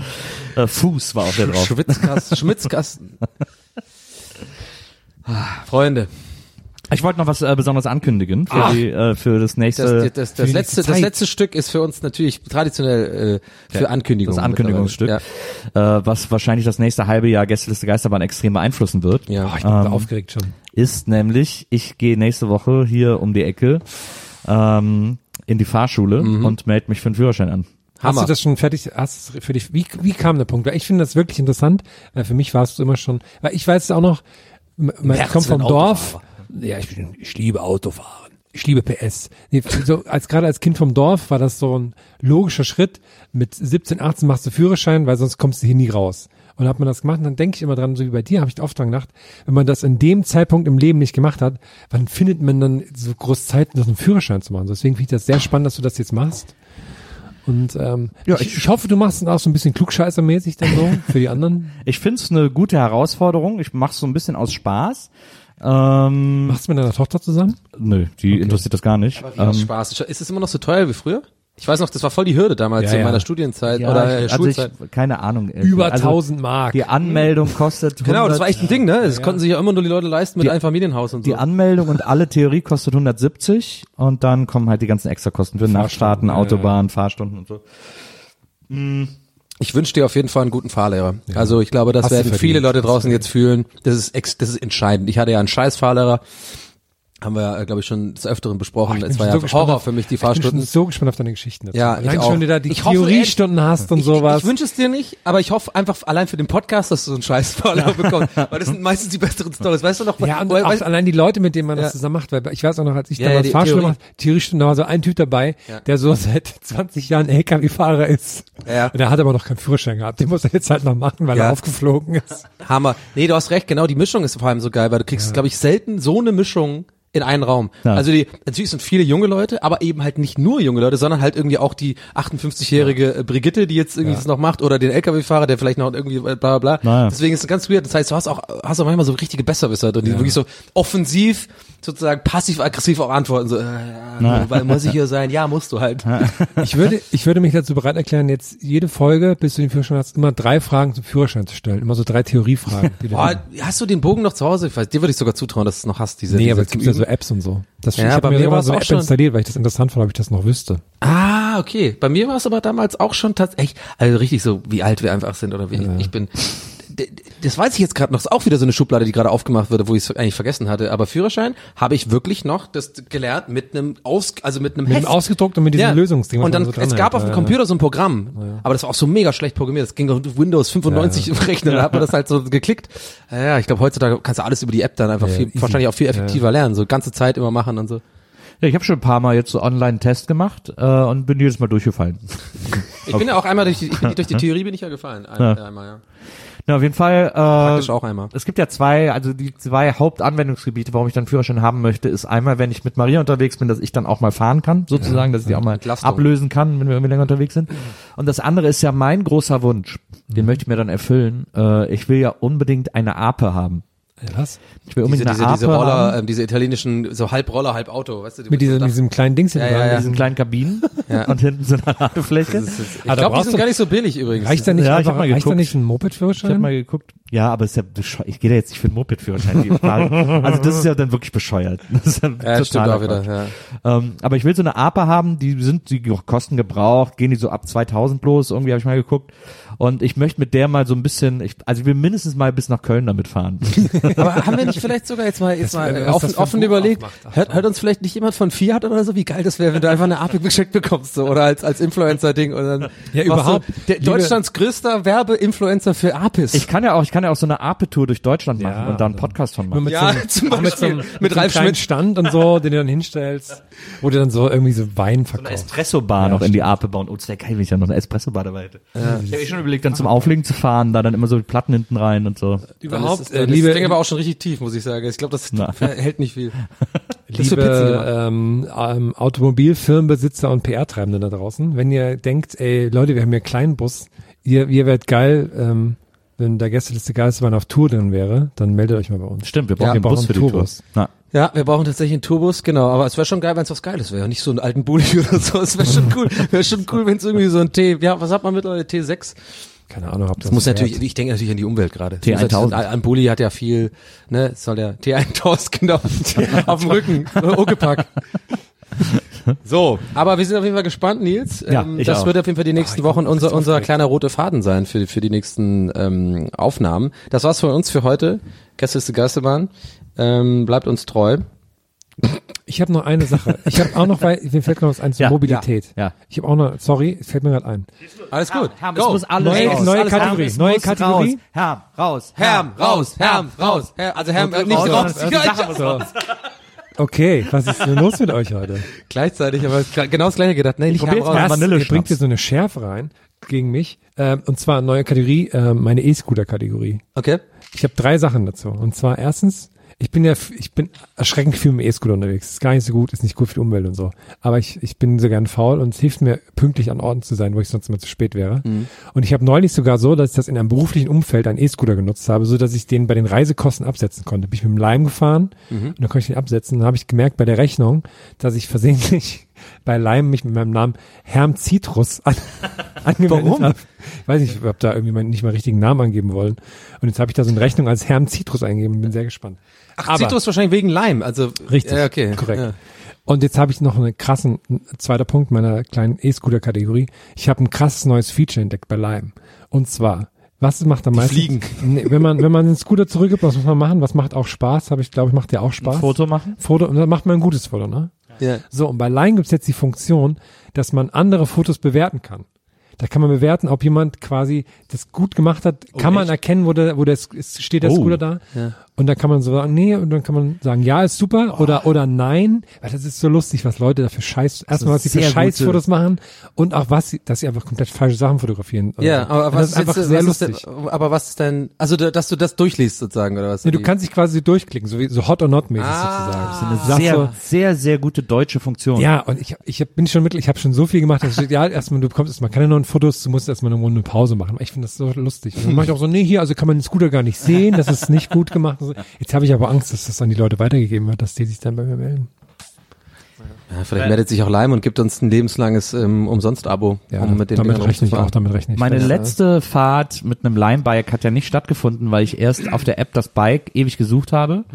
äh, Fuß war auf der drauf. Schwitzkasten, Schmitzkasten. Ah, Freunde. Ich wollte noch was äh, Besonderes ankündigen für, die, äh, für das nächste Ah. Das, das, das, die letzte, das Zeit. letzte Stück ist für uns natürlich traditionell äh, für Ankündigungen. das Ankündigungsstück, mittlerweile. äh, was wahrscheinlich das nächste halbe Jahr Gästeliste Geisterbahn extrem beeinflussen wird, Ähm, Ja. Oh, ja. ich bin da aufgeregt schon. ist nämlich, ich gehe nächste Woche hier um die Ecke ähm, in die Fahrschule Mhm. und melde mich für den Führerschein an. Hammer. Hast du das schon fertig? Hast du das für dich? Wie, wie kam der Punkt? Weil ich finde das wirklich interessant, weil für mich warst du immer schon, weil ich weiß auch noch, m- mein- ich Herz komme vom sind Dorf. Ja, ich, bin, ich liebe Autofahren. Ich liebe PS. Nee, so als gerade als Kind vom Dorf war das so ein logischer Schritt. Mit 17, 18 machst du Führerschein, weil sonst kommst du hier nie raus. Und hat man das gemacht, und dann denke ich immer dran, so wie bei dir, habe ich oft dran gedacht, wenn man das in dem Zeitpunkt im Leben nicht gemacht hat, wann findet man dann so groß Zeit, das einen Führerschein zu machen? Deswegen finde ich das sehr spannend, dass du das jetzt machst. Und ähm, Ja, ich, ich- ich hoffe, du machst dann auch so ein bisschen klugscheißermäßig dann so für die anderen. Ich find's eine gute Herausforderung. Ich mach's so ein bisschen aus Spaß. Ähm, Machst du mit deiner Tochter zusammen? nö, die interessiert das gar nicht. Ähm, Macht Spaß. Ist es immer noch so teuer wie früher? Ich weiß noch, das war voll die Hürde damals Ja, in ja. meiner Studienzeit Ja, oder äh, ich- also Schulzeit. ich, keine Ahnung. Über also 1000 Mark. Die Anmeldung kostet 100, Genau, das war echt ein Ding, ne? Das konnten sich ja immer nur die Leute leisten mit einem Familienhaus und so. die Anmeldung und alle Theorie kostet 170 und dann kommen halt die ganzen Extrakosten für Nachstarten, Autobahn, Fahrstunden und so. Ich wünsche dir auf jeden Fall einen guten Fahrlehrer. Also ich glaube, das Hast du werden verdient. viele Leute draußen jetzt fühlen. Das ist ex das ist entscheidend. Ich hatte ja einen scheiß Fahrlehrer. Haben wir, äh, glaube ich, schon des Öfteren besprochen. Ich bin es war schon ja so gespannt Horror auf- für mich, die Ich bin schon Fahrstunden. so gespannt auf deine Geschichten. dazu. Ja, ich Allein auch. schon, wenn du da die Ich hoffe, Theoriestunden hast und sowas. Ich wünsche es dir nicht, aber ich hoffe einfach allein für den Podcast, dass du so einen scheiß Fahrlehrer bekommst. Weil das sind meistens die besseren Stories. Weißt du noch? Ja, und weil- auch weißt, allein die Leute, mit denen man Ja. das zusammen macht, weil ich weiß auch noch, als ich Ja, ja, damals die Fahrschule Theorie. macht, Theoriestunden, da war so ein Typ dabei, Ja. der so seit 20 Jahren LKW-Fahrer ist. Ja. Und der hat aber noch keinen Führerschein gehabt. Den muss er jetzt halt noch machen, weil Ja. er aufgeflogen ist. Hammer. Nee, du hast recht, genau, die Mischung ist vor allem so geil, weil du kriegst, glaub glaube ich, selten so eine Mischung in einen Raum. Ja. Also die, natürlich sind viele junge Leute, aber eben halt nicht nur junge Leute, sondern halt irgendwie auch die 58-jährige äh, Brigitte, die jetzt irgendwie das noch macht, oder den LKW-Fahrer, der vielleicht noch irgendwie äh, bla bla bla. Na ja. Deswegen ist es ganz weird. Das heißt, du hast auch, hast auch manchmal so richtige Besserwisser drin, die wirklich so offensiv, sozusagen passiv-aggressiv auch antworten, so, äh, ja, weil muss ich hier sein? Ja, musst du halt. Ich würde, ich würde mich dazu bereit erklären, jetzt jede Folge, bis du den Führerschein hast, immer drei Fragen zum Führerschein zu stellen. Immer so drei Theoriefragen. Die wir Boah, haben. Ah, hast du den Bogen noch zu Hause? Ich weiß, dir würde ich sogar zutrauen, dass du es noch hast, diese Nee, diese aber es gibt zum ja so Üben. Apps und so. Das, Ja, ich bei habe mir mir immer war's so auch eine App schon. installiert, weil ich das interessant fand, ob ich das noch wüsste. Ah, okay. Bei mir war es aber damals auch schon tatsächlich, also richtig so, wie alt wir einfach sind oder wie ich bin. D- d- Das weiß ich jetzt gerade noch. Ist auch wieder so eine Schublade, die gerade aufgemacht wurde, wo ich es eigentlich vergessen hatte. Aber Führerschein habe ich wirklich noch das gelernt mit einem Aus, also mit einem Mit dem Heft. ausgedruckt und mit diesem Lösungsding. was Und dann, man so es dranhängt. gab auf dem Ja, Computer so ein Programm, aber das war auch so mega schlecht programmiert. Das ging auf Windows 95 im Rechner, da hat man das halt so geklickt. Ja, Ja, ich glaube, heutzutage kannst du alles über die App dann einfach Ja, viel, easy. wahrscheinlich auch viel effektiver lernen. So ganze Zeit immer machen und so. Ja, ich habe schon ein paar Mal jetzt so Online-Test gemacht äh, und bin jedes Mal durchgefallen. Ich bin ja auch einmal durch die, ich bin, durch die Theorie bin ich ja gefallen. Ein, Ja. Einmal, ja. Na, auf jeden Fall. Äh, Praktisch auch ne? einmal. Es gibt ja zwei, also die zwei Hauptanwendungsgebiete, warum ich dann Führerschein haben möchte, ist einmal, wenn ich mit Maria unterwegs bin, dass ich dann auch mal fahren kann, sozusagen, dass ich die auch mal Entlastung. ablösen kann, wenn wir irgendwie länger unterwegs sind. Und das andere ist ja mein großer Wunsch, Mhm. den möchte ich mir dann erfüllen. Äh, ich will ja unbedingt eine Ape haben. Was? Ich will Diese, unbedingt diese, eine diese Ape Roller, haben. ähm, diese italienischen, so halb Roller, halb Auto, weißt du? Die mit Mit so diesem, da- mit diesem kleinen Dings hinten äh, Ja, ja, dran. ja. diesen kleinen Kabinen und hinten so eine Ladefläche. ich Ah, da glaube, die brauchst sind du- gar nicht so billig übrigens. Reicht da nicht Ja, ich einfach, hab mal reicht da geguckt. nicht ein Ich habe Moped-Führerschein? mal geguckt. Ja, aber ist ja bescheuert. Ich gehe da jetzt nicht für einen Moped-Führerschein. die Frage. Also das ist ja dann wirklich bescheuert. Das ist ja ja, totaler stimmt auch wieder, Quatsch. ja. Ähm, aber ich will so eine APA haben, die sind, die kosten gebraucht, gehen die so ab 2000 bloß, irgendwie habe ich mal geguckt. Und ich möchte mit der mal so ein bisschen, ich, also ich will mindestens mal bis nach Köln damit fahren. Aber haben wir nicht vielleicht sogar jetzt mal, jetzt mal wäre- äh, was offen, das für ein offen Buch überlegt, aufmacht. Ach, hört, hört uns vielleicht nicht jemand von Fiat oder so, wie geil das wäre, wenn du einfach eine APIC geschickt bekommst, so, oder als, als Influencer-Ding, und dann, machst du überhaupt. der, Liebe- Deutschlands größter Werbe-Influencer für APIs. Ich kann ja auch, ich kann ja auch so eine APE-Tour durch Deutschland machen Ja, und da einen dann- Podcast von Nur machen. mit Ja, so einem, zum auch mit so einem, Beispiel. mit Mit so einem Ralf kleinen Schmidt. Stand und so, den du dann hinstellst, wo du dann so irgendwie so Wein verkaufst. Espresso-Bar noch in die APE bauen. Oh, das wäre geil, wenn ich ja noch eine Espresso-Bar dabei hätte. Ich habe eh schon überlegt, dann zum Auflegen zu fahren, da dann immer so die Platten hinten rein und so. Überhaupt, äh, liebe, liebe, das klingt aber auch schon richtig tief, muss ich sagen. Ich glaube, das Na. hält nicht viel. Das ist für Pizzen liebe gemacht. ähm, ähm, Automobilfirmenbesitzer und PR-Treibende da draußen, wenn ihr denkt, ey Leute, wir haben hier einen kleinen Bus, ihr, ihr wärt geil, ähm, wenn der Gästeliste Geisterbahn auf Tour drin wäre, dann meldet euch mal bei uns. Stimmt, wir Ja, brauchen den wir Bus brauchen für die einen Tour. Tourbus. Na, Ja, wir brauchen tatsächlich einen Tourbus, genau. Aber es wäre schon geil, wenn es was Geiles wäre. Nicht so einen alten Bulli oder so. Es wäre schon cool. Wäre schon cool, wenn es irgendwie so ein T, ja, was hat man mittlerweile? T6? Keine Ahnung, habt ihr Das muss gehört? natürlich, ich denke natürlich an die Umwelt gerade. T1000. Das muss natürlich- Ein Bulli hat ja viel, ne, es soll der T1000 genau auf dem Rücken. äh, Uckepack. So, aber wir sind auf jeden Fall gespannt, Nils. Ähm, Ja, ich das auch. wird auf jeden Fall die nächsten Wochen unser, unser kleiner roter Faden sein für, für die nächsten ähm, Aufnahmen. Das war's von uns für heute. Gäste ist die Geisterbahn. Ähm, bleibt uns treu. Ich habe noch eine Sache. Ich habe auch noch, weil mir fällt gerade was ein zur Ja, Mobilität. ja, ja. Ich habe auch noch, sorry, es fällt mir gerade ein. Alles gut. Es muss alles Neue- raus. neue alles Kategorie, raus. neue Es muss Kategorie. Raus. Herm, raus. Herm, raus, Herm, raus. Herm, also Herm, äh, nicht raus, raus. raus. Ja, Sache ich- So. Okay, was ist denn los mit euch heute? Gleichzeitig, aber genau das gleiche gedacht. Nee, nicht Herm, probier's mal. raus. Erst, ihr Vanilleschnaps. bringt hier so eine Schärfe rein. gegen mich. Ähm, und zwar eine neue Kategorie, äh, meine E-Scooter-Kategorie. Okay. Ich habe drei Sachen dazu. Und zwar erstens, ich bin ja, ich bin erschreckend viel mit dem E-Scooter unterwegs. Ist gar nicht so gut, ist nicht gut für die Umwelt und so. Aber ich, ich bin so gern faul und es hilft mir, pünktlich an Orten zu sein, wo ich sonst immer zu spät wäre. Und ich habe neulich sogar so, dass ich das in einem beruflichen Umfeld einen E-Scooter genutzt habe, so dass ich den bei den Reisekosten absetzen konnte. Bin ich mit dem Leim gefahren und dann konnte ich den absetzen. Dann habe ich gemerkt bei der Rechnung, dass ich versehentlich bei Leim mich mit meinem Namen Herm Citrus an, angemeldet Warum? habe. Ich weiß nicht, ich habe da irgendwie meinen nicht mal richtigen Namen angeben wollen. Und jetzt habe ich da so eine Rechnung als Herm Citrus eingegeben. Bin sehr gespannt. Ach, Citrus wahrscheinlich wegen Leim, also. Richtig. Ja, okay. Korrekt. Ja. Und jetzt habe ich noch einen krassen, ein zweiter Punkt meiner kleinen E-Scooter-Kategorie. Ich habe ein krasses neues Feature entdeckt bei Lime. Und zwar, was macht am meisten? fliegen. Nee, wenn man, wenn man den Scooter zurückgibt, was muss man machen? Was macht auch Spaß? Habe ich, glaube ich, macht dir auch Spaß. Ein Foto machen? Foto, und dann macht man ein gutes Foto, ne? Ja. So, und bei Line gibt's jetzt die Funktion, dass man andere Fotos bewerten kann. Da kann man bewerten, ob jemand quasi das gut gemacht hat. Oh, Kann man erkennen, wo der, wo der es steht der Oh. Scooter da. Und da kann man so sagen, nee, und dann kann man sagen, ja, ist super Oh. oder oder nein. Weil das ist so lustig, was Leute dafür scheiß. Erstmal, was sie für sehr Scheißfotos machen und auch was, sie, dass sie einfach komplett falsche Sachen fotografieren. Ja, aber Und was das ist einfach jetzt, sehr was lustig. Ist denn, aber was ist denn, also da- dass du das durchliest sozusagen oder was? Nee, du kannst dich quasi durchklicken, so wie so hot or not mäßig Ah. sozusagen. Sag Sehr, so, sehr, sehr gute deutsche Funktion. Ja, und ich, ich hab, bin schon wirklich, ich habe schon so viel gemacht, dass ich, ja, erstmal, du bekommst erstmal keine neuen Fotos, du musst erstmal eine Runde Pause machen. Ich finde das so lustig. Und dann mach ich auch so, nee, hier, also kann man den Scooter gar nicht sehen, das ist nicht gut gemacht. Und so. Jetzt habe ich aber Angst, dass das an die Leute weitergegeben wird, dass die sich dann bei mir melden. ja, vielleicht meldet sich auch Leim und gibt uns ein lebenslanges ähm, Umsonst-Abo, Ja, um mit den damit Dingern rechne ich auch, rumzufahren. damit rechne ich. Meine Ja. letzte Fahrt mit einem Lime-Bike hat ja nicht stattgefunden, weil ich erst auf der App das Bike ewig gesucht habe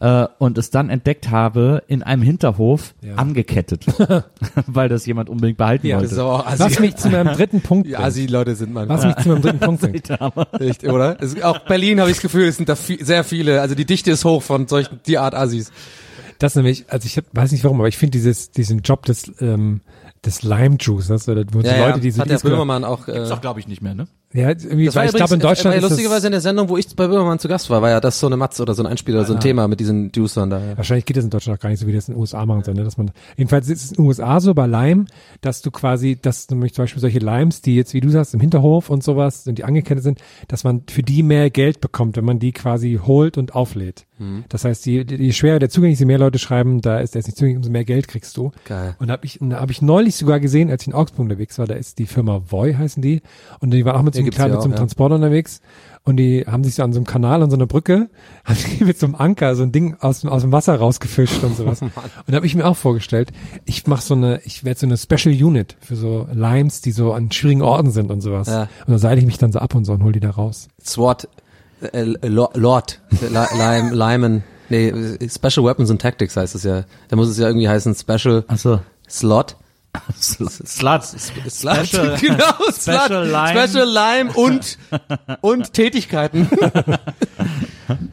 äh, und es dann entdeckt habe, in einem Hinterhof Ja. angekettet, weil das jemand unbedingt behalten Ja, das ist wollte. aber auch assi. Lass mich zu meinem dritten Punkt Ja, bringen. Assi-Leute sind man. Lass mich zu meinem dritten Punkt bringen. Echt, oder? Es, auch Berlin habe ich das Gefühl, es sind da viel, sehr viele. Also die Dichte ist hoch von solchen, die Art Assis. Das nämlich, also ich hab, weiß nicht warum, aber ich finde dieses, diesen Job des, ähm, des Lime Juicers oder wo die Leute, die so hat der E-Scooter- Böhmermann auch. Äh, Ist doch, glaube ich, nicht mehr, ne? ja, irgendwie, das war weil ich glaube in übrigens- Deutschland war ja ist das- lustigerweise in der Sendung, wo ich bei Böhmermann zu Gast war, war ja das so eine Matze oder so ein Einspieler, so ein Thema mit diesen Juicern da. Ja. Wahrscheinlich geht das in Deutschland auch gar nicht so, wie das in den USA machen soll, ne? dass man, jedenfalls ist es in den USA so bei Leim, dass du quasi, dass nämlich zum Beispiel solche Limes, die jetzt, wie du sagst, im Hinterhof und sowas, und die angekettet sind, dass man für die mehr Geld bekommt, wenn man die quasi holt und auflädt. Mhm. Das heißt, je, je schwerer der Zugang ist, je mehr Leute schreiben, da ist der ist nicht zugänglich, umso mehr Geld kriegst du. Geil. Und habe ich, und da hab ich neulich sogar gesehen, als ich in Augsburg unterwegs war, da ist die Firma Voy, heißen die, und die war auch mit Ja, so einem, gibt's Kla- ja mit so einem auch, ja. Transporter unterwegs und die haben sich so an so einem Kanal, an so einer Brücke, haben die mit so einem Anker so ein Ding aus, dem- aus dem Wasser rausgefischt und Oh sowas. und da habe ich mir auch vorgestellt, ich mache so eine, ich werde so eine Special Unit für so Limes, die so an schwierigen Orten sind und sowas. Ja. Und dann seile ich mich dann so ab und so und hol die da raus. SWAT, äh, Lo- Lord, Li- Lime, Lyman, nee, Special Weapons and Tactics heißt es ja. Da muss es ja irgendwie heißen Special Achso. Slot. Sluts. Slut, Special- genau, Special Slut, Lime. Special Lime und, und Tätigkeiten.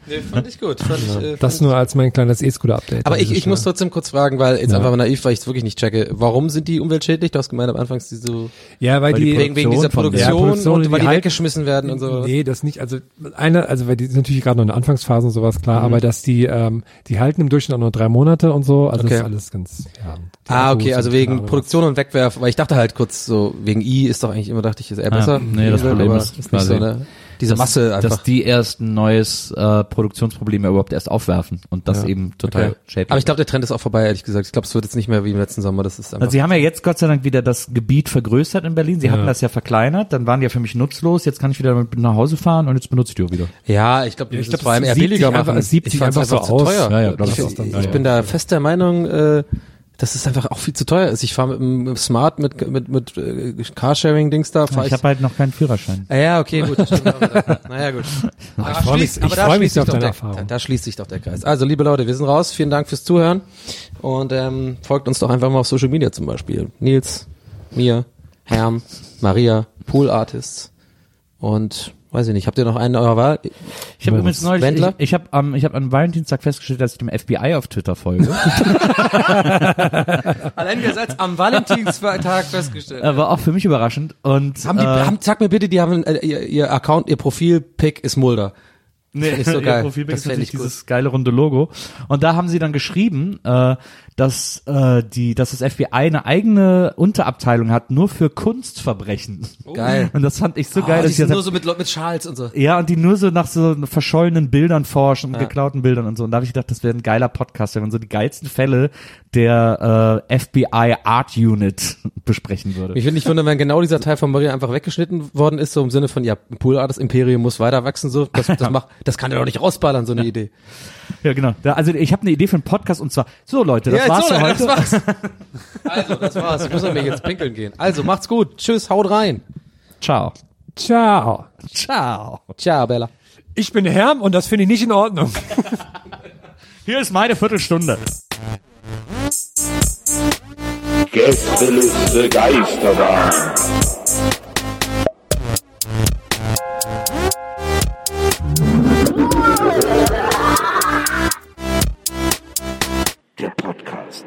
nee, fand ich gut. Fand ich, äh, Das nur als mein kleines E-Scooter-Update. Also äh, aber an ich, dieser ich muss Stelle. trotzdem kurz fragen, weil jetzt einfach mal naiv, weil ich es wirklich nicht checke. Warum sind die umweltschädlich? Du hast gemeint am Anfang, die so ja, weil, Weil die, die wegen, Produktion wegen dieser von- Produktion, Ja, Produktion, und die weil die halt- weggeschmissen werden und so. Nee, das nicht. Also eine, also weil die sind natürlich gerade noch in der Anfangsphase und sowas, Mhm. klar, aber dass die, ähm, die halten im Durchschnitt auch nur drei Monate und so, also Okay. ist alles ganz, ja. die Ah, Akkus okay, also und wegen klar, Produktion und Wegwerf, weil ich dachte halt kurz so, wegen I ist doch eigentlich immer, dachte ich, ist Ah, eher Ja, besser. nee, das Aber Problem ist nicht so, quasi, ne? Diese dass- Masse einfach. Dass die erst ein neues äh, Produktionsproblem ja überhaupt erst aufwerfen und das eben total schädlich Aber ich glaube, der Trend ist auch vorbei, ehrlich gesagt. Ich glaube, es wird jetzt nicht mehr wie im letzten Sommer, das ist einfach. Also sie haben ja jetzt Gott sei Dank wieder das Gebiet vergrößert in Berlin. Sie hatten das ja verkleinert, dann waren die ja für mich nutzlos. Jetzt kann ich wieder damit nach Hause fahren und jetzt benutze ich die auch wieder. ja, ich glaube, ja, Ja, ich ich glaub, glaube, vor allem es eher sieht sich billiger einfach- machen. es sieht sich fand's einfach so zu aus. teuer. Ja, ja, glaub, ich das ist dann- ich ja, ja. bin da fest der Meinung, äh, das ist einfach auch viel zu teuer. ist. ich fahre mit dem Smart, mit, mit, mit äh, Carsharing-Dings da, fahr ich habe halt noch keinen Führerschein. Ah Ja, okay, gut. Das stimmt auch wieder. naja, gut. Aber freu mich- schließt- aber ich da freu mich schließt sich sehr auf deine doch der- Erfahrung. Da, da schließt sich doch der Kreis. Also, liebe Leute, wir sind raus. Vielen Dank fürs Zuhören. Und ähm, folgt uns doch einfach mal auf Social Media zum Beispiel. Nils, mir, Herm, Maria, Pool Artists. Und weiß ich nicht, habt ihr noch einen eurer Wahl? Ich habe übrigens neulich, Wendler? ich, ich habe am, ich hab am Valentinstag festgestellt, dass ich dem FBI auf Twitter folge. Allein wir sind am Valentinstag festgestellt. Äh, War auch für mich überraschend. Und Haben die, äh, haben, sag mir bitte, die haben äh, ihr, ihr Account, ihr Profil-Pick ist Mulder. Nee, fänd ich so ihr geil. Profilbild Das ist fänd natürlich ich gut. dieses geile runde Logo. Und da haben sie dann geschrieben, äh, dass, äh, die, dass das FBI eine eigene Unterabteilung hat, nur für Kunstverbrechen. Oh. Geil. Und das fand ich so geil, dass oh, die ich sind gesagt nur so mit, Leu- mit Schals und so. ja, und die nur so nach so verschollenen Bildern forschen, und geklauten Bildern und so. Und da habe ich gedacht, das wäre ein geiler Podcast, wenn man so die geilsten Fälle der äh, FBI Art Unit besprechen würde. Ich würde nicht wundern, wenn genau dieser Teil von Maria einfach weggeschnitten worden ist, so im Sinne von, ja, Pool Artist Imperium muss weiter wachsen, so, das, das macht, das kann er doch nicht rausballern, so eine Idee. Ja, genau. Da, also ich habe eine Idee für einen Podcast und zwar, so Leute, das jetzt war's so, für Leute, heute. Das war's. Also, das war's. Ich muss nämlich jetzt pinkeln gehen. Also, macht's gut. Tschüss, haut rein. Ciao. Ciao. Ciao. Ciao, Bella. Ich bin Herm und das finde ich nicht in Ordnung. Hier ist meine Viertelstunde. Gästeliste Geisterbahn. Der Podcast.